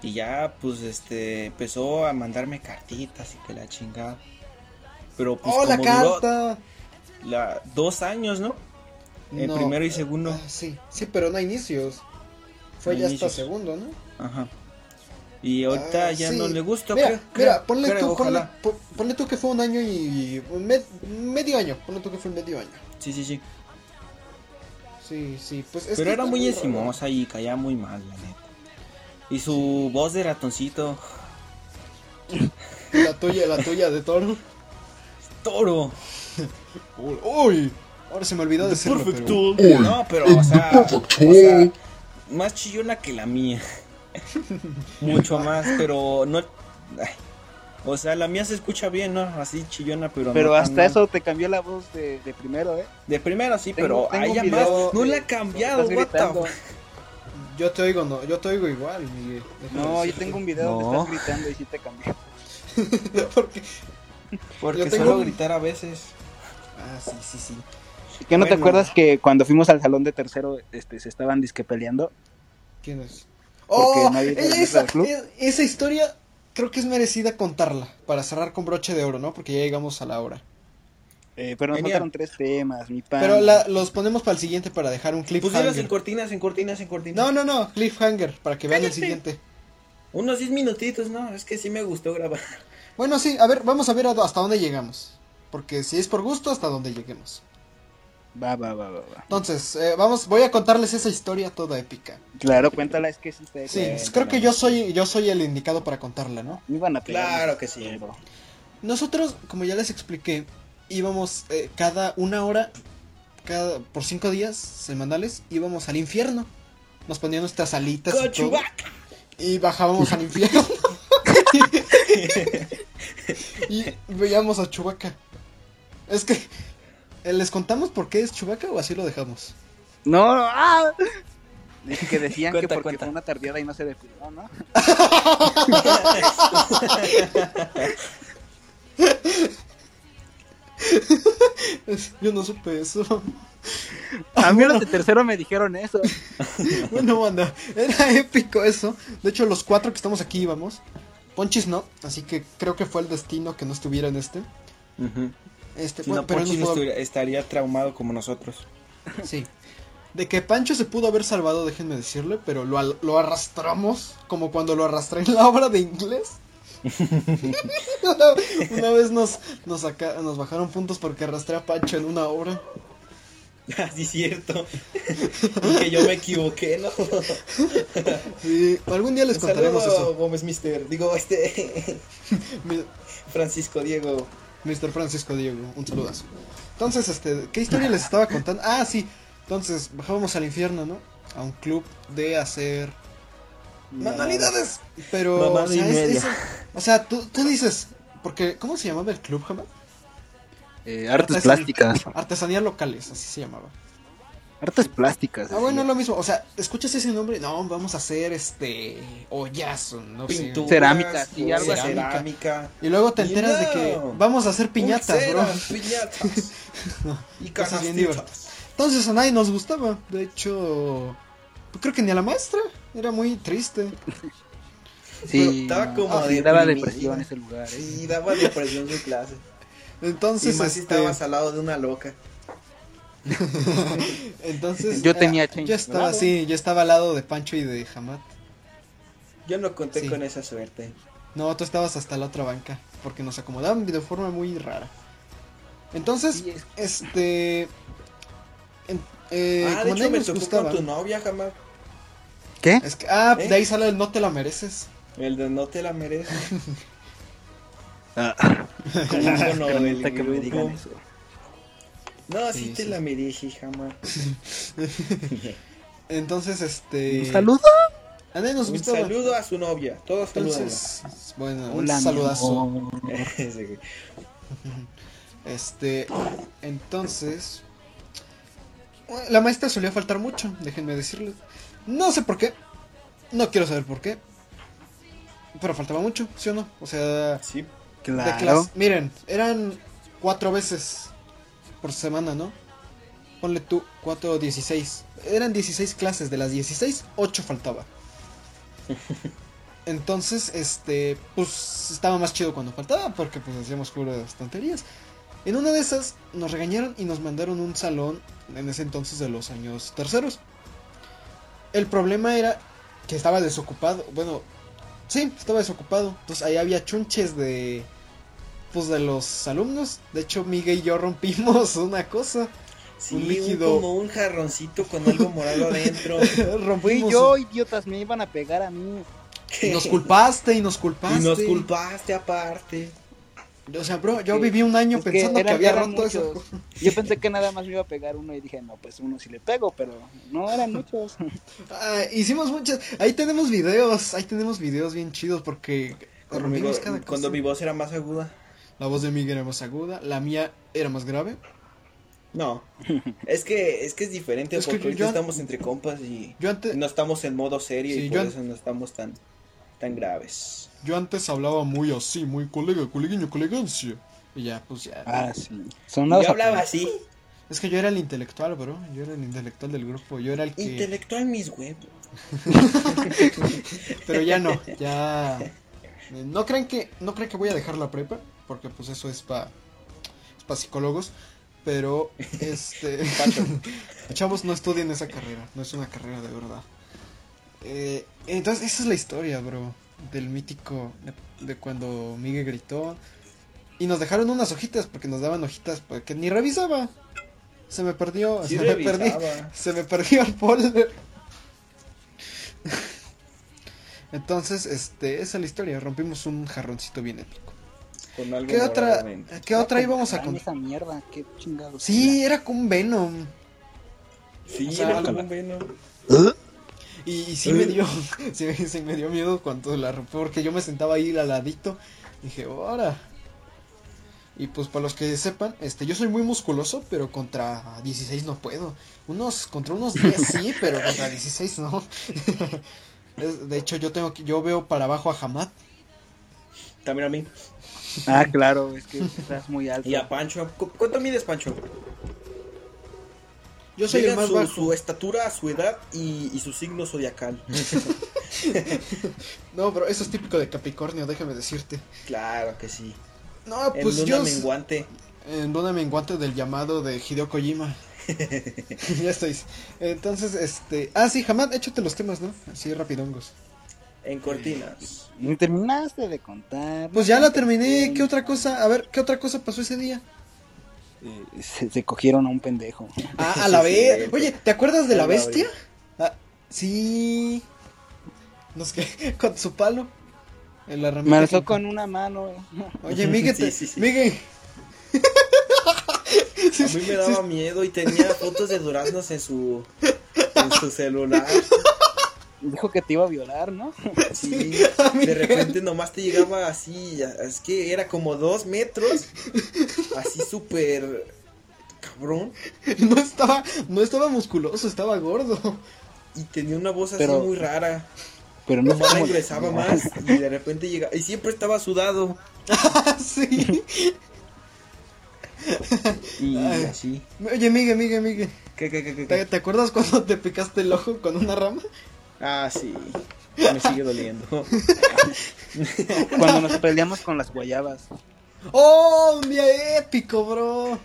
[SPEAKER 5] Y ya, pues, este, empezó a mandarme cartitas y que la chingada. Pero pues
[SPEAKER 3] ¡Oh, la
[SPEAKER 5] como duró
[SPEAKER 3] carta!
[SPEAKER 5] la- dos años, ¿no? En
[SPEAKER 3] No.
[SPEAKER 5] primero y segundo.
[SPEAKER 3] Ah, sí, sí, pero no a inicios. Fue
[SPEAKER 5] No a
[SPEAKER 3] ya hasta
[SPEAKER 5] inicios.
[SPEAKER 3] segundo, ¿no?
[SPEAKER 5] Ajá. Y ahorita
[SPEAKER 3] Ah,
[SPEAKER 5] ya
[SPEAKER 3] sí.
[SPEAKER 5] no le gusta.
[SPEAKER 3] Mira,
[SPEAKER 5] creo-
[SPEAKER 3] mira,
[SPEAKER 5] creo-
[SPEAKER 3] ponle,
[SPEAKER 5] creo,
[SPEAKER 3] tú, ponle,
[SPEAKER 5] ojalá.
[SPEAKER 3] po- ponle tú que fue un año y. un me- medio año. Ponle tú que fue medio año.
[SPEAKER 5] Sí, sí, sí.
[SPEAKER 3] Sí, sí, pues es
[SPEAKER 5] Pero
[SPEAKER 3] que
[SPEAKER 5] era
[SPEAKER 3] está
[SPEAKER 5] muy
[SPEAKER 3] raro.
[SPEAKER 5] encimosa y caía muy mal, la neta. Y su voz de ratoncito.
[SPEAKER 3] La tuya, la tuya de toro.
[SPEAKER 5] ¡Toro!
[SPEAKER 3] ¡Uy! Ahora se me olvidó de decirlo, pero-
[SPEAKER 5] Perfecto. No, pero, o sea, o sea, Más chillona que la mía. Mucho más, pero no. ay, O sea, la mía se escucha bien, ¿no? Así chillona, pero.
[SPEAKER 4] Pero
[SPEAKER 5] no tan
[SPEAKER 4] hasta
[SPEAKER 5] mal.
[SPEAKER 4] eso te cambió la voz de, de primero, ¿eh?
[SPEAKER 5] De primero sí, pero
[SPEAKER 4] Tengo- tengo
[SPEAKER 5] a
[SPEAKER 4] un
[SPEAKER 5] ella
[SPEAKER 4] video,
[SPEAKER 5] más. No
[SPEAKER 4] eh,
[SPEAKER 5] la ha cambiado,
[SPEAKER 4] donde
[SPEAKER 5] what
[SPEAKER 4] estás
[SPEAKER 5] the
[SPEAKER 4] gritando.
[SPEAKER 5] f-
[SPEAKER 3] Yo te oigo, no, yo te oigo igual, Miguel. déjame
[SPEAKER 4] No, yo
[SPEAKER 3] decirte.
[SPEAKER 4] tengo un video donde
[SPEAKER 5] No.
[SPEAKER 4] estás gritando y sí te cambió.
[SPEAKER 3] Porque-
[SPEAKER 5] Porque
[SPEAKER 3] Yo tengo
[SPEAKER 5] suelo
[SPEAKER 3] un-
[SPEAKER 5] gritar a veces.
[SPEAKER 3] Ah, sí, sí, sí.
[SPEAKER 4] ¿Y ¿Qué no te
[SPEAKER 5] Bueno.
[SPEAKER 4] acuerdas que cuando fuimos al salón de tercero este, se estaban disque peleando?
[SPEAKER 3] ¿Quién es?
[SPEAKER 4] Porque
[SPEAKER 3] ¡Oh!
[SPEAKER 4] nadie te
[SPEAKER 3] eh,
[SPEAKER 4] avisa
[SPEAKER 3] Esa,
[SPEAKER 4] del club.
[SPEAKER 3] eh, esa historia creo que es merecida contarla. Para cerrar con broche de oro, ¿no? Porque ya llegamos a la hora.
[SPEAKER 4] Eh, pero nos
[SPEAKER 5] Genial.
[SPEAKER 4] faltaron tres temas, mi pan.
[SPEAKER 3] Pero la- los ponemos para el siguiente para dejar un
[SPEAKER 5] Pusieron Pues en
[SPEAKER 3] cliffhanger.
[SPEAKER 5] cortinas, en cortinas, en cortinas.
[SPEAKER 3] No, no, no, cliffhanger, para que vean el siguiente.
[SPEAKER 5] Unos 10 minutitos, ¿no? Es que sí me gustó grabar.
[SPEAKER 3] Bueno, sí, a ver, vamos a ver a- hasta dónde llegamos. Porque si es por gusto, hasta dónde lleguemos.
[SPEAKER 4] Va, va, va, va, va.
[SPEAKER 3] Entonces, eh, vamos, voy a contarles esa historia toda épica.
[SPEAKER 4] Claro, cuéntala, es que sí te...
[SPEAKER 3] Sí,
[SPEAKER 4] cuéntala.
[SPEAKER 3] creo que yo soy, yo soy el indicado para contarla, ¿no?
[SPEAKER 4] Me iban a pegar.
[SPEAKER 5] Claro
[SPEAKER 4] ¿no?
[SPEAKER 5] que sí.
[SPEAKER 4] Pero-
[SPEAKER 3] Nosotros, como ya les expliqué, íbamos eh, cada una hora, cada, por cinco días semanales, íbamos al infierno. Nos ponían nuestras alitas y, todo,
[SPEAKER 5] Cochubac.
[SPEAKER 3] y bajábamos al infierno. y veíamos a Chubaca. Es que, eh, ¿les contamos por qué es Chubaca o así lo dejamos?
[SPEAKER 4] No, no, ah. Es que decían que
[SPEAKER 5] Cuenta,
[SPEAKER 4] porque
[SPEAKER 5] cuenta.
[SPEAKER 4] fue una tardiada y no se despidió, ¿no?
[SPEAKER 3] Yo no supe eso.
[SPEAKER 4] A mí los de tercero me dijeron eso.
[SPEAKER 3] Bueno, banda, era épico eso. De hecho, los cuatro que estamos aquí íbamos. Ponchis no, así que creo que fue el destino que no estuviera en este.
[SPEAKER 5] Ujú.
[SPEAKER 3] Este,
[SPEAKER 5] Si
[SPEAKER 3] bueno,
[SPEAKER 5] no,
[SPEAKER 3] pero él
[SPEAKER 5] Pochi
[SPEAKER 3] nos
[SPEAKER 5] no
[SPEAKER 3] pudo-
[SPEAKER 5] estuviera- estaría traumado como nosotros.
[SPEAKER 3] Sí. De que Pancho se pudo haber salvado, déjenme decirle, pero lo, al- lo arrastramos como cuando lo arrastré en la obra de inglés. una, una vez nos, nos, saca- nos bajaron puntos porque arrastré a Pancho en una obra.
[SPEAKER 5] Así es cierto. Y que yo me equivoqué, ¿no?
[SPEAKER 3] Y algún día les contaremos
[SPEAKER 5] Saludos, Gómez Mister. Digo, este.
[SPEAKER 3] eso. Mi-
[SPEAKER 5] Francisco Diego.
[SPEAKER 3] Mr. Francisco Diego, un saludazo. Entonces, este, ¿qué historia les estaba contando? Ah, sí. Entonces, bajábamos al infierno, ¿no? A un club de hacer manualidades. Pero,
[SPEAKER 5] Mamada
[SPEAKER 3] o sea,
[SPEAKER 5] y
[SPEAKER 3] es-
[SPEAKER 5] media.
[SPEAKER 3] es- o sea, tú, tú dices, porque, ¿cómo se llamaba el club, jamás?
[SPEAKER 4] Eh, artes plásticas.
[SPEAKER 3] Artesanías locales, así se llamaba.
[SPEAKER 4] Artes plásticas.
[SPEAKER 3] Ah,
[SPEAKER 4] decía.
[SPEAKER 3] bueno, es lo mismo. O sea, escuchas ese nombre. No, vamos a hacer este. Ollazo, no sé.
[SPEAKER 5] Pintura.
[SPEAKER 4] Cerámicas, sí, algo así.
[SPEAKER 5] cerámica.
[SPEAKER 3] Y luego te
[SPEAKER 5] Y
[SPEAKER 3] enteras de que
[SPEAKER 5] no.
[SPEAKER 3] vamos a hacer piñatas, bro.
[SPEAKER 5] Pulseras, Piñatas. y
[SPEAKER 3] cosas bien
[SPEAKER 5] canastitas.
[SPEAKER 3] Entonces a nadie nos gustaba. De hecho, creo que ni a la maestra. Era muy triste.
[SPEAKER 4] Sí,
[SPEAKER 5] Pero estaba como
[SPEAKER 4] ah,
[SPEAKER 5] de
[SPEAKER 4] daba
[SPEAKER 5] primera.
[SPEAKER 4] depresión ese lugar. ¿eh?
[SPEAKER 5] Sí, daba depresión su clase.
[SPEAKER 3] Entonces,
[SPEAKER 5] y más si
[SPEAKER 3] este,
[SPEAKER 5] estabas al lado de una loca.
[SPEAKER 3] entonces
[SPEAKER 4] Yo
[SPEAKER 3] eh,
[SPEAKER 4] tenía change,
[SPEAKER 3] Yo estaba,
[SPEAKER 4] ¿verdad?
[SPEAKER 3] sí, yo estaba al lado de Pancho y de Hamat.
[SPEAKER 5] Yo no conté
[SPEAKER 3] Sí.
[SPEAKER 5] con esa suerte.
[SPEAKER 3] No, tú estabas hasta la otra banca, porque nos acomodaban de forma muy rara. Entonces,
[SPEAKER 4] Sí, es-
[SPEAKER 3] este... en- eh,
[SPEAKER 5] ah, de
[SPEAKER 3] como
[SPEAKER 5] hecho
[SPEAKER 3] nadie
[SPEAKER 5] me
[SPEAKER 3] nos
[SPEAKER 5] tocó
[SPEAKER 3] gustaba...
[SPEAKER 5] con tu novia, jamás.
[SPEAKER 4] ¿Qué?
[SPEAKER 3] Es que, ah,
[SPEAKER 5] ¿Eh?
[SPEAKER 3] de ahí sale el no te la mereces.
[SPEAKER 5] El de no te la mereces.
[SPEAKER 4] Ah,
[SPEAKER 5] Como no,
[SPEAKER 4] pero
[SPEAKER 5] el
[SPEAKER 4] neta que me digan
[SPEAKER 5] grupo.
[SPEAKER 4] eso.
[SPEAKER 5] No, sí,
[SPEAKER 3] Sí,
[SPEAKER 5] te
[SPEAKER 3] sí.
[SPEAKER 5] la merece, jamás.
[SPEAKER 3] Entonces, este...
[SPEAKER 4] ¿Un saludo?
[SPEAKER 3] A nadie nos
[SPEAKER 5] Un
[SPEAKER 3] gustaba.
[SPEAKER 5] saludo a su novia. Todos saludos.
[SPEAKER 3] Entonces, bueno, un
[SPEAKER 4] Hola, mi
[SPEAKER 3] saludazo.
[SPEAKER 4] amor.
[SPEAKER 3] Este, entonces, la maestra solía faltar mucho, déjenme decirles. No sé por qué, no quiero saber por qué, pero faltaba mucho, ¿sí o no? O sea,
[SPEAKER 5] Sí.
[SPEAKER 3] de
[SPEAKER 4] Claro.
[SPEAKER 3] clase. Miren, eran cuatro veces por semana, ¿no? Ponle tú, cuatro, dieciséis. Eran 16 clases, de las 16, ocho faltaba. Entonces, este, pues estaba más chido cuando faltaba, porque pues hacíamos puras tonterías. En una de esas nos regañaron y nos mandaron un salón en ese entonces de los años terceros. El problema era que estaba desocupado, bueno, sí, estaba desocupado. Entonces ahí había chunches de pues de los alumnos. De hecho, Miguel y yo rompimos una cosa.
[SPEAKER 5] Sí,
[SPEAKER 3] Un
[SPEAKER 5] un
[SPEAKER 3] líquido.
[SPEAKER 5] como un jarroncito con algo morado adentro.
[SPEAKER 4] Fui
[SPEAKER 3] rompimos
[SPEAKER 4] yo, idiotas, me iban a pegar a mí.
[SPEAKER 3] y nos culpaste y nos culpaste.
[SPEAKER 5] Y nos culpaste aparte.
[SPEAKER 3] O sea, bro, yo
[SPEAKER 4] Sí.
[SPEAKER 3] viví un año
[SPEAKER 4] Es que
[SPEAKER 3] pensando que,
[SPEAKER 4] eran-
[SPEAKER 3] había
[SPEAKER 4] eran
[SPEAKER 3] roto eso.
[SPEAKER 4] muchos. Yo pensé que nada más me iba a pegar uno y dije, no, pues uno sí le pego, pero no eran muchos.
[SPEAKER 3] Ah, hicimos muchas. Ahí tenemos videos, ahí tenemos videos bien chidos porque
[SPEAKER 5] Cuando, mi,
[SPEAKER 3] rompimos
[SPEAKER 5] vo-
[SPEAKER 3] cada
[SPEAKER 5] cuando
[SPEAKER 3] cosa.
[SPEAKER 5] mi voz era más aguda.
[SPEAKER 3] La voz de Miguel era más aguda, la mía era más grave.
[SPEAKER 5] No. Es que es que es diferente
[SPEAKER 3] Es que
[SPEAKER 5] porque ahorita
[SPEAKER 3] yo-
[SPEAKER 5] estamos entre compas y
[SPEAKER 3] Yo antes,
[SPEAKER 5] no estamos en modo serio
[SPEAKER 3] Sí,
[SPEAKER 5] y por
[SPEAKER 3] yo-
[SPEAKER 5] eso no estamos tan tan graves.
[SPEAKER 3] yo antes hablaba muy así, muy colega, coleguiño, colegancia. Y ya, pues ya.
[SPEAKER 4] Ah, sí. Son
[SPEAKER 5] Yo
[SPEAKER 4] los
[SPEAKER 5] hablaba así,
[SPEAKER 3] Es que yo era el intelectual, bro. Yo era el intelectual del grupo. Yo era el que.
[SPEAKER 5] intelectual mis huevos.
[SPEAKER 3] Pero ya no, ya. eh, No crean que, no crean que voy a dejar la prepa, porque pues eso es para es pa psicólogos. Pero, este.
[SPEAKER 5] Pacho.
[SPEAKER 3] Chavos, no estudien esa carrera, no es una carrera de verdad. Eh, entonces, esa es la historia, bro, del mítico de, de cuando Miguel gritó. Y nos dejaron unas hojitas, porque nos daban hojitas pues, que ni revisaba. Se me perdió,
[SPEAKER 5] Sí
[SPEAKER 3] se me perdí.
[SPEAKER 5] revisaba.
[SPEAKER 3] Se me perdió el folder. Entonces, este, esa es la historia. Rompimos un jarroncito bien épico.
[SPEAKER 5] Con algo
[SPEAKER 3] ¿Qué
[SPEAKER 5] morado
[SPEAKER 3] otra,
[SPEAKER 5] adentro.
[SPEAKER 3] ¿qué otra íbamos a
[SPEAKER 4] con
[SPEAKER 3] contar?
[SPEAKER 4] esa mierda, qué chingados.
[SPEAKER 3] Sí, era con Venom.
[SPEAKER 5] Sí,
[SPEAKER 3] O sea,
[SPEAKER 5] era
[SPEAKER 3] algo-
[SPEAKER 5] como bueno.
[SPEAKER 3] Y, y sí me dio, sí, me- sí me dio miedo cuando la rompí, porque yo me sentaba ahí al ladito. Dije, ahora. Y pues para los que sepan, este, yo soy muy musculoso, pero contra 16 no puedo. Unos, contra unos 10 sí, pero contra 16 no. Es- De hecho, yo tengo que, yo veo para abajo a Hamad.
[SPEAKER 5] También a mí.
[SPEAKER 4] Ah, claro, es que estás muy alto.
[SPEAKER 5] Y a Pancho. ¿Cu- ¿Cuánto mides Pancho?
[SPEAKER 3] Yo soy
[SPEAKER 5] Digan
[SPEAKER 3] el más
[SPEAKER 5] su,
[SPEAKER 3] bajo.
[SPEAKER 5] su estatura, su edad y, y su signo zodiacal.
[SPEAKER 3] No, pero eso es típico de Capricornio, déjame decirte.
[SPEAKER 5] claro que sí.
[SPEAKER 3] No,
[SPEAKER 5] En
[SPEAKER 3] pues
[SPEAKER 5] luna
[SPEAKER 3] yo.
[SPEAKER 5] menguante.
[SPEAKER 3] En luna menguante del llamado de Hideo Kojima. ya estoy. Entonces, este. Ah, sí, Hamad, échate los temas, ¿no? Así rapidongos.
[SPEAKER 5] En cortinas.
[SPEAKER 4] Ni terminaste de contar.
[SPEAKER 3] Pues ya la terminé. ¿Qué otra cosa? A ver, ¿qué otra cosa pasó ese día?
[SPEAKER 4] Eh, se, se cogieron a un pendejo.
[SPEAKER 3] Ah, a la
[SPEAKER 5] Sí,
[SPEAKER 3] vez.
[SPEAKER 5] cierto.
[SPEAKER 3] Oye, ¿te acuerdas de
[SPEAKER 5] A
[SPEAKER 3] la
[SPEAKER 5] la
[SPEAKER 3] bestia? Ah, sí. No sé qué. Con su palo. En la
[SPEAKER 4] Me
[SPEAKER 3] herramienta
[SPEAKER 4] alzó
[SPEAKER 3] que-
[SPEAKER 4] con una mano. eh.
[SPEAKER 3] Oye, Miguel.
[SPEAKER 5] Sí,
[SPEAKER 3] te-
[SPEAKER 5] sí, sí.
[SPEAKER 3] Miguel.
[SPEAKER 5] A mí me daba miedo y tenía fotos de duraznos en su, en su celular.
[SPEAKER 4] Dijo que te iba a violar, ¿no?
[SPEAKER 5] Sí.
[SPEAKER 3] a mí
[SPEAKER 5] De repente nomás te llegaba así, es que era como dos metros, así súper cabrón.
[SPEAKER 3] No estaba, no estaba musculoso, estaba gordo.
[SPEAKER 5] Y tenía una voz
[SPEAKER 4] Pero-
[SPEAKER 5] así muy rara.
[SPEAKER 4] Pero no
[SPEAKER 5] No
[SPEAKER 4] como-
[SPEAKER 5] ingresaba más y de repente llega. Y siempre estaba sudado.
[SPEAKER 3] Ah, sí.
[SPEAKER 5] Y
[SPEAKER 3] Ay.
[SPEAKER 5] así.
[SPEAKER 3] Oye, Miguel, Miguel, Miguel.
[SPEAKER 5] ¿Qué, qué, qué, qué,
[SPEAKER 3] ¿Te,
[SPEAKER 5] qué?
[SPEAKER 3] te acuerdas cuando te picaste el ojo con una rama?
[SPEAKER 5] Ah, sí. Me sigue doliendo.
[SPEAKER 4] Cuando nos peleamos con las guayabas.
[SPEAKER 3] ¡Oh! Un día épico, bro.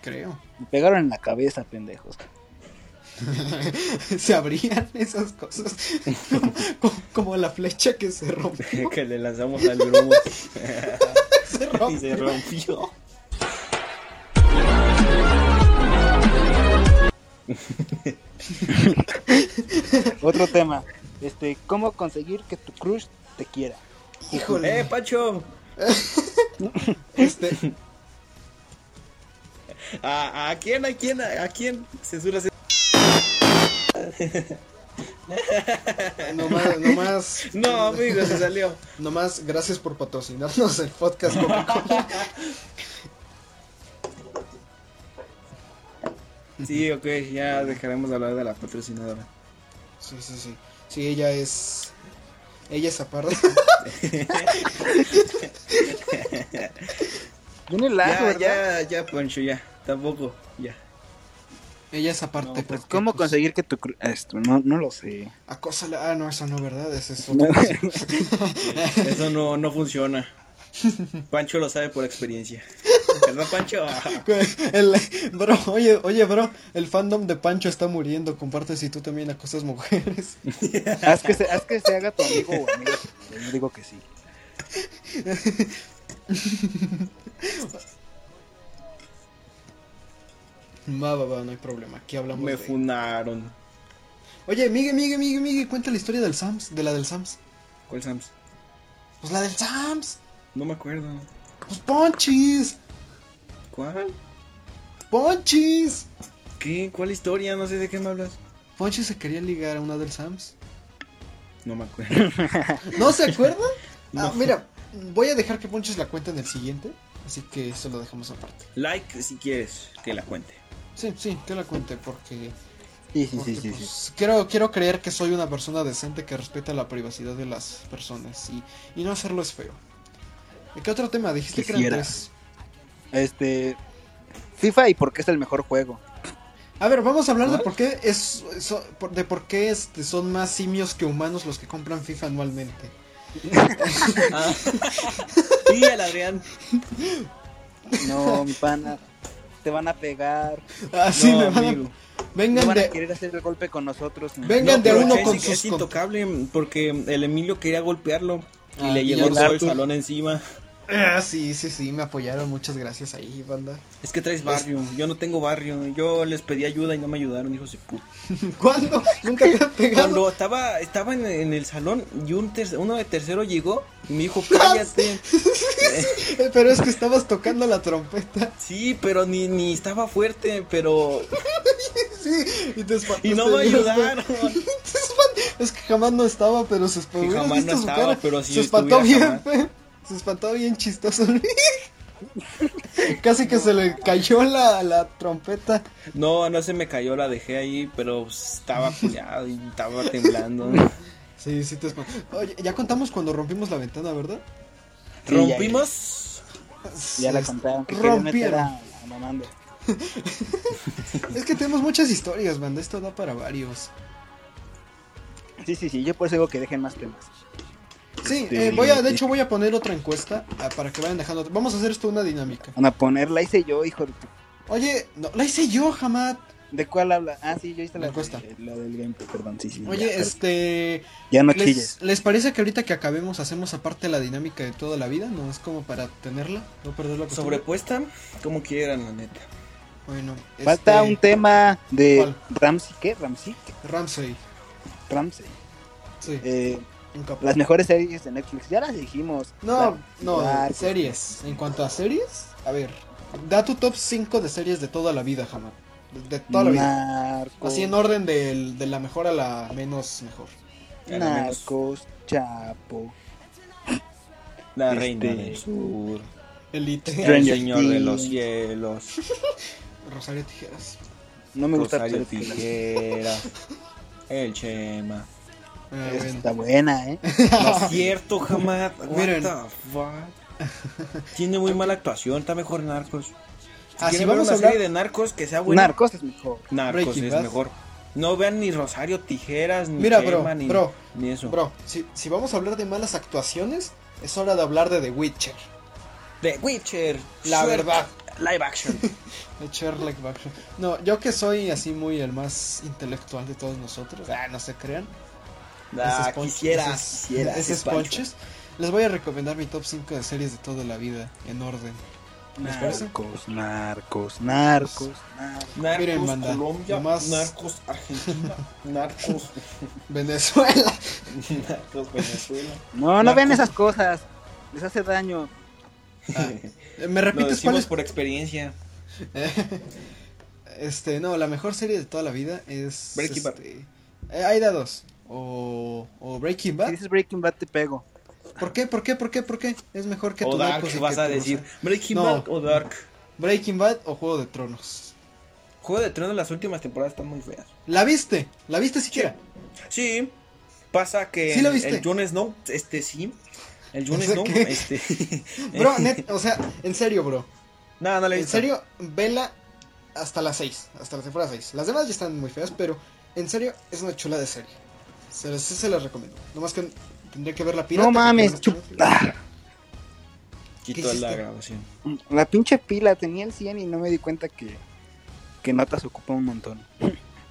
[SPEAKER 3] Creo.
[SPEAKER 4] Me pegaron en la cabeza, pendejos.
[SPEAKER 3] Se abrían esas cosas. como, como la flecha que se rompió.
[SPEAKER 5] que le lanzamos al grupo
[SPEAKER 3] Se
[SPEAKER 5] y
[SPEAKER 3] rompió.
[SPEAKER 5] se rompió.
[SPEAKER 4] Otro tema. Este, ¿cómo conseguir que tu crush te quiera?
[SPEAKER 3] Híjole.
[SPEAKER 5] ¡Eh, Pacho!
[SPEAKER 3] Este,
[SPEAKER 5] ¿A, a quién, a quién, a, a quién censuras? eso?
[SPEAKER 3] nomás, nomás,
[SPEAKER 5] No, amigo, se salió.
[SPEAKER 3] nomás gracias por patrocinarnos el podcast Coca-Cola.
[SPEAKER 5] Sí, ok, ya dejaremos de hablar de la patrocinadora.
[SPEAKER 3] Sí, sí, sí. Sí, ella es. Ella es aparte.
[SPEAKER 4] Viene largo,
[SPEAKER 5] Ya,
[SPEAKER 4] ¿verdad?
[SPEAKER 5] ya, ya, Pancho, ya. Tampoco, ya.
[SPEAKER 3] Ella es
[SPEAKER 4] No,
[SPEAKER 3] aparte.
[SPEAKER 4] pues,
[SPEAKER 3] porque,
[SPEAKER 4] ¿Cómo
[SPEAKER 3] pues,
[SPEAKER 4] conseguir que tu crush... Esto, no, no lo sé.
[SPEAKER 3] Acósala. Ah, no, esa no, ¿verdad? Esa es otra.
[SPEAKER 5] Eso no, no funciona. Pancho lo sabe por experiencia. ¿Verdad, Pancho? Ah,
[SPEAKER 3] El- bro, oye, oye, bro, el fandom de Pancho está muriendo. Comparte si tú también acosas mujeres.
[SPEAKER 4] haz, que se, haz que se haga tu amigo o amiga. Yo digo que sí.
[SPEAKER 3] Va, va, va, no hay problema. Aquí hablamos.
[SPEAKER 5] Me
[SPEAKER 3] de-
[SPEAKER 5] funaron.
[SPEAKER 3] Oye, Migue, Migue, Migue, Migue, cuenta la historia del Sams, de la del Sams.
[SPEAKER 5] ¿Cuál Sams?
[SPEAKER 3] Pues la del Sams.
[SPEAKER 5] No me acuerdo.
[SPEAKER 3] Pues Ponchis.
[SPEAKER 5] ¿Cuál?
[SPEAKER 3] Ponchis.
[SPEAKER 5] ¿Qué? ¿Cuál historia? No sé de qué me hablas.
[SPEAKER 3] Ponchis se quería ligar a una del Sams.
[SPEAKER 5] No me acuerdo.
[SPEAKER 3] ¿No se acuerdan? Ah,
[SPEAKER 5] No.
[SPEAKER 3] mira, voy a dejar que Ponchis la cuente en el siguiente. Así que eso lo dejamos aparte.
[SPEAKER 5] Like si quieres que la cuente.
[SPEAKER 3] Sí, sí, que la cuente porque
[SPEAKER 4] Sí, sí,
[SPEAKER 3] Porque,
[SPEAKER 4] sí, sí.
[SPEAKER 3] pues, Quiero, quiero creer que soy una persona decente que respeta la privacidad de las personas y, y no hacerlo es feo. ¿De qué otro tema? Dijiste que eran
[SPEAKER 4] Quisiera.
[SPEAKER 3] tres.
[SPEAKER 4] Este... FIFA y por qué es el mejor juego.
[SPEAKER 3] A ver, vamos a hablar de
[SPEAKER 4] ¿Ah?
[SPEAKER 5] ¿Cuál?
[SPEAKER 3] por qué es so- por- de por qué este, son más simios que humanos los que compran FIFA anualmente.
[SPEAKER 5] Ah. Y al Adrián.
[SPEAKER 4] No, mi pana. Te van a pegar.
[SPEAKER 3] Así Ah,
[SPEAKER 5] no,
[SPEAKER 3] me van a-
[SPEAKER 5] amigo.
[SPEAKER 3] Vengan
[SPEAKER 4] No van a
[SPEAKER 3] de
[SPEAKER 4] querer hacer el golpe con nosotros. ¿no?
[SPEAKER 3] Vengan
[SPEAKER 5] No,
[SPEAKER 3] de
[SPEAKER 5] pero
[SPEAKER 3] uno
[SPEAKER 5] es-
[SPEAKER 3] con
[SPEAKER 5] es,
[SPEAKER 3] sus con-
[SPEAKER 5] intocable porque el Emilio quería golpearlo y
[SPEAKER 3] Ah,
[SPEAKER 5] le
[SPEAKER 3] y
[SPEAKER 5] llegó
[SPEAKER 3] el
[SPEAKER 5] todo el
[SPEAKER 3] Arthur.
[SPEAKER 5] salón encima.
[SPEAKER 3] Ah, sí, sí, sí, me apoyaron, muchas gracias ahí, banda.
[SPEAKER 5] Es que traes barrio, yo no tengo barrio, yo les pedí ayuda y no me ayudaron, hijos de puta.
[SPEAKER 3] ¿Cuándo? Nunca te han pegado.
[SPEAKER 5] Cuando estaba, estaba en, en el salón y un terce- uno de tercero llegó y me dijo, cállate.
[SPEAKER 3] Eh, Pero es que estabas tocando la trompeta.
[SPEAKER 5] Sí, pero ni, ni estaba fuerte, pero...
[SPEAKER 3] Sí, y este, te espantaste,
[SPEAKER 5] Y no me
[SPEAKER 3] Dios mío.
[SPEAKER 5] ayudaron.
[SPEAKER 3] Es fan- Es que jamás no estaba, pero se espantó.
[SPEAKER 5] Sí,
[SPEAKER 3] ¿Hubieras
[SPEAKER 5] jamás
[SPEAKER 3] visto
[SPEAKER 5] no
[SPEAKER 3] su
[SPEAKER 5] estaba,
[SPEAKER 3] cara?
[SPEAKER 5] pero si
[SPEAKER 3] Se espantó bien,
[SPEAKER 5] estuviera
[SPEAKER 3] fe. Se espantó bien chistoso. Casi que se le cayó la, la trompeta.
[SPEAKER 5] No, no se me cayó, la dejé ahí, pero estaba culiado y estaba temblando.
[SPEAKER 3] Sí, sí te espantó. Oye, ya contamos cuando rompimos la ventana, ¿verdad?
[SPEAKER 4] Sí, ya-
[SPEAKER 5] Rompimos...
[SPEAKER 4] Ya la
[SPEAKER 3] Es-
[SPEAKER 4] contaron. Que querían meter
[SPEAKER 3] Rompieron.
[SPEAKER 4] a, a Mamando.
[SPEAKER 3] Es que tenemos muchas historias, banda. Esto da para varios.
[SPEAKER 4] Sí, sí, sí. Yo por eso digo que dejen más temas.
[SPEAKER 3] Sí,
[SPEAKER 4] Este-
[SPEAKER 3] eh, voy a, de hecho voy a poner otra encuesta ah, para que vayan dejando. otra- Vamos a hacer esto una dinámica.
[SPEAKER 4] Van a ponerla. Hice yo, hijo de tu-
[SPEAKER 3] Oye, no, la hice yo, jamás.
[SPEAKER 4] ¿De cuál habla? Ah, sí, yo hice la,
[SPEAKER 3] Me cuesta.
[SPEAKER 4] de- la del gameplay, perdón, sí, sí.
[SPEAKER 3] Oye,
[SPEAKER 4] ya,
[SPEAKER 3] este...
[SPEAKER 4] ya no chilles.
[SPEAKER 3] ¿Les, les parece que ahorita que acabemos hacemos aparte la dinámica de toda la vida? ¿No es como para tenerla? ¿No perder la costumbre?
[SPEAKER 5] Sobrepuesta, como quieran, la neta.
[SPEAKER 3] Bueno,
[SPEAKER 4] Falta
[SPEAKER 3] este,
[SPEAKER 4] un tema de
[SPEAKER 3] ¿Cuál?
[SPEAKER 4] Ramsey, ¿qué? Ramsey,
[SPEAKER 3] Ramsey.
[SPEAKER 4] Ramsey.
[SPEAKER 3] Sí,
[SPEAKER 4] Eh,
[SPEAKER 3] un capo.
[SPEAKER 4] las mejores series de Netflix, ya las dijimos.
[SPEAKER 3] No,
[SPEAKER 4] Dark,
[SPEAKER 3] no,
[SPEAKER 4] Dark,
[SPEAKER 3] series. En cuanto a series, a ver, da tu top 5 de series de toda la vida, jamás. De, de toda la vida.
[SPEAKER 4] Narcos,
[SPEAKER 3] Así en orden del- de la mejor a la menos mejor.
[SPEAKER 5] Era menos.
[SPEAKER 4] Narcos, Chapo,
[SPEAKER 5] La
[SPEAKER 4] Este,
[SPEAKER 5] reina del sur.
[SPEAKER 3] Elite.
[SPEAKER 5] El
[SPEAKER 4] Stranger
[SPEAKER 5] señor de los
[SPEAKER 4] Things.
[SPEAKER 5] cielos.
[SPEAKER 3] Rosario Tijeras.
[SPEAKER 4] No me gusta
[SPEAKER 5] Rosario
[SPEAKER 4] pero-
[SPEAKER 5] Tijeras. El Chema.
[SPEAKER 3] Ah,
[SPEAKER 4] Esa
[SPEAKER 3] bueno.
[SPEAKER 4] Está buena, ¿eh?
[SPEAKER 5] No es cierto, jamás. What
[SPEAKER 3] Miren.
[SPEAKER 5] the fuck? Tiene muy mala actuación, está mejor en Narcos. Si
[SPEAKER 3] Ah,
[SPEAKER 5] quieren
[SPEAKER 3] si
[SPEAKER 5] ver
[SPEAKER 3] vamos
[SPEAKER 5] una
[SPEAKER 3] a hablar-
[SPEAKER 5] serie de Narcos que sea buena,
[SPEAKER 4] Narcos es mejor.
[SPEAKER 5] Narcos
[SPEAKER 3] Breaking
[SPEAKER 5] es
[SPEAKER 3] Bad.
[SPEAKER 5] mejor. No vean ni Rosario Tijeras, ni
[SPEAKER 3] Mira,
[SPEAKER 5] Chema,
[SPEAKER 3] bro,
[SPEAKER 5] ni,
[SPEAKER 3] bro,
[SPEAKER 5] ni eso.
[SPEAKER 3] Bro, si, si vamos a hablar de malas actuaciones, es hora de hablar de The Witcher.
[SPEAKER 5] The Witcher,
[SPEAKER 3] La
[SPEAKER 5] Shrek,
[SPEAKER 3] verdad.
[SPEAKER 5] Live action.
[SPEAKER 3] De Sherlock Baxter. No, yo que soy así muy el más intelectual de todos nosotros. Ah, no se crean.
[SPEAKER 5] Ah,
[SPEAKER 3] Esos ponches-
[SPEAKER 5] quisiera,
[SPEAKER 3] esos-
[SPEAKER 5] quisiera.
[SPEAKER 3] esos
[SPEAKER 5] ese Pancho.
[SPEAKER 3] ponches. Les voy a recomendar mi top 5 de series de toda la vida, en orden. ¿Les parece?
[SPEAKER 4] Narcos, narcos, narcos, narcos.
[SPEAKER 5] Narcos
[SPEAKER 3] Miren, banda,
[SPEAKER 5] Colombia,
[SPEAKER 3] nomás-
[SPEAKER 5] Narcos Argentina, Narcos,
[SPEAKER 3] Venezuela.
[SPEAKER 5] Narcos Venezuela.
[SPEAKER 4] No, no
[SPEAKER 5] Narcos.
[SPEAKER 4] vean esas cosas. Les hace daño.
[SPEAKER 3] Eh, ¿Me
[SPEAKER 5] Lo
[SPEAKER 3] repites cuál
[SPEAKER 5] decimos
[SPEAKER 3] es?
[SPEAKER 5] por experiencia.
[SPEAKER 3] Este, no, la mejor serie de toda la vida es.
[SPEAKER 5] Breaking Bad.
[SPEAKER 3] este, eh, Aida 2. O, o Breaking
[SPEAKER 4] Si
[SPEAKER 3] Bad.
[SPEAKER 4] dices Breaking Bad, te pego.
[SPEAKER 3] ¿Por qué? ¿Por qué? ¿Por qué? ¿Por qué? Es mejor que
[SPEAKER 5] O
[SPEAKER 3] tu
[SPEAKER 5] Dark,
[SPEAKER 3] Narcos y
[SPEAKER 5] vas
[SPEAKER 3] que
[SPEAKER 5] a
[SPEAKER 3] tu
[SPEAKER 5] decir.
[SPEAKER 3] Rosario.
[SPEAKER 5] Breaking
[SPEAKER 3] No.
[SPEAKER 5] Bad o Dark.
[SPEAKER 3] Breaking Bad o Juego de Tronos.
[SPEAKER 5] Juego de Tronos las últimas temporadas están muy feas.
[SPEAKER 3] ¿La viste? ¿La viste siquiera?
[SPEAKER 5] Sí, pasa que
[SPEAKER 3] ¿Sí lo
[SPEAKER 5] el-
[SPEAKER 3] viste?
[SPEAKER 5] el Jon Snow, este sí, el Jon
[SPEAKER 3] O sea
[SPEAKER 5] Snow,
[SPEAKER 3] que-
[SPEAKER 5] este...
[SPEAKER 3] Bro, net, o sea, en serio, bro.
[SPEAKER 5] no, no le he
[SPEAKER 3] En
[SPEAKER 5] visto.
[SPEAKER 3] serio, vela hasta las 6, hasta la temporada 6. Las demás ya están muy feas, pero en serio, es una chula de serie. Se las, sí se las recomiendo. Nomás que tendría que ver la pirata.
[SPEAKER 4] No mames, Ah,
[SPEAKER 3] porque no está-
[SPEAKER 4] chuta.
[SPEAKER 5] Quito
[SPEAKER 3] ¿qué
[SPEAKER 5] la
[SPEAKER 3] hiciste?
[SPEAKER 5] grabación.
[SPEAKER 4] La pinche pila tenía el 100 y no me di cuenta que, que notas ocupa un montón.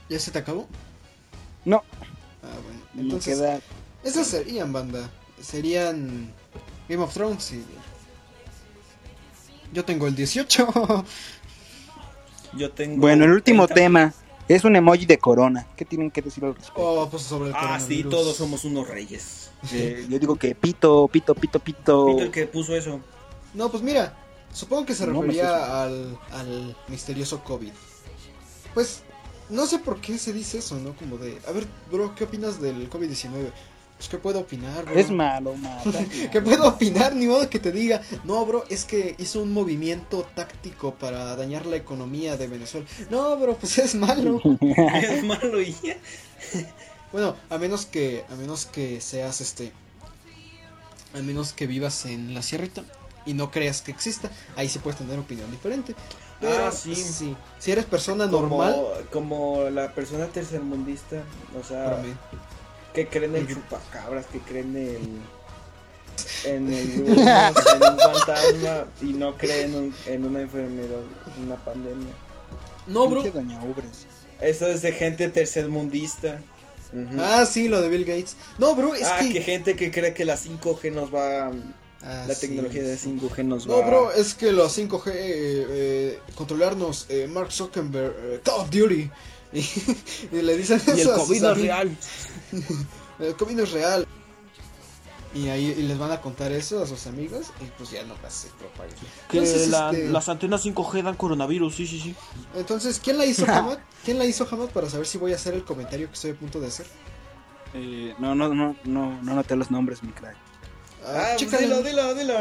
[SPEAKER 3] ¿Ya se te acabó?
[SPEAKER 4] No.
[SPEAKER 3] Ah, bueno.
[SPEAKER 4] Me
[SPEAKER 3] Entonces,
[SPEAKER 4] queda
[SPEAKER 3] esas serían, banda. Serían Game of Thrones y... Yo tengo el 18.
[SPEAKER 5] Yo tengo...
[SPEAKER 4] Bueno, el último
[SPEAKER 5] 30.
[SPEAKER 4] tema es un emoji de corona. ¿Qué tienen que decir al respecto?
[SPEAKER 3] oh, pues sobre el
[SPEAKER 5] Ah, sí,
[SPEAKER 3] coronavirus.
[SPEAKER 5] todos somos unos reyes.
[SPEAKER 4] Eh, yo digo que pito, pito, pito, pito.
[SPEAKER 5] Pito el que puso eso.
[SPEAKER 3] No, pues mira, supongo que se
[SPEAKER 4] No me
[SPEAKER 3] refería al, al misterioso COVID. Pues, no sé por qué se dice eso, ¿no? Como de, a ver, bro, ¿qué opinas del COVID-19? Pues, ¿qué puedo opinar, bro?
[SPEAKER 4] Es malo, malo.
[SPEAKER 3] ¿Qué puedo opinar? Ni modo que te diga, no, bro, es que hizo un movimiento táctico para dañar la economía de Venezuela. No, bro, pues es malo.
[SPEAKER 5] es malo y...
[SPEAKER 3] Bueno, a menos que, a menos que seas este, a menos que vivas en la sierrita y no creas que exista, ahí sí puedes tener opinión diferente. Pero,
[SPEAKER 5] Ah, sí.
[SPEAKER 3] sí, Si eres persona normal,
[SPEAKER 5] Como, como la persona tercermundista, o sea,
[SPEAKER 3] para mí.
[SPEAKER 5] que creen en
[SPEAKER 3] Porque-
[SPEAKER 5] chupacabras, que creen en en el en un fantasma y no creen en, en una enfermedad, en una pandemia.
[SPEAKER 3] No, bro.
[SPEAKER 4] Pinche doña Ubres.
[SPEAKER 5] Eso es de gente tercermundista. Ujú. Ah,
[SPEAKER 3] Ah, sí, lo de Bill Gates. No, bro, es
[SPEAKER 5] que...
[SPEAKER 3] que...
[SPEAKER 5] gente que cree que la 5G nos va
[SPEAKER 3] Ah,
[SPEAKER 5] la
[SPEAKER 3] sí.
[SPEAKER 5] tecnología de 5G nos va.
[SPEAKER 3] No, bro, es que los 5G, eh, eh, controlarnos, eh, Mark Zuckerberg, eh, Call of Duty. Y, y le dicen
[SPEAKER 5] y el
[SPEAKER 3] eso a sus
[SPEAKER 5] COVID es
[SPEAKER 3] amigos.
[SPEAKER 5] real.
[SPEAKER 3] El COVID no es real. Y ahí y les van a contar eso a sus amigos y pues ya no más se propaga. Entonces, este,
[SPEAKER 5] antenas 5G dan coronavirus, sí, sí, sí.
[SPEAKER 3] entonces, ¿quién la hizo Hamad? ¿Quién la hizo Hamad para saber si voy a hacer el comentario que estoy a punto de hacer?
[SPEAKER 4] Eh, no, no, no, no, no noté los nombres, mi crack.
[SPEAKER 5] Ah, pues
[SPEAKER 3] chécale.
[SPEAKER 5] dilo, dilo, dilo.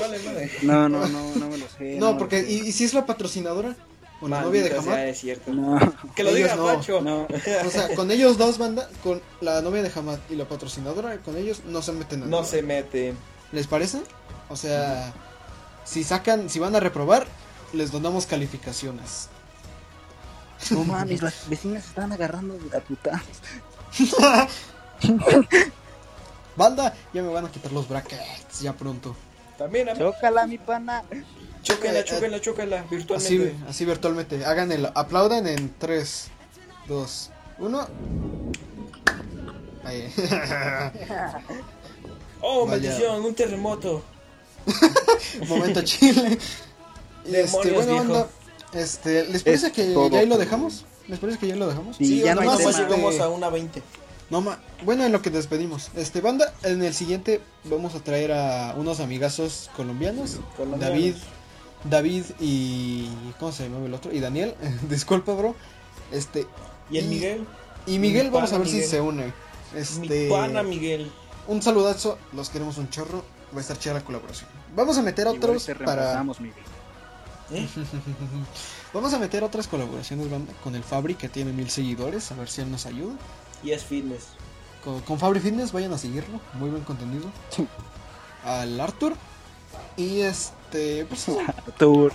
[SPEAKER 5] vale, vale.
[SPEAKER 4] No, no, no, no me lo sé.
[SPEAKER 3] no,
[SPEAKER 4] me
[SPEAKER 3] porque
[SPEAKER 4] lo sé.
[SPEAKER 3] ¿y, y si es la patrocinadora? ¿O la novia de
[SPEAKER 5] Maldita sea,
[SPEAKER 3] Hamad?
[SPEAKER 5] es cierto.
[SPEAKER 4] No,
[SPEAKER 5] Que lo
[SPEAKER 3] Ellos
[SPEAKER 5] diga
[SPEAKER 3] no,
[SPEAKER 5] Pancho.
[SPEAKER 4] no.
[SPEAKER 3] O sea, con ellos dos, banda, con la novia de Hamad y la patrocinadora, con ellos no se meten a
[SPEAKER 5] No
[SPEAKER 3] nada.
[SPEAKER 5] se mete.
[SPEAKER 3] ¿Les parece? O sea, si sacan, si van a reprobar, les donamos calificaciones.
[SPEAKER 4] No mames, las vecinas están agarrando de la puta.
[SPEAKER 3] Banda, ya me van a quitar los brackets ya pronto.
[SPEAKER 5] También, a-
[SPEAKER 4] Chócala, mi pana.
[SPEAKER 5] chócala,
[SPEAKER 3] eh,
[SPEAKER 5] chócala, chócala,
[SPEAKER 3] Así,
[SPEAKER 5] virtualmente.
[SPEAKER 3] así virtualmente. Hagan el aplauden en 3, 2, 1. Ahí. Vaya.
[SPEAKER 5] Oh,
[SPEAKER 4] ah.
[SPEAKER 5] maldición, un terremoto.
[SPEAKER 3] Momento chile. Este,
[SPEAKER 5] Demonios,
[SPEAKER 3] bueno,
[SPEAKER 5] viejo.
[SPEAKER 3] banda, este, ¿les parece
[SPEAKER 4] Es
[SPEAKER 3] que
[SPEAKER 4] todo
[SPEAKER 3] ya ahí lo
[SPEAKER 4] por-
[SPEAKER 3] dejamos? ¿Les parece que ya lo dejamos?
[SPEAKER 4] Sí, ya no hay
[SPEAKER 5] nomás
[SPEAKER 4] tema.
[SPEAKER 5] llegamos a una 20.
[SPEAKER 3] No ma- bueno, en lo que despedimos. Este, banda, en el siguiente vamos a traer a unos amigazos colombianos.
[SPEAKER 5] Colombianos.
[SPEAKER 3] David, David y ¿cómo se llama el otro? Y Daniel, disculpa, bro. Este,
[SPEAKER 5] Y el
[SPEAKER 3] Y-
[SPEAKER 5] Miguel,
[SPEAKER 3] y Miguel,
[SPEAKER 5] Mi
[SPEAKER 3] vamos a
[SPEAKER 5] pana
[SPEAKER 3] ver si
[SPEAKER 5] Miguel.
[SPEAKER 3] se une.
[SPEAKER 5] mi
[SPEAKER 3] Este,
[SPEAKER 5] pana Miguel.
[SPEAKER 3] un saludazo, los queremos un chorro va a estar chida la colaboración. Vamos a meter
[SPEAKER 4] Igual
[SPEAKER 3] otros
[SPEAKER 4] te
[SPEAKER 3] para.
[SPEAKER 4] reemplazamos, Miguel.
[SPEAKER 5] ¿Eh?
[SPEAKER 3] Vamos a meter otras colaboraciones banda, con el Fabri que tiene mil seguidores, a ver si él nos ayuda.
[SPEAKER 5] Y es fitness.
[SPEAKER 3] Con, con Fabri Fitness vayan a seguirlo, muy buen contenido. Al Arthur. Y este, pues eso,
[SPEAKER 4] Tour.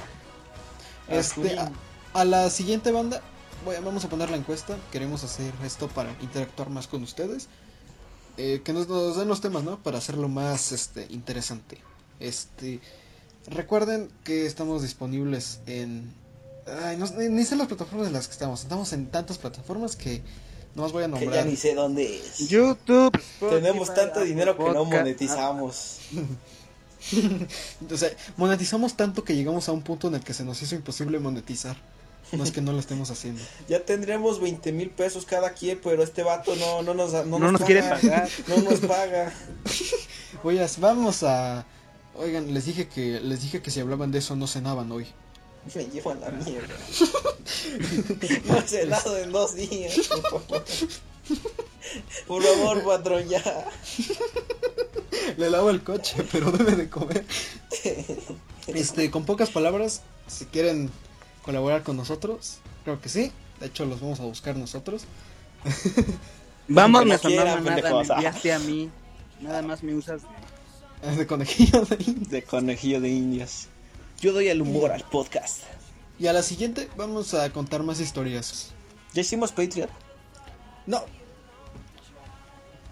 [SPEAKER 3] Este, a, a la siguiente banda, voy a- vamos a poner la encuesta. Queremos hacer esto para interactuar más con ustedes. Eh, que nos, nos den los temas, ¿no? Para hacerlo más este, interesante. Este, recuerden que estamos disponibles en... Ay, no, sé, ni sé las plataformas en las que estamos. Estamos en tantas plataformas que no más voy a
[SPEAKER 5] que
[SPEAKER 3] nombrar.
[SPEAKER 5] ya ni sé dónde es.
[SPEAKER 4] YouTube.
[SPEAKER 5] Tenemos
[SPEAKER 4] Spotify,
[SPEAKER 5] tanto
[SPEAKER 4] Apple
[SPEAKER 5] dinero que no
[SPEAKER 4] Podcast,
[SPEAKER 5] monetizamos.
[SPEAKER 3] O sea, monetizamos tanto que llegamos a un punto en el que se nos hizo imposible monetizar. No es que no lo estemos haciendo.
[SPEAKER 5] Ya tendremos 20 mil pesos cada quien, pero este vato no, no nos, no
[SPEAKER 4] No
[SPEAKER 5] nos
[SPEAKER 4] nos quiere pagar.
[SPEAKER 5] No nos paga.
[SPEAKER 3] Voy a- vamos a. Oigan, les dije que les dije que si hablaban de eso no cenaban hoy.
[SPEAKER 5] Me llevo a la mierda. No he cenado en dos días. por favor. Por favor, patrón, ya.
[SPEAKER 3] Le lavo el coche, pero debe de comer. Este, con pocas palabras, si quieren colaborar con nosotros, creo que sí. De hecho, los vamos a buscar nosotros.
[SPEAKER 4] Vamos,
[SPEAKER 5] Como
[SPEAKER 4] me sonaba
[SPEAKER 5] quiera,
[SPEAKER 4] nada, me
[SPEAKER 5] pendejosa.
[SPEAKER 4] enviaste a mí. Nada más me usas. de-
[SPEAKER 3] De conejillo de India.
[SPEAKER 5] De conejillo de indias. Yo doy el humor al podcast.
[SPEAKER 3] Y a la siguiente vamos a contar más historias.
[SPEAKER 5] ¿Ya hicimos Patreon?
[SPEAKER 3] No,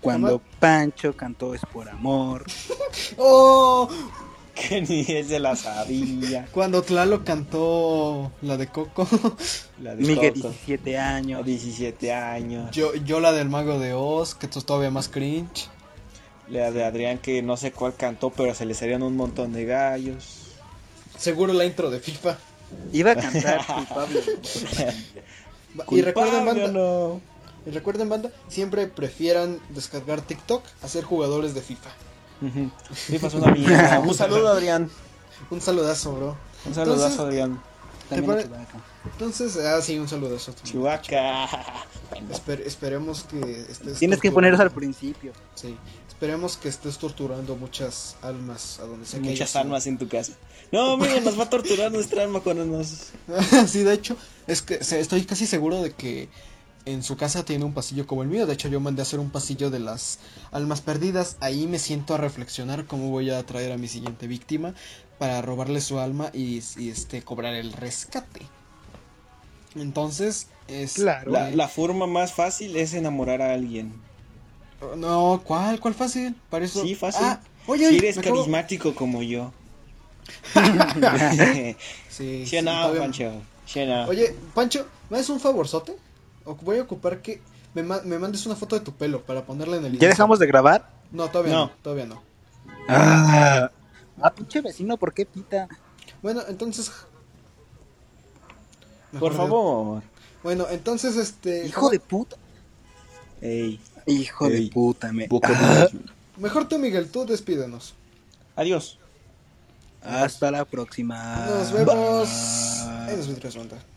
[SPEAKER 4] Cuando Pancho cantó Es por amor.
[SPEAKER 3] oh,
[SPEAKER 5] Que ni él se la sabía.
[SPEAKER 3] cuando Tlalo cantó la de Coco,
[SPEAKER 5] La de
[SPEAKER 4] Miguel,
[SPEAKER 5] Coco.
[SPEAKER 4] 17
[SPEAKER 5] A
[SPEAKER 4] años.
[SPEAKER 5] 17 años.
[SPEAKER 3] yo, yo la del Mago de Oz, que esto es todavía más cringe.
[SPEAKER 5] La de Adrián que no sé cuál cantó, pero se le salieron un montón de gallos.
[SPEAKER 3] Seguro la intro de FIFA.
[SPEAKER 4] Iba a cantar culpable.
[SPEAKER 3] Y recuerden,
[SPEAKER 5] Culpable,
[SPEAKER 3] banda,
[SPEAKER 5] ¿o no?
[SPEAKER 3] Y recuerden, banda, siempre prefieran descargar TikTok a ser jugadores de FIFA.
[SPEAKER 5] Ujú. FIFA es pues, una mierda. Un saludo, Adrián.
[SPEAKER 3] Un saludazo, bro.
[SPEAKER 5] Un saludazo,
[SPEAKER 3] Entonces-
[SPEAKER 5] Adrián.
[SPEAKER 4] También
[SPEAKER 3] pare-
[SPEAKER 4] a Chubaca.
[SPEAKER 3] Entonces, ah, sí, un saludazo.
[SPEAKER 5] Chubaca.
[SPEAKER 3] Esper- esperemos que estés.
[SPEAKER 4] Tienes que
[SPEAKER 3] torturando-
[SPEAKER 4] poner eso al principio.
[SPEAKER 3] Sí. Esperemos que estés torturando muchas almas a donde sea que
[SPEAKER 5] Muchas
[SPEAKER 3] hayas ido.
[SPEAKER 5] almas en tu casa. No, mira, nos va a torturar nuestra alma cuando nos.
[SPEAKER 3] sí, de hecho, es que se- estoy casi seguro de que en su casa tiene un pasillo como el mío. De hecho, yo mandé a hacer un pasillo de las almas perdidas. Ahí me siento a reflexionar cómo voy a atraer a mi siguiente víctima para robarle su alma y, y, este cobrar el rescate. Entonces, es
[SPEAKER 4] Claro.
[SPEAKER 5] La, la forma más fácil es enamorar a alguien.
[SPEAKER 3] No, ¿cuál? ¿Cuál fácil? Para eso.
[SPEAKER 5] Sí, fácil.
[SPEAKER 3] Ah,
[SPEAKER 5] Si
[SPEAKER 3] oye, oye,
[SPEAKER 5] eres
[SPEAKER 3] me acabo-
[SPEAKER 5] carismático como yo.
[SPEAKER 3] Sí, sí,
[SPEAKER 5] Sí, no,
[SPEAKER 3] todavía-
[SPEAKER 5] Pancho. Sí, no.
[SPEAKER 3] Oye, Pancho, ¿me haces un favorzote? O- Voy a ocupar que me, ma- me mandes una foto de tu pelo para ponerla en el
[SPEAKER 4] ¿Ya
[SPEAKER 3] inicio.
[SPEAKER 4] dejamos de grabar?
[SPEAKER 3] No, todavía no.
[SPEAKER 5] No.
[SPEAKER 3] todavía no.
[SPEAKER 4] Ah, pinche vecino, ¿por qué pita?
[SPEAKER 3] Bueno, entonces. Me
[SPEAKER 5] Por
[SPEAKER 3] acordé.
[SPEAKER 5] favor.
[SPEAKER 3] Bueno, entonces este.
[SPEAKER 4] Hijo de puta.
[SPEAKER 5] Ey.
[SPEAKER 4] Hijo
[SPEAKER 5] Ey,
[SPEAKER 4] de puta, me.
[SPEAKER 5] Boca
[SPEAKER 4] Ah,
[SPEAKER 5] de-
[SPEAKER 3] Mejor tú, Miguel, tú despídenos.
[SPEAKER 5] Adiós.
[SPEAKER 4] Hasta la próxima. Ah,
[SPEAKER 3] Nos vemos en los videos, banda.